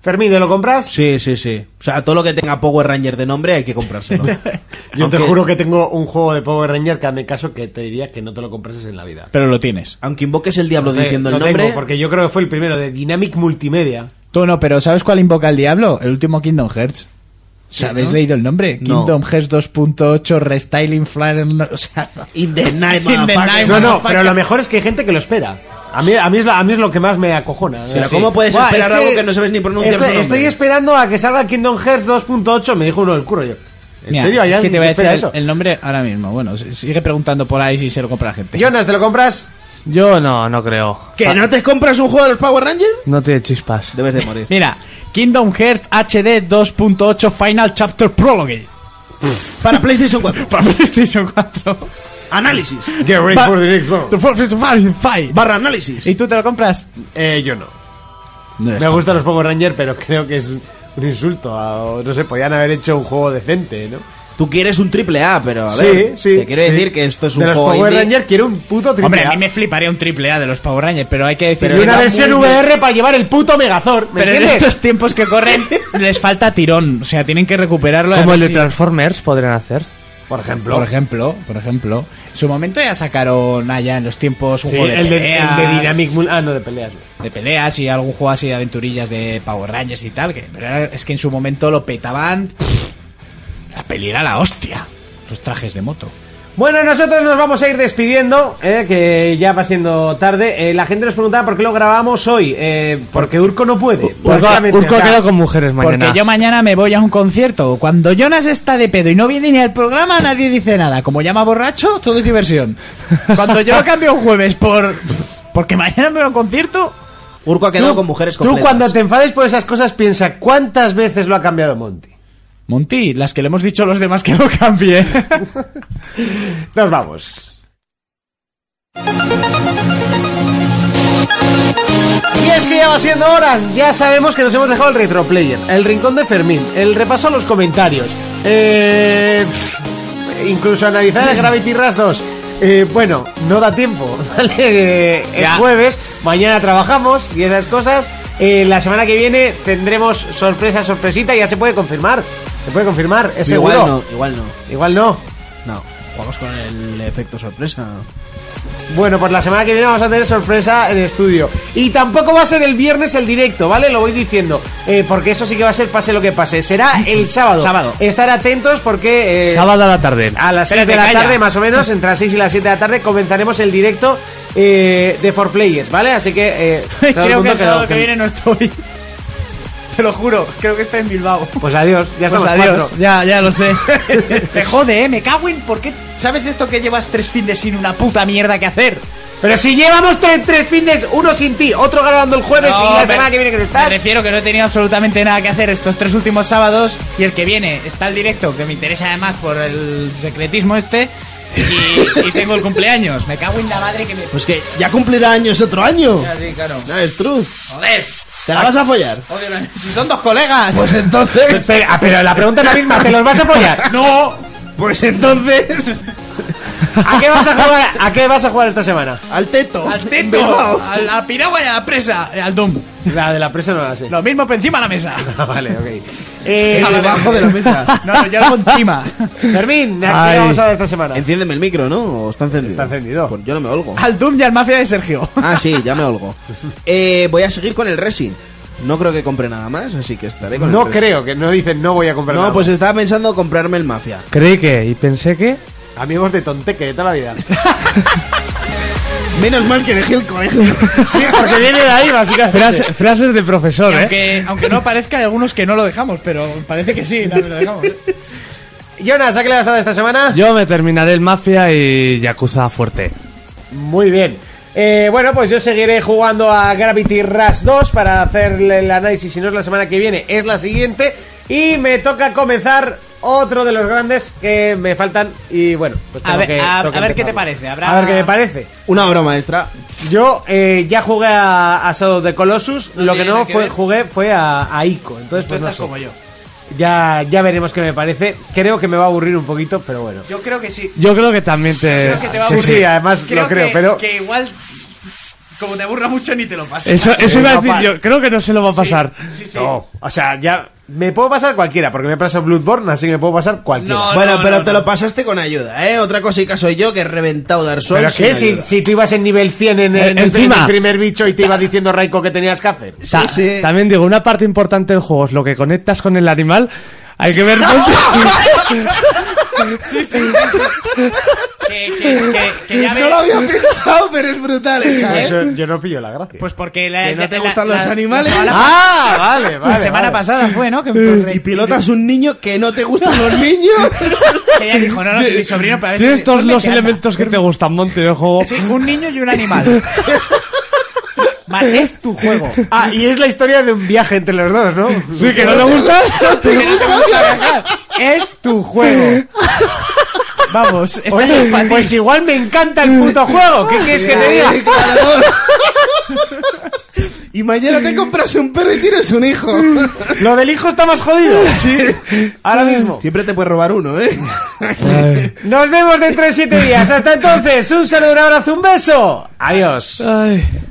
Speaker 2: Fermín, ¿te lo compras?
Speaker 4: Sí, sí, sí. O sea, todo lo que tenga Power Ranger de nombre hay que comprárselo.
Speaker 2: Yo
Speaker 4: Aunque-
Speaker 2: te juro que tengo un juego de Power Ranger que a mi caso que te diría que no te lo comprases en la vida.
Speaker 3: Pero lo tienes.
Speaker 4: Aunque invoques el diablo
Speaker 2: Eh,
Speaker 4: diciendo el
Speaker 2: lo tengo,
Speaker 4: nombre.
Speaker 2: porque yo creo que fue el primero de Dynamic Multimedia.
Speaker 3: Tú no, pero ¿sabes cuál invoca el diablo? El último Kingdom Hearts. ¿Sabéis
Speaker 4: ¿no?
Speaker 3: leído el nombre?
Speaker 4: No.
Speaker 3: Kingdom Hearts 2.8 Restyling Flyer... no- o sea, no.
Speaker 4: In the night,
Speaker 3: In the
Speaker 4: motherfucker.
Speaker 3: night,
Speaker 2: No, no,
Speaker 3: motherfucker.
Speaker 2: pero lo mejor es que hay gente que lo espera. A mí, a mí, es, la- a mí es lo que más me acojona.
Speaker 4: Pero ¿cómo puedes
Speaker 2: Buah,
Speaker 4: esperar
Speaker 2: es
Speaker 4: algo que no sabes ni pronunciar
Speaker 2: Estoy,
Speaker 4: su nombre?
Speaker 2: estoy esperando a que salga Kingdom Hearts 2.8, me dijo uno del curro yo. ¿En
Speaker 3: Mira,
Speaker 2: serio? ¿Hay
Speaker 3: Es que
Speaker 2: alguien
Speaker 3: te voy a decir
Speaker 2: espera
Speaker 3: el,
Speaker 2: eso?
Speaker 3: el nombre ahora mismo. Bueno, s- sigue preguntando por ahí si se lo compra la gente.
Speaker 2: Jonas, ¿te lo compras?
Speaker 5: Yo no, no creo.
Speaker 4: ¿Que no te compras un juego de los Power Rangers?
Speaker 5: No tiene chispas.
Speaker 4: Debes de morir.
Speaker 3: Mira, Kingdom Hearts HD 2.8 Final Chapter Prologue.
Speaker 4: Para PlayStation Ah, 4.
Speaker 3: Para PlayStation 4.
Speaker 4: Análisis.
Speaker 2: Get ready
Speaker 3: Ba-
Speaker 2: for the next one.
Speaker 3: The Force is Fire- Fire.
Speaker 4: Barra análisis.
Speaker 3: ¿Y tú te lo compras?
Speaker 2: Eh, yo no. Me gustan los Power Rangers, pero creo que es un insulto. a- o no sé, podían haber hecho un juego decente, ¿no?
Speaker 4: Tú quieres un triple A, pero a ver. Te quiero
Speaker 2: sí.
Speaker 4: decir que esto es un
Speaker 2: De los
Speaker 4: juego
Speaker 2: Power
Speaker 4: indie.
Speaker 2: Rangers quiero un puto triple
Speaker 3: Hombre,
Speaker 2: A.
Speaker 3: a mí me fliparía un triple A de los Power Rangers, pero hay que decir...
Speaker 2: Y una versión VR para llevar el puto Megazord, ¿me
Speaker 3: Pero en
Speaker 2: entiendes?
Speaker 3: estos tiempos que corren les falta tirón, o sea, tienen que recuperarlo. a
Speaker 5: Como
Speaker 3: ver
Speaker 5: el de
Speaker 3: si-
Speaker 5: Transformers podrían hacer.
Speaker 2: Por ejemplo.
Speaker 3: Por ejemplo, por ejemplo, en su momento ya sacaron allá en los tiempos un
Speaker 2: Sí,
Speaker 3: juego de
Speaker 2: el, de, el
Speaker 3: peleas,
Speaker 2: de Dynamic Mul- Ah, no, de peleas. no.
Speaker 3: de peleas y algún juego así de aventurillas de Power Rangers y tal, que pero era- es que en su momento lo petaban la peli era la hostia, los trajes de moto.
Speaker 2: Bueno, nosotros nos vamos a ir despidiendo, eh, que ya va siendo tarde. Eh, la gente nos preguntaba por qué lo grabamos hoy. eh, porque Urco no puede.
Speaker 3: Pues
Speaker 5: Urco,
Speaker 2: básicamente,
Speaker 5: Pues Urco
Speaker 2: o sea,
Speaker 5: quedó con mujeres mañana.
Speaker 3: Porque yo mañana me voy a un concierto. Cuando Jonas está de pedo y no viene ni al programa, nadie dice nada. Como llama borracho, todo es diversión. Cuando yo cambio un jueves por porque mañana me voy a un concierto,
Speaker 4: Urco ha quedado con mujeres
Speaker 2: Tú
Speaker 4: completas.
Speaker 2: cuando te enfades por esas cosas piensa cuántas veces lo ha cambiado Monty.
Speaker 3: Monty, las que le hemos dicho a los demás que no cambie.
Speaker 2: Nos vamos. Y es que ya va siendo hora. Ya sabemos que nos hemos dejado el retroplayer, el rincón de Fermín, el repaso a los comentarios, eh, pff, incluso analizar el Gravity Rush 2. Eh, bueno, no da tiempo, ¿vale? Eh, es jueves, mañana trabajamos y esas cosas. Eh, la semana que viene tendremos sorpresa, sorpresita, ya se puede confirmar. Se puede confirmar, es
Speaker 4: igual
Speaker 2: seguro.
Speaker 4: no, igual no.
Speaker 2: Igual no.
Speaker 4: No, jugamos con el efecto sorpresa.
Speaker 2: Bueno, pues la semana que viene vamos a tener sorpresa en estudio. Y tampoco va a ser el viernes el directo, ¿vale? Lo voy diciendo. Eh, porque eso sí que va a ser pase lo que pase. Será el sábado.
Speaker 3: Mm, Sábado.
Speaker 2: Estar atentos porque... eh,
Speaker 5: Sábado a la tarde.
Speaker 2: A las 6 de la tarde, más o menos, entre las 6 y las 7 de la tarde, comenzaremos el directo eh, de 4Players, ¿vale? Así que. eh, todo el
Speaker 3: Creo que
Speaker 2: mundo
Speaker 3: el sábado
Speaker 2: lo-
Speaker 3: que viene no estoy. Te lo juro, creo que está en Bilbao.
Speaker 2: Pues adiós, ya
Speaker 3: Pues
Speaker 2: estamos
Speaker 3: adiós,
Speaker 2: cuatro.
Speaker 3: ya, ya lo sé. Me jode, eh, me cago en. ¿Por qué sabes de esto que llevas tres fines sin una puta mierda que hacer?
Speaker 2: Pero si llevamos tres, tres fines, uno sin ti, otro grabando el jueves y la
Speaker 3: me-
Speaker 2: semana que viene que no
Speaker 3: Me
Speaker 2: estás.
Speaker 3: refiero que no he tenido absolutamente nada que hacer estos tres últimos sábados y el que viene está el directo, que me interesa además por el secretismo este. Y, y tengo el cumpleaños. Me cago en la madre que me.
Speaker 4: Pues que ya cumplirá años otro año.
Speaker 3: Ya, sí, claro.
Speaker 4: No, es true.
Speaker 3: Joder,
Speaker 4: ¿Te la vas a follar?
Speaker 3: odio la- Si son dos colegas.
Speaker 4: Pues entonces.
Speaker 2: Espera, ah, pero la pregunta es la misma, ¿te los vas a follar?
Speaker 3: no.
Speaker 4: Pues entonces.
Speaker 2: ¿A qué vas a jugar, a qué vas a jugar esta semana?
Speaker 4: Al teto.
Speaker 3: Al teto, al- a la piragua y a la presa, eh, al dom.
Speaker 2: La de la presa no la sé.
Speaker 3: Lo mismo por encima de la mesa.
Speaker 2: vale, ok.
Speaker 3: Eh,
Speaker 4: Debajo de la mesa.
Speaker 3: No, no, yo algo encima.
Speaker 2: Fermín, ¿a
Speaker 5: Ay.
Speaker 2: qué vamos a ver esta semana?
Speaker 4: Enciéndeme el micro, ¿no? ¿O está encendido? Está encendido. Pues yo no me olgo.
Speaker 3: Al Doom y al Mafia de Sergio.
Speaker 4: Ah, sí, ya me olgo. Eh, voy a seguir con el Resin. No creo que compre nada más, así que estaré con el
Speaker 2: No
Speaker 4: Resin.
Speaker 2: creo, que no dicen no voy a comprar
Speaker 4: No,
Speaker 2: nada".
Speaker 4: pues estaba pensando comprarme el Mafia.
Speaker 5: Creí que, y pensé que.
Speaker 2: Amigos de Tonteque de toda la vida.
Speaker 4: Menos mal que dejé el colegio.
Speaker 2: Sí, porque viene de ahí, básicamente.
Speaker 5: Frase- frases de profesor, ¿eh?
Speaker 3: Aunque, aunque no parezca, hay algunos que no lo dejamos, pero parece que sí, lo dejamos.
Speaker 2: Jonas, ¿a qué le vas a dar esta semana?
Speaker 5: Yo me terminaré el Mafia y Yakuza fuerte.
Speaker 2: Muy bien. Eh, bueno, pues yo seguiré jugando a Gravity Rush 2 para hacer el análisis. Si no es la semana que viene, es la siguiente. Y me toca comenzar otro de los grandes que me faltan. Y bueno, pues tengo
Speaker 3: A ver-
Speaker 2: que-
Speaker 3: a-
Speaker 2: tengo que
Speaker 3: a ver qué te
Speaker 2: empezarlo.
Speaker 3: parece, habrá-
Speaker 2: A ver qué me parece.
Speaker 4: Una obra maestra.
Speaker 2: Yo eh, ya jugué a, a Shadow of the Colossus. lo que
Speaker 3: tiene
Speaker 2: no
Speaker 3: nada que
Speaker 2: fue,
Speaker 3: ver.
Speaker 2: jugué fue a, a Ico. Entonces,
Speaker 3: Tú
Speaker 2: pues no
Speaker 3: estás
Speaker 2: sé.
Speaker 3: como yo.
Speaker 2: Ya, ya veremos qué me parece. Creo que me va a aburrir un poquito, pero bueno.
Speaker 3: Yo creo que sí.
Speaker 5: Yo creo que también te.
Speaker 3: Creo que te va a
Speaker 2: Sí,
Speaker 3: aburrir.
Speaker 2: sí, además lo creo,
Speaker 3: que,
Speaker 2: pero-
Speaker 3: Que igual, como te aburra mucho, ni te lo pasas.
Speaker 5: Eso,
Speaker 3: Sí,
Speaker 5: eso iba a
Speaker 2: no
Speaker 5: decir
Speaker 2: pa-
Speaker 5: yo. Creo que no se lo va a pasar.
Speaker 3: Sí, sí.
Speaker 2: No, o sea, ya me puedo pasar cualquiera, porque me paso Bloodborne, así que me puedo pasar cualquiera.
Speaker 3: No,
Speaker 4: bueno,
Speaker 3: no,
Speaker 4: pero
Speaker 3: no,
Speaker 4: te
Speaker 3: no.
Speaker 4: lo pasaste con ayuda, ¿eh? Otra cosica soy yo que he reventado Dark Souls.
Speaker 2: ¿Pero qué? Si,
Speaker 4: sin ayuda.
Speaker 2: si tú ibas en nivel 100 en, en
Speaker 5: Eh,
Speaker 2: el,
Speaker 5: encima.
Speaker 2: en el primer bicho y te iba diciendo Raiko que tenías que hacer.
Speaker 5: Ta- También digo, una parte importante del juego es lo que conectas con el animal. Hay que ver.
Speaker 3: Sí, sí, sí, sí. Que, que, que, que ya
Speaker 4: No
Speaker 3: ve-
Speaker 4: lo había pensado, pero es brutal esta, ¿eh?
Speaker 2: Yo no pillo la gracia.
Speaker 3: Pues porque la,
Speaker 4: Que no te
Speaker 3: la-
Speaker 4: gustan
Speaker 3: la-
Speaker 4: los
Speaker 3: la-
Speaker 4: animales.
Speaker 3: la semana-
Speaker 2: Ah, vale, vale.
Speaker 3: la semana
Speaker 2: vale.
Speaker 3: pasada fue, ¿no? Que,
Speaker 4: Y pilotas un niño que no te gustan los niños.
Speaker 3: que ella dijo, no, no, soy mi sobrino, pero a ver
Speaker 5: Tienes
Speaker 3: dónde-
Speaker 5: todos
Speaker 3: dónde
Speaker 5: los
Speaker 3: te anda.
Speaker 5: elementos que te gustan, Monte, del juego.
Speaker 3: Sí, un niño y un animal. Más es tu juego.
Speaker 2: Ah, y es la historia de un viaje entre los dos, ¿no?
Speaker 5: Sí, que no le gusta.
Speaker 3: Que no te gusta viajar. Es tu juego. Vamos, esta
Speaker 2: Oye,
Speaker 3: es pa' ti.
Speaker 2: pues igual me encanta el puto juego. ¿Qué quieres que te diga?
Speaker 4: Y mañana te compras un perro y tienes un hijo.
Speaker 2: Lo del hijo está más jodido. Ahora mismo.
Speaker 4: Siempre te puedes robar uno, ¿eh?
Speaker 2: Nos vemos dentro de siete días. Hasta entonces, un saludo, un abrazo, un beso. Adiós.
Speaker 5: Ay.